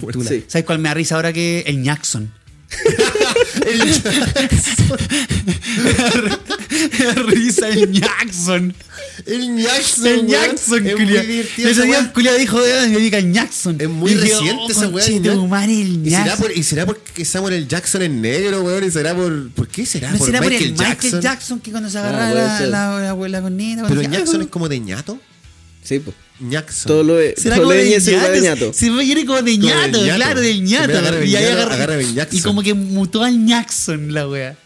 [SPEAKER 4] Tula.
[SPEAKER 2] Sí.
[SPEAKER 1] ¿Sabes cuál me da risa ahora que el Jackson? Me da risa el Jackson.
[SPEAKER 4] El Jackson.
[SPEAKER 1] El
[SPEAKER 4] weón.
[SPEAKER 1] Jackson,
[SPEAKER 4] Es muy
[SPEAKER 1] culiao.
[SPEAKER 4] divertido
[SPEAKER 1] Ese
[SPEAKER 4] esa
[SPEAKER 1] día
[SPEAKER 4] weá.
[SPEAKER 1] el culiao dijo, "Eh, me dedica el Jackson.
[SPEAKER 4] Es muy
[SPEAKER 1] Y dije,
[SPEAKER 4] reciente
[SPEAKER 1] "Oh,
[SPEAKER 4] esa weá.
[SPEAKER 1] conchete
[SPEAKER 4] ¿no?
[SPEAKER 1] tu madre, el
[SPEAKER 4] ¿Y será,
[SPEAKER 1] Jackson".
[SPEAKER 4] por, ¿Y será porque Samuel el Jackson es negro, weón? ¿Y será por. ¿Por qué será?
[SPEAKER 1] ¿No
[SPEAKER 4] por
[SPEAKER 1] será por
[SPEAKER 4] Michael Ah,
[SPEAKER 1] el Michael Jackson que cuando se agarraba
[SPEAKER 2] puede
[SPEAKER 1] la,
[SPEAKER 2] ser.
[SPEAKER 1] la, la, abuela con neta?
[SPEAKER 4] Pero
[SPEAKER 1] cuando decía,
[SPEAKER 4] Jackson
[SPEAKER 1] "Ah,
[SPEAKER 4] es como de ñato.
[SPEAKER 2] Sí, pues.
[SPEAKER 4] Jackson.
[SPEAKER 2] Todo lo es.
[SPEAKER 1] Será
[SPEAKER 2] todo
[SPEAKER 1] como
[SPEAKER 2] lo
[SPEAKER 1] del
[SPEAKER 2] es ese
[SPEAKER 1] ñato.
[SPEAKER 2] guañato.
[SPEAKER 1] Se fue viene como de
[SPEAKER 4] Como del
[SPEAKER 1] ñato,
[SPEAKER 4] ñato.
[SPEAKER 1] claro, del
[SPEAKER 4] Se
[SPEAKER 1] ñato.
[SPEAKER 4] me agarra
[SPEAKER 1] Y ahí
[SPEAKER 4] del ñato,
[SPEAKER 1] agarra-
[SPEAKER 4] agarra del Jackson.
[SPEAKER 1] Y como que mutó al Jackson la wea.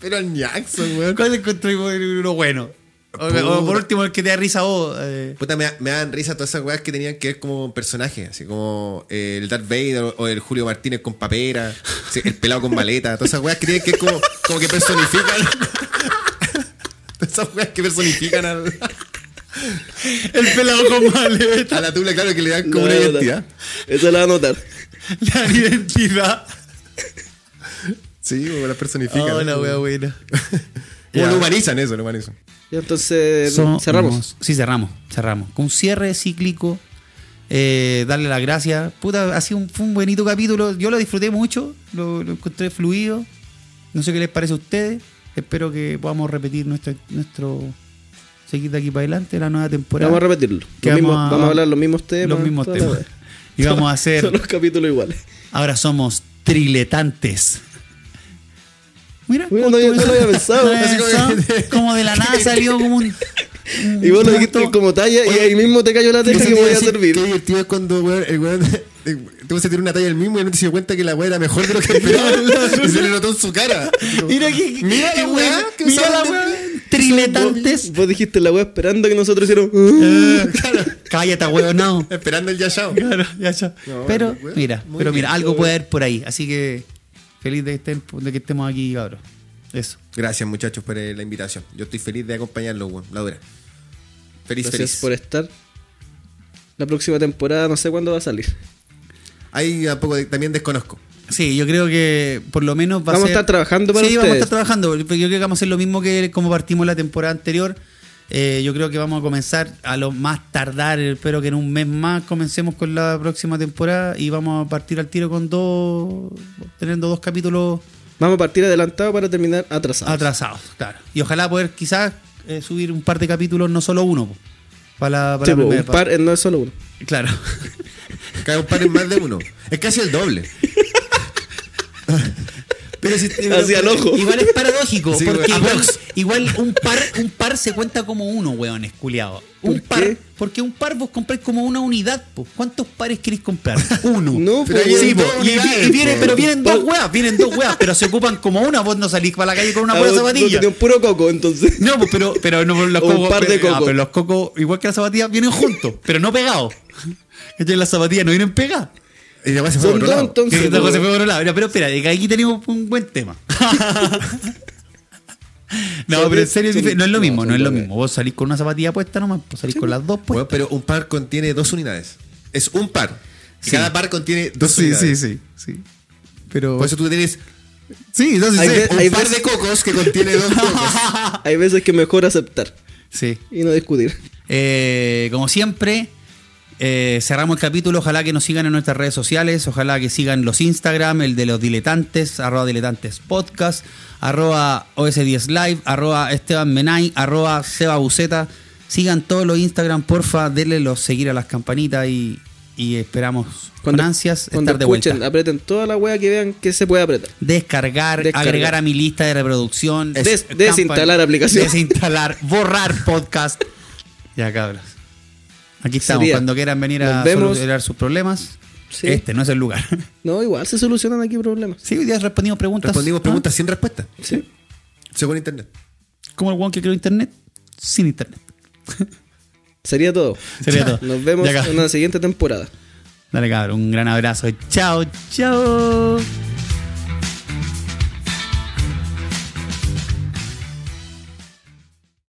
[SPEAKER 4] Pero el Jackson, weón.
[SPEAKER 1] ¿Cuál encontré uno bueno? O, o por último, el que te da risa a vos. eh.
[SPEAKER 4] Puta, me, me dan risa todas esas weas que tenían que ver como personajes, así como eh, el Darth Vader o, o el Julio Martínez con papera, sí, el pelado con maleta, todas esas weas que tienen que ver como, como que personifican. todas esas weas que personifican al-
[SPEAKER 1] El pelado con maleta.
[SPEAKER 4] a la tula, claro, que le dan como ¿ah?
[SPEAKER 2] La voy
[SPEAKER 4] una
[SPEAKER 2] a
[SPEAKER 4] identidad.
[SPEAKER 2] anotar. Eso lo va a anotar.
[SPEAKER 1] La identidad.
[SPEAKER 4] Sí, como la personifican.
[SPEAKER 1] Oh, la wea buena.
[SPEAKER 4] Como
[SPEAKER 1] Ya.
[SPEAKER 4] lo humanizan eso, lo humanizan.
[SPEAKER 2] Ya, entonces,
[SPEAKER 1] Somos-
[SPEAKER 2] cerramos.
[SPEAKER 1] Sí, cerramos, cerramos. Con un cierre cíclico, eh, darle las gracias. Puta, ha sido un, fue un bonito capítulo. Yo lo disfruté mucho, lo, lo encontré fluido. No sé qué les parece a ustedes. Espero que podamos repetir nuestro, nuestro seguir de aquí para adelante, la nueva temporada.
[SPEAKER 2] Vamos a repetirlo.
[SPEAKER 1] Que
[SPEAKER 2] Lo mismo-
[SPEAKER 1] vamos a-
[SPEAKER 2] vamos, a hablar los mismos temas.
[SPEAKER 1] Los mismos
[SPEAKER 2] toda la
[SPEAKER 1] temas.
[SPEAKER 2] wea.
[SPEAKER 1] Y vamos a hacer.
[SPEAKER 2] Son los capítulos iguales.
[SPEAKER 1] Ahora somos triletantes. Mira,
[SPEAKER 2] Mira,
[SPEAKER 1] como
[SPEAKER 2] no había-
[SPEAKER 1] tú-
[SPEAKER 2] no lo había pensado.
[SPEAKER 1] no había
[SPEAKER 2] Así
[SPEAKER 4] como-
[SPEAKER 1] pensado. como de la nada salió como un. un
[SPEAKER 2] Y vos lo dijiste
[SPEAKER 1] punto.
[SPEAKER 2] como talla y ahí mismo te cayó la tela
[SPEAKER 4] Eso
[SPEAKER 2] que
[SPEAKER 4] te
[SPEAKER 2] me
[SPEAKER 4] iba
[SPEAKER 2] voy a
[SPEAKER 4] decir,
[SPEAKER 2] servir.
[SPEAKER 4] Qué divertido es cuando weón, el weón tuvo que tirar una talla del mismo y no te dio cuenta que la weá era mejor de lo que esperaba. y se le notó en su cara.
[SPEAKER 1] Mira que,
[SPEAKER 4] Mira
[SPEAKER 1] que-
[SPEAKER 4] la weá que
[SPEAKER 1] mira la
[SPEAKER 4] usaron de-
[SPEAKER 1] weá. Triletantes.
[SPEAKER 2] Vos dijiste la wea esperando que nosotros "Uh, hicieron.
[SPEAKER 4] Mm.
[SPEAKER 1] Cállate, weón, no.
[SPEAKER 4] Esperando el yashao.
[SPEAKER 1] Eh, Claro, ya, ya.
[SPEAKER 4] No,
[SPEAKER 1] Pero
[SPEAKER 4] weón,
[SPEAKER 1] mira,
[SPEAKER 4] muy
[SPEAKER 1] pero
[SPEAKER 4] bien,
[SPEAKER 1] mira, algo
[SPEAKER 4] weón.
[SPEAKER 1] puede haber por ahí. Así que feliz de que, estén- de que estemos aquí, cabrón. Eso.
[SPEAKER 4] Gracias muchachos por eh, la invitación. Yo estoy feliz de acompañarlos, weón. La dura. Feliz,
[SPEAKER 2] Gracias
[SPEAKER 4] feliz.
[SPEAKER 2] por estar. La próxima temporada no sé cuándo va a salir.
[SPEAKER 4] Ahí a poco de- también desconozco.
[SPEAKER 1] Sí, yo creo que por lo menos va
[SPEAKER 2] Vamos a
[SPEAKER 1] ser-
[SPEAKER 2] estar trabajando para
[SPEAKER 1] Sí, vamos a
[SPEAKER 2] ustedes.
[SPEAKER 1] estar trabajando. porque Yo creo que vamos a hacer lo mismo que como partimos la temporada anterior. Eh, yo creo que vamos a comenzar a lo más tardar, espero que en un mes más comencemos con la próxima temporada y vamos a partir al tiro con dos, teniendo dos capítulos
[SPEAKER 2] Vamos a partir adelantado para terminar atrasado.
[SPEAKER 1] atrasados, claro. Y ojalá poder quizás eh, subir un par de capítulos, no solo uno, po, para, la- para
[SPEAKER 2] Sí,
[SPEAKER 1] la
[SPEAKER 2] pues,
[SPEAKER 1] primera
[SPEAKER 2] un par, eh, no es solo uno.
[SPEAKER 1] parte. Claro.
[SPEAKER 4] Cada un par es más de uno. Es casi el doble.
[SPEAKER 1] Pero si,
[SPEAKER 2] Hacia el ojo.
[SPEAKER 1] Igual es paradójico,
[SPEAKER 4] Sí,
[SPEAKER 1] porque
[SPEAKER 4] weón.
[SPEAKER 1] igual, igual un par un par se cuenta como uno, weón, culiado. Un
[SPEAKER 2] ¿Por
[SPEAKER 1] par,
[SPEAKER 2] qué?
[SPEAKER 1] porque un par vos compráis como una unidad, po. ¿Cuántos pares queréis comprar? Uno.
[SPEAKER 2] No,
[SPEAKER 4] Pero
[SPEAKER 2] pues,
[SPEAKER 4] ahí
[SPEAKER 2] sí,
[SPEAKER 1] Sí, po.
[SPEAKER 4] dos
[SPEAKER 1] Y, vi-
[SPEAKER 4] unidades,
[SPEAKER 1] y viene-
[SPEAKER 4] po.
[SPEAKER 1] pero vienen dos weas, vienen dos weas, pero se ocupan como una, vos no salís para la calle con una
[SPEAKER 2] Ah,
[SPEAKER 1] pura
[SPEAKER 2] vos- vos
[SPEAKER 1] zapatilla.
[SPEAKER 2] tenés un puro coco, entonces.
[SPEAKER 1] No, pues, pero, pero no, los
[SPEAKER 2] O un
[SPEAKER 1] cocos.
[SPEAKER 2] par de
[SPEAKER 1] pero- ah,
[SPEAKER 2] cocos.
[SPEAKER 1] pero los cocos, igual que las zapatillas, vienen juntos, pero no pegados. Entonces las zapatillas no vienen pegadas.
[SPEAKER 4] Y la weá se fue
[SPEAKER 2] Son
[SPEAKER 4] por otro
[SPEAKER 2] dos,
[SPEAKER 4] lado.
[SPEAKER 2] entonces.
[SPEAKER 1] Que esta cosa
[SPEAKER 2] pues.
[SPEAKER 1] se fue por otro lado. Mira, Pero espera, que aquí tenemos un buen tema. No, pero
[SPEAKER 2] Son
[SPEAKER 1] en
[SPEAKER 2] dos-
[SPEAKER 1] serio es
[SPEAKER 2] son-
[SPEAKER 1] dife- no es lo
[SPEAKER 2] no,
[SPEAKER 1] mismo,
[SPEAKER 2] son
[SPEAKER 1] no es lo
[SPEAKER 2] dos, pues.
[SPEAKER 1] mismo. Vos salís con una zapatilla puesta nomás, vos salís con las dos
[SPEAKER 4] Weón,
[SPEAKER 1] puestas.
[SPEAKER 4] pero un par contiene dos unidades. Es un par. Y
[SPEAKER 1] Sí.
[SPEAKER 4] Cada par contiene dos
[SPEAKER 1] sí,
[SPEAKER 4] unidades.
[SPEAKER 1] sí, sí, sí. Pero
[SPEAKER 4] Por eso tú tienes
[SPEAKER 1] Sí, entonces
[SPEAKER 2] Hay ve-
[SPEAKER 1] sí.
[SPEAKER 4] Un
[SPEAKER 2] hay
[SPEAKER 4] par
[SPEAKER 2] veces-
[SPEAKER 4] de cocos que contiene dos cocos.
[SPEAKER 2] Hay veces que mejor aceptar
[SPEAKER 1] Sí.
[SPEAKER 2] y no discutir.
[SPEAKER 1] Eh, como siempre, eh, cerramos el capítulo. Ojalá que nos sigan en nuestras redes sociales. Ojalá que sigan los Instagram, el de los diletantes, arroba diletantes podcast, arroba OS10 Live, arroba Esteban Menay, arroba Seba Buceta. Sigan todos los Instagram, porfa, denle los seguir a las campanitas y, y esperamos con ansias
[SPEAKER 2] cuando
[SPEAKER 1] estar de
[SPEAKER 2] escuchen,
[SPEAKER 1] vuelta.
[SPEAKER 2] aprieten toda la wea que vean que se puede apretar.
[SPEAKER 1] Descargar,
[SPEAKER 2] Descargar.
[SPEAKER 1] agregar a mi lista de reproducción.
[SPEAKER 2] Des-
[SPEAKER 1] Campan-
[SPEAKER 2] desinstalar aplicación.
[SPEAKER 1] Desinstalar, borrar podcast. Ya, cabros. Aquí estamos.
[SPEAKER 2] Sería.
[SPEAKER 1] Cuando quieran venir a
[SPEAKER 2] Nos vemos.
[SPEAKER 1] solucionar sus problemas,
[SPEAKER 2] Sí.
[SPEAKER 1] este no es el lugar.
[SPEAKER 2] No, igual se solucionan aquí problemas.
[SPEAKER 1] Sí, hoy día respondimos preguntas.
[SPEAKER 4] Respondimos
[SPEAKER 1] ¿Ah?
[SPEAKER 4] preguntas sin respuesta.
[SPEAKER 2] Sí.
[SPEAKER 4] Según internet.
[SPEAKER 1] Como el one que creó internet, sin internet.
[SPEAKER 2] Sería todo.
[SPEAKER 1] Sería todo.
[SPEAKER 2] Nos vemos
[SPEAKER 1] Ya, cabros.
[SPEAKER 2] en la siguiente temporada.
[SPEAKER 1] Dale, cabrón. Un gran abrazo. Chao, chao.